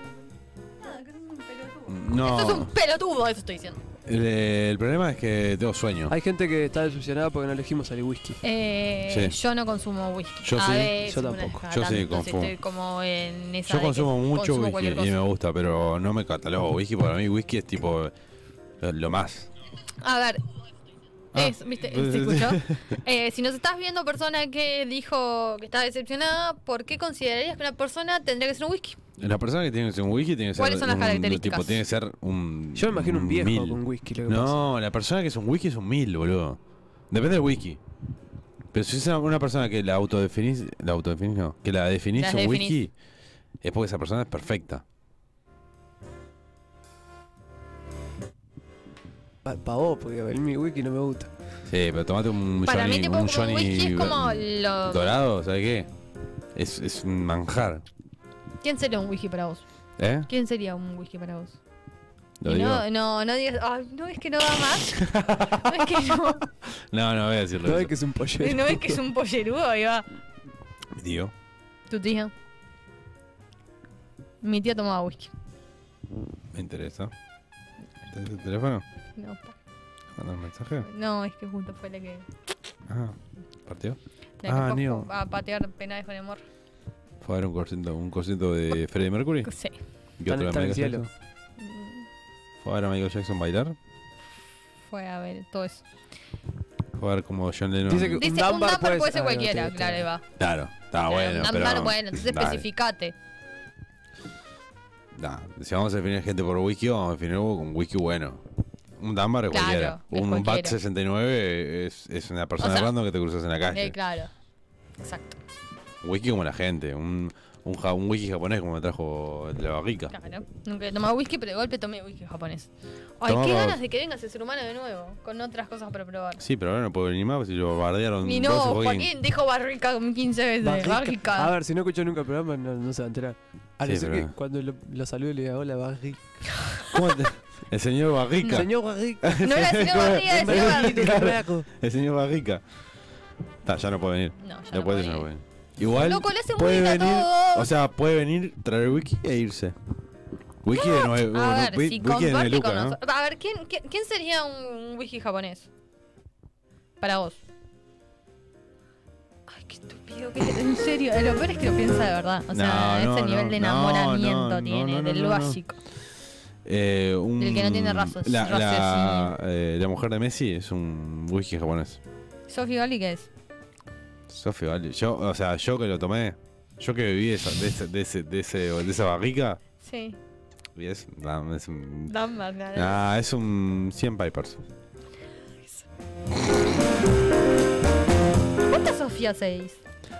No. Eso es un pelotudo, eso estoy diciendo. El, el problema es que tengo sueño. Hay gente que está decepcionada porque no elegimos el whisky. Eh, Sí. Yo no consumo whisky. Yo A sí. veces, Yo una vez tampoco. cada Yo sí, tanto, consumo. Estoy como en esa Yo de que consumo mucho consumo whisky cualquier cosa. y me gusta, pero no me catalogo whisky. Para mí, whisky es tipo eh, lo más. A ver. Ah. Es, ¿viste? ¿Se escuchó? <laughs> Eh, si nos estás viendo, persona que dijo que está decepcionada, ¿por qué considerarías que una persona tendría que ser un whisky? La persona que tiene que ser un whisky tiene que ser. ¿Cuáles son las un- características? Tipo, tiene que ser un. Yo me imagino un viejo Mm, mil. con whisky. Lo que pasa. No, la persona que es un whisky es un mil, boludo. Depende del whisky. Pero si es una- una persona que la autodefinís. La autodefinís no. Que la definís Las un definís. whisky. Es porque esa persona es perfecta. Pa, pa vos, porque a mí mi whisky no me gusta. Sí, pero tomate un Para Johnny, mí, tipo, un como un Johnny whisky es como eh, lo- dorado, ¿sabes qué? Es, es un manjar, ¿Quién sería un whisky para vos? ¿eh? ¿Quién sería un whisky para vos? Lo Y digo. no, no, no digas, "Ay, no es que no da <laughs> más. No es que no, No, no voy a decirlo. No eso. es que es un pollero. <laughs> no es que es un pollerudo, ahí va. Digo. Tu tía. Mi tía tomaba whisky. Me interesa. ¿Es el teléfono? No, <laughs> pa- ¿Mandar un mensaje? no, es que justo fue la que. Ah, ¿partió? la que Ah, fue Neo. A patear penales con el amor. ¿Fue a ver un concierto, un concierto de Freddie Mercury? Sí. ¿Y otro de Está en el Michael cielo. Jackson? ¿Fue a ver a Michael Jackson bailar? Fue a ver todo eso. ¿Fue a ver como John Lennon? Dice que- Un Dice, un Dunbar Dunbar puede puede, ser- ser ah, no, cualquiera, te- te- claro, ahí va. Claro, está bueno, un pero... Dunbar, bueno, entonces Dale. especificate. Nah, si vamos a definir gente por wiki, vamos a definir con wiki bueno. Un Dunbar es Claro, cualquiera. es Un Bat cualquiera. 69 es, es una persona O sea, random que te cruzas en la calle. Eh, claro. Exacto, Wiki como la gente. Un, un, ja- un wiki japonés como me trajo la barrica. claro. Nunca he tomado whisky, pero de golpe tomé whisky japonés. Ay, Tomamos- qué ganas de que vengas el ser humano de nuevo, con otras cosas para probar. Sí, pero ahora no puedo venir más si lo bardearon. Y Mm, dos, no, Joaquín. Joaquín dijo barrica como 15 veces. Barrica. Ah, Barrica. A ver, si no escuchó nunca el programa, no, no se va a enterar. A no Sí, ser pero- que cuando lo, lo salude le diga hola, Barri. <laughs> ¿Cómo te- El señor Barrica. Señor Barri. No era el señor barriga, era el señor barriga. Claro. El señor Barrica. Está, ya no puede venir. No, ya no Después ya no puedo puede ir. venir. Igual Loco, le hace puede bullying a venir, todos. o sea, puede venir, traer wiki e irse. Wiki de nueve, A bueno, ver, wi- si wiki de nueve comparte lucas, con ¿no? nosotros. A ver, ¿quién, quién, quién sería un wiki japonés? Para vos. Ay, qué estúpido que En serio, lo peor es que lo piensa de verdad. O sea, No, no, ese nivel no, de no, enamoramiento no, no, tiene, no, no, del no, no. básico. Eh, un- El que no tiene razón- La, la, raciocinio. eh, la mujer de Messi es un whisky japonés. Sofi Gali, ¿qué es? Sofía, vale. Yo, o sea, yo que lo tomé, yo que viví esa, de, ese, de, ese, de, ese- de esa barrica, Sí, y es, nah, es un. Dunbar, nada. Ah, es un 100 Pipers. ¿Cuántas Sofía 6?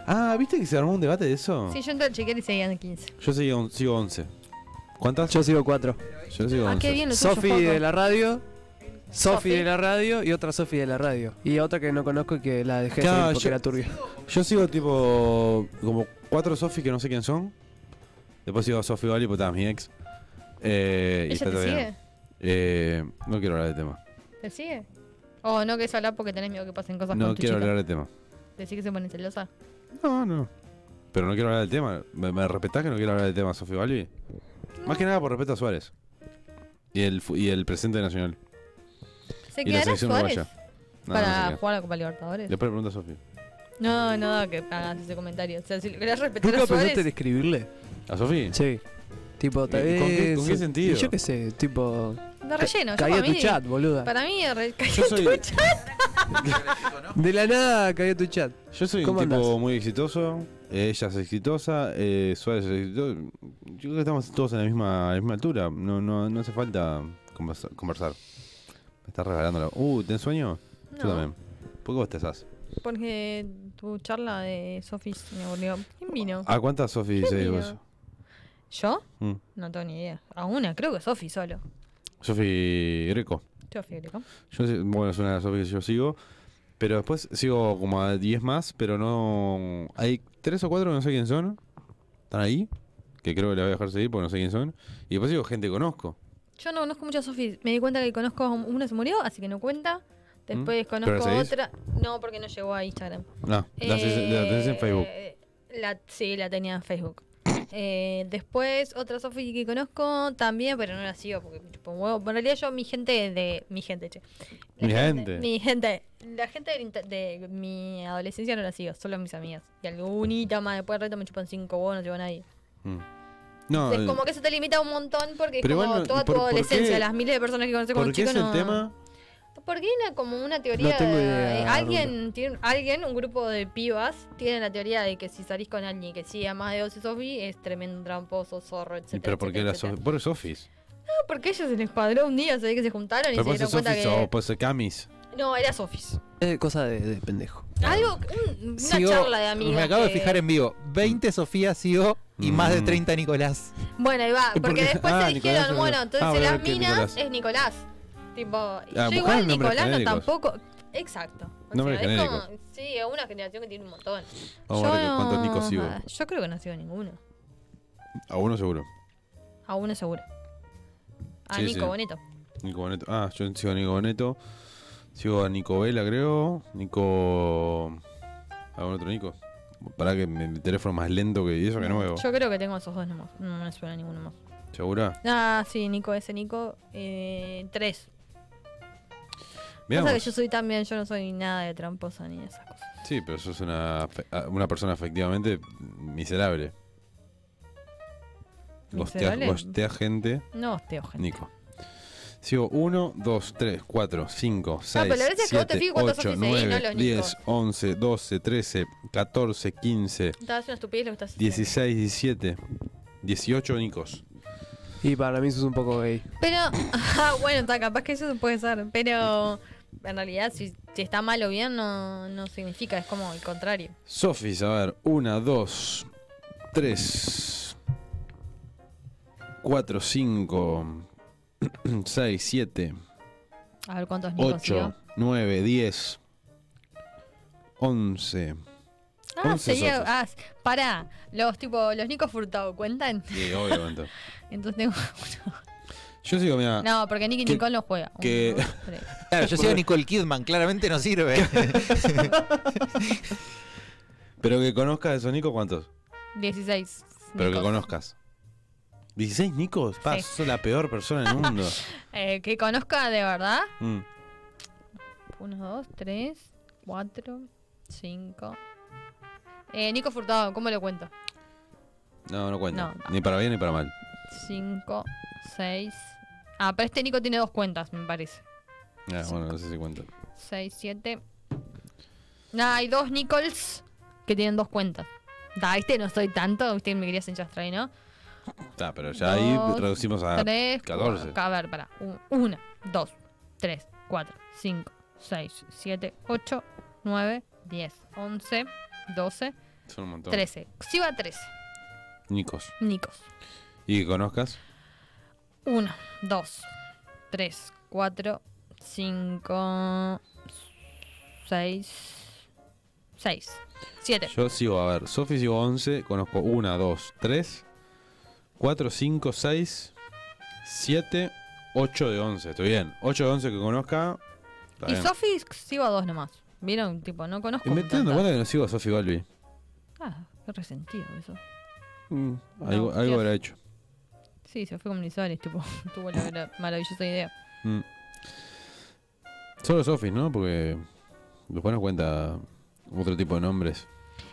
Ah, ¿viste que se armó un debate de eso? Sí, yo entré a chequear y seguían 15. Yo sigo, sigo 11. ¿Cuántas? Yo sigo cuatro. Yo sigo Ah, 11. qué bien los Sofi de la radio. Sofi Sofi. de la radio y otra Sofi de la radio. Y otra que no conozco y que la dejé de Claro, seguir porque yo- era turbia. Yo sigo tipo como cuatro Sofi que no sé quién son. Después sigo a Sofi Valley, pues está mi ex. Eh, y ¿Ella está te todo bien. sigue? Eh, no quiero hablar de tema. ¿Te sigue? Oh, no querés hablar porque tenés miedo que pasen cosas No con tu quiero chica. hablar de tema. Decís que se pone celosa. No, no. Pero no quiero hablar del tema. ¿Me, me respetás que no quiero hablar del tema, Sofi Valley? Más que nada por respeto a Suárez. Y el, fu- y el presente nacional. ¿Se Y la quedará selección Suárez? uruguaya. No, no para sé qué. jugar a la Copa Libertadores. Después le pregunto a Sofi. No, no da que hagas ese comentario. O sea, si le querés respetar ¿Nunca a Suárez. pensaste en escribirle? ¿A Sofi? Sí. Tipo, eh, ¿Y con qué- con qué sentido? y Yo qué sé, tipo. De relleno, yo Caía para tu mí. chat, boluda. Para mí, re- caía Yo <laughs> soy- tu chat. De la nada caía tu chat. Yo soy un ¿Cómo tipo andás? muy exitoso, eh, ella es exitosa, eh, Suárez es exitoso. Yo creo que estamos todos en la misma, la misma altura, no, no, no hace falta conversa- conversar. Me estás regalando la... Uh, ¿tenés sueño? Yo No. también. ¿Por qué vos te asás? Porque tu charla de Sofis me aburrió. ¿Quién vino? ¿A cuántas Sofi ¿Quién se dijo vino? eso? ¿Yo? Mm. No tengo ni idea. A una, creo que Sofi solo. Sofi Greco. Sofi, creo. Yo, sé- bueno, es una de las Sofi que yo sigo. Pero después sigo como a 10 más, pero no... Hay tres o cuatro que no sé quién son. Están ahí. Que creo que la voy a dejar seguir porque no sé quién son. Y después sigo gente que conozco. Yo no conozco mucho a Sofi. Me di cuenta que conozco a un- una se murió, así que no cuenta. Después ¿Mm? ¿Pero la conozco a seguís? otra. No, porque no llegó a Instagram. No, la, Eh, la tenés en Facebook. la- sí, la tenía en Facebook. <coughs> Eh, después, otra Sofi que conozco también, pero no la sigo porque me chupa un huevo. En realidad, yo, mi gente de. Mi gente, che. La Mi gente. Mi gente. La gente del inter- de, mi adolescencia no la sigo, solo mis amigas. Y alguna más después del reto me chupan cinco huevos, no llevo a nadie. Mm. No, es eh, como que eso te limita un montón porque es Pero como igual no- toda ¿por- tu por qué- adolescencia, las miles de personas que conoces ¿por cuando qué chico es no- el tema? porque hay una, como una teoría. No tengo de- idea, alguien, tiene, alguien, un grupo de pibas, tiene la teoría de que si salís con alguien que siga más de 12 Sofi, es tremendo tramposo, zorro, etc. ¿Y pero por qué las Sofis? Por Sofis. porque ellos en el cuadrón un día se ve que se juntaron y se Pero pues puede ser dieron cuenta Sofis que. o puede ser Camis. No, era Sofis. Es cosa de, de pendejo. Algo, un- una Sigo- charla de amigas. E Me acabo de que- fijar en vivo. 20 Sofía sigo y más de Mm. 30 Nicolás. Bueno, ahí va, porque Porque- después ah, Nicolás se dijeron, es- bueno, ah, entonces bueno, las que es minas Nicolás. Ah, es Nicolás. Tipo, buscaban yo igual nombres Nicolás no genéricos. tampoco. Exacto. O Nombres sea, es como- genéricos. sí, es una generación que tiene un montón. Vamos a Yo ver que- cuántos no- Nicos sigo. Yo creo que no sigo ninguno. A uno seguro. A uno seguro. A Sí, Nico sí. Bonito. Nico Boneto. Ah, yo sigo a Nico Boneto. Sigo a Nico Vela, creo. Nico. ¿Algún otro Nico? Para que mi mi teléfono es más lento que y eso que nuevo. Yo creo que tengo esos dos nomás. No me suena ninguno más. ¿Segura? Ah, sí, Nico, ese Nico. Eh, tres. Veamos. Pasa que yo soy también, yo no soy nada de tramposa ni de esas cosas. Sí, pero sos una, afe- a- una persona efectivamente miserable. Gostea, ¿Miserable? gostea gente, No, hosteo, gente. Nico. Sigo 1, 2, 3, 4, 5, Ah, pero la 6, gracia es que vos te 7, fijas cuántos 8, oficios hay, no 9, los 10, 11, 12, 13, 14, 15, Estás haciendo una estupidez lo que estás haciendo. 16, 17, 18 Nicos. Y para mí sos un poco gay. Pero, <laughs> ah, bueno, está, capaz que eso puede ser. Pero en realidad, si, si está mal o bien, no, no significa, es como el contrario. Sofis, a ver, 1, 2, 3, 4, 5, <clears throat> 6, 7, A ver cuántos Nicos 8, sigo. 9, 10, 11. Ah, once sería. socios. Ah, pará. Los tipo, los Nicos Furtado, ¿cuentan? <laughs> Sí, obviamente. Entonces tengo. Yo sigo, mira. No, porque Nicky Ah. Que- Nicole no juega. Uno, que- dos, tres. Claro, yo soy Nicole Kidman, claramente no sirve. Pero que conozcas de esos Nicos, ¿cuántos? 16. <laughs> Pero que Nicos. conozcas. ¿16 Nicos? Pa, Sí. sos la peor persona del <laughs> mundo. Eh, que conozca de verdad. Mm. 1, 2, 3, 4, 5. Eh, Nico Furtado, ¿cómo lo cuento? No, no cuenta. No. Ni para bien ni para mal. 5, 6. Ah, pero este Nico tiene dos cuentas, me parece. Ah, bueno, no sé si cuenta. 6, 7. Nah, Ah, hay dos Nichols que tienen dos cuentas. Da, este no soy tanto, usted me quería enchastrar, ahí, ¿no? Está, pero ya ahí Dos, reducimos a 3, 14. A ver, pará. 1, 2, 3, 4, 5, 6, 7, 8, 9, 10, 11, 12, Son un montón. 13. Sí va 13, Nicos. Nicos. Y que conozcas. 1, 2, 3, 4, 5, 6, 6, 7. Yo sigo, a ver. Sofi sigo 11. Conozco 1, 2, 3, 4, 5, 6, 7, 8 de 11. Estoy bien. 8 de 11 que conozca. está Y bien. Sofi sigo a dos nomás. ¿Vieron? Tipo, no conozco. Y me estoy dando tantas. cuenta que no sigo a Sofi Balbi. Ah, qué resentido eso. Mm, algo No, algo Dios. habrá hecho. Sí, se fue con Misares, tipo, <laughs> tuvo la, la maravillosa idea. Mm. Solo Sofi, ¿no? Porque después nos cuenta otro tipo de nombres.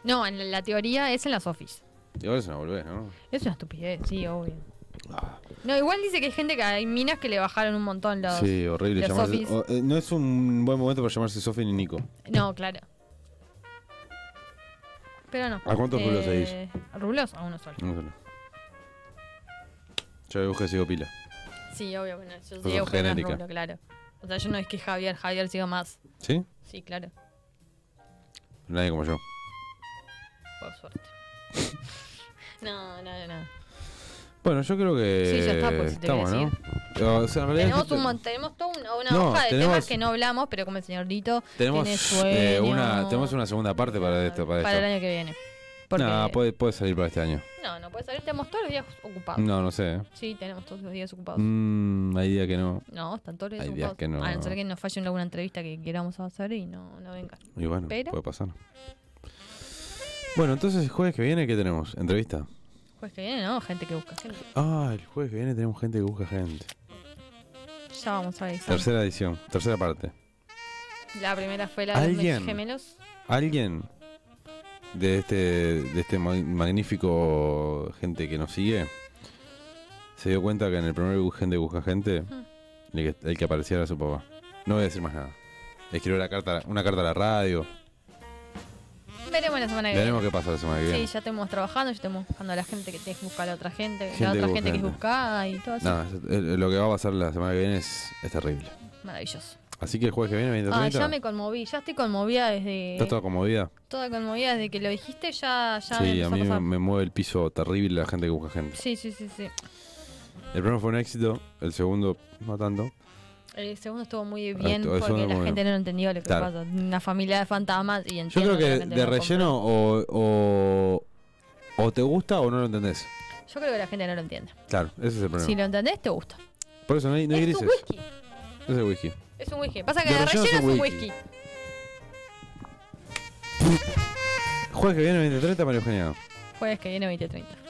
No, en la, la teoría es en las office. Y ahora se nos volvés, ¿no? Es una estupidez, sí, obvio. Ah. No, igual dice que hay gente que hay minas que le bajaron un montón los. sí, horrible los llamarse. Sofis. o- eh, no es un buen momento para llamarse Sofi ni Nico. No, claro. Pero no. ¿A cuántos rulos seguís? Eh, ¿Rulos? A uno solo. No sé. Yo busqué sigo pila. Sí, obvio que no. Yo sos sigo con más genérica. rulo, claro. O sea, yo no es que Javier, Javier siga más. ¿Sí? Sí, claro. Nadie como yo. Por <laughs> suerte. no, no, no. Bueno, yo creo que Sí, ya está, porque si te voy a estamos, ¿no? O sea, en realidad Tenemos, esto- un, mon- tenemos toda una, una No, hoja de temas tenemos- que no hablamos, pero como el señor Dito tenemos, tiene eh, sueño, una, tenemos una segunda parte para esto. Para, para el esto. año que viene. Porque- Nah, puede, puede salir para este año. No, no puede salir. Tenemos todos los días ocupados. No, no sé. ¿eh? Sí, tenemos todos los días ocupados. Mm, hay día que no. No, están todos los días Hay días ocupados. que no. A no ser que nos falle en alguna entrevista que queramos hacer y no, no venga. Y bueno, Pero- puede pasar. Bueno, entonces el jueves que viene, ¿qué tenemos? ¿Entrevista? Pues que viene, ¿no? Gente que busca gente. Ah, el jueves que viene tenemos gente que busca gente. Ya vamos a avisar. Tercera edición, tercera parte. La primera fue la de los ¿Alguien? gemelos. ¿Alguien de este, de este ma- magnífico gente que nos sigue se dio cuenta que en el primer bu- gente que busca gente, Ujú. el que, el que aparecía era su papá? No voy a decir más nada. Escribió la carta, una carta a la radio. Veremos la semana que viene. Veremos qué pasa la semana que Sí, viene. ya estamos trabajando, ya estamos buscando a la gente que tiene que buscar a la otra gente, Gente la que otra busca gente que es gente. buscada y todo eso. Nada, es- eh, lo que va a pasar la semana que viene es, es terrible. Maravilloso. Así que el jueves que viene, 20 Ah, 30, ya me conmoví, ya estoy conmovida desde. ¿Estás toda conmovida? Toda conmovida desde que lo dijiste, ya, ya me sí, empezó a a mí me, pasar. me mueve el piso terrible la gente que busca gente. Sí, sí, sí, sí. El primero fue un éxito, el segundo no tanto. El segundo estuvo muy Ah, bien estuvo- el porque segundo la muy gente no entendió lo que Claro. pasa. Una familia de fantasmas y Yo entiendo creo la que gente de no relleno o, o, o te gusta o no lo entendés. comprende. Yo creo que la gente no lo entiende. Claro, ese es el problema. Si lo entendés, te gusta. Por eso no hay, no hay es un grises. whisky. Ese es el whisky. Es un whisky. Pasa que De de relleno relleno es un whisky. Jueves que viene 2030, María Eugenia. Jueves que viene 2030.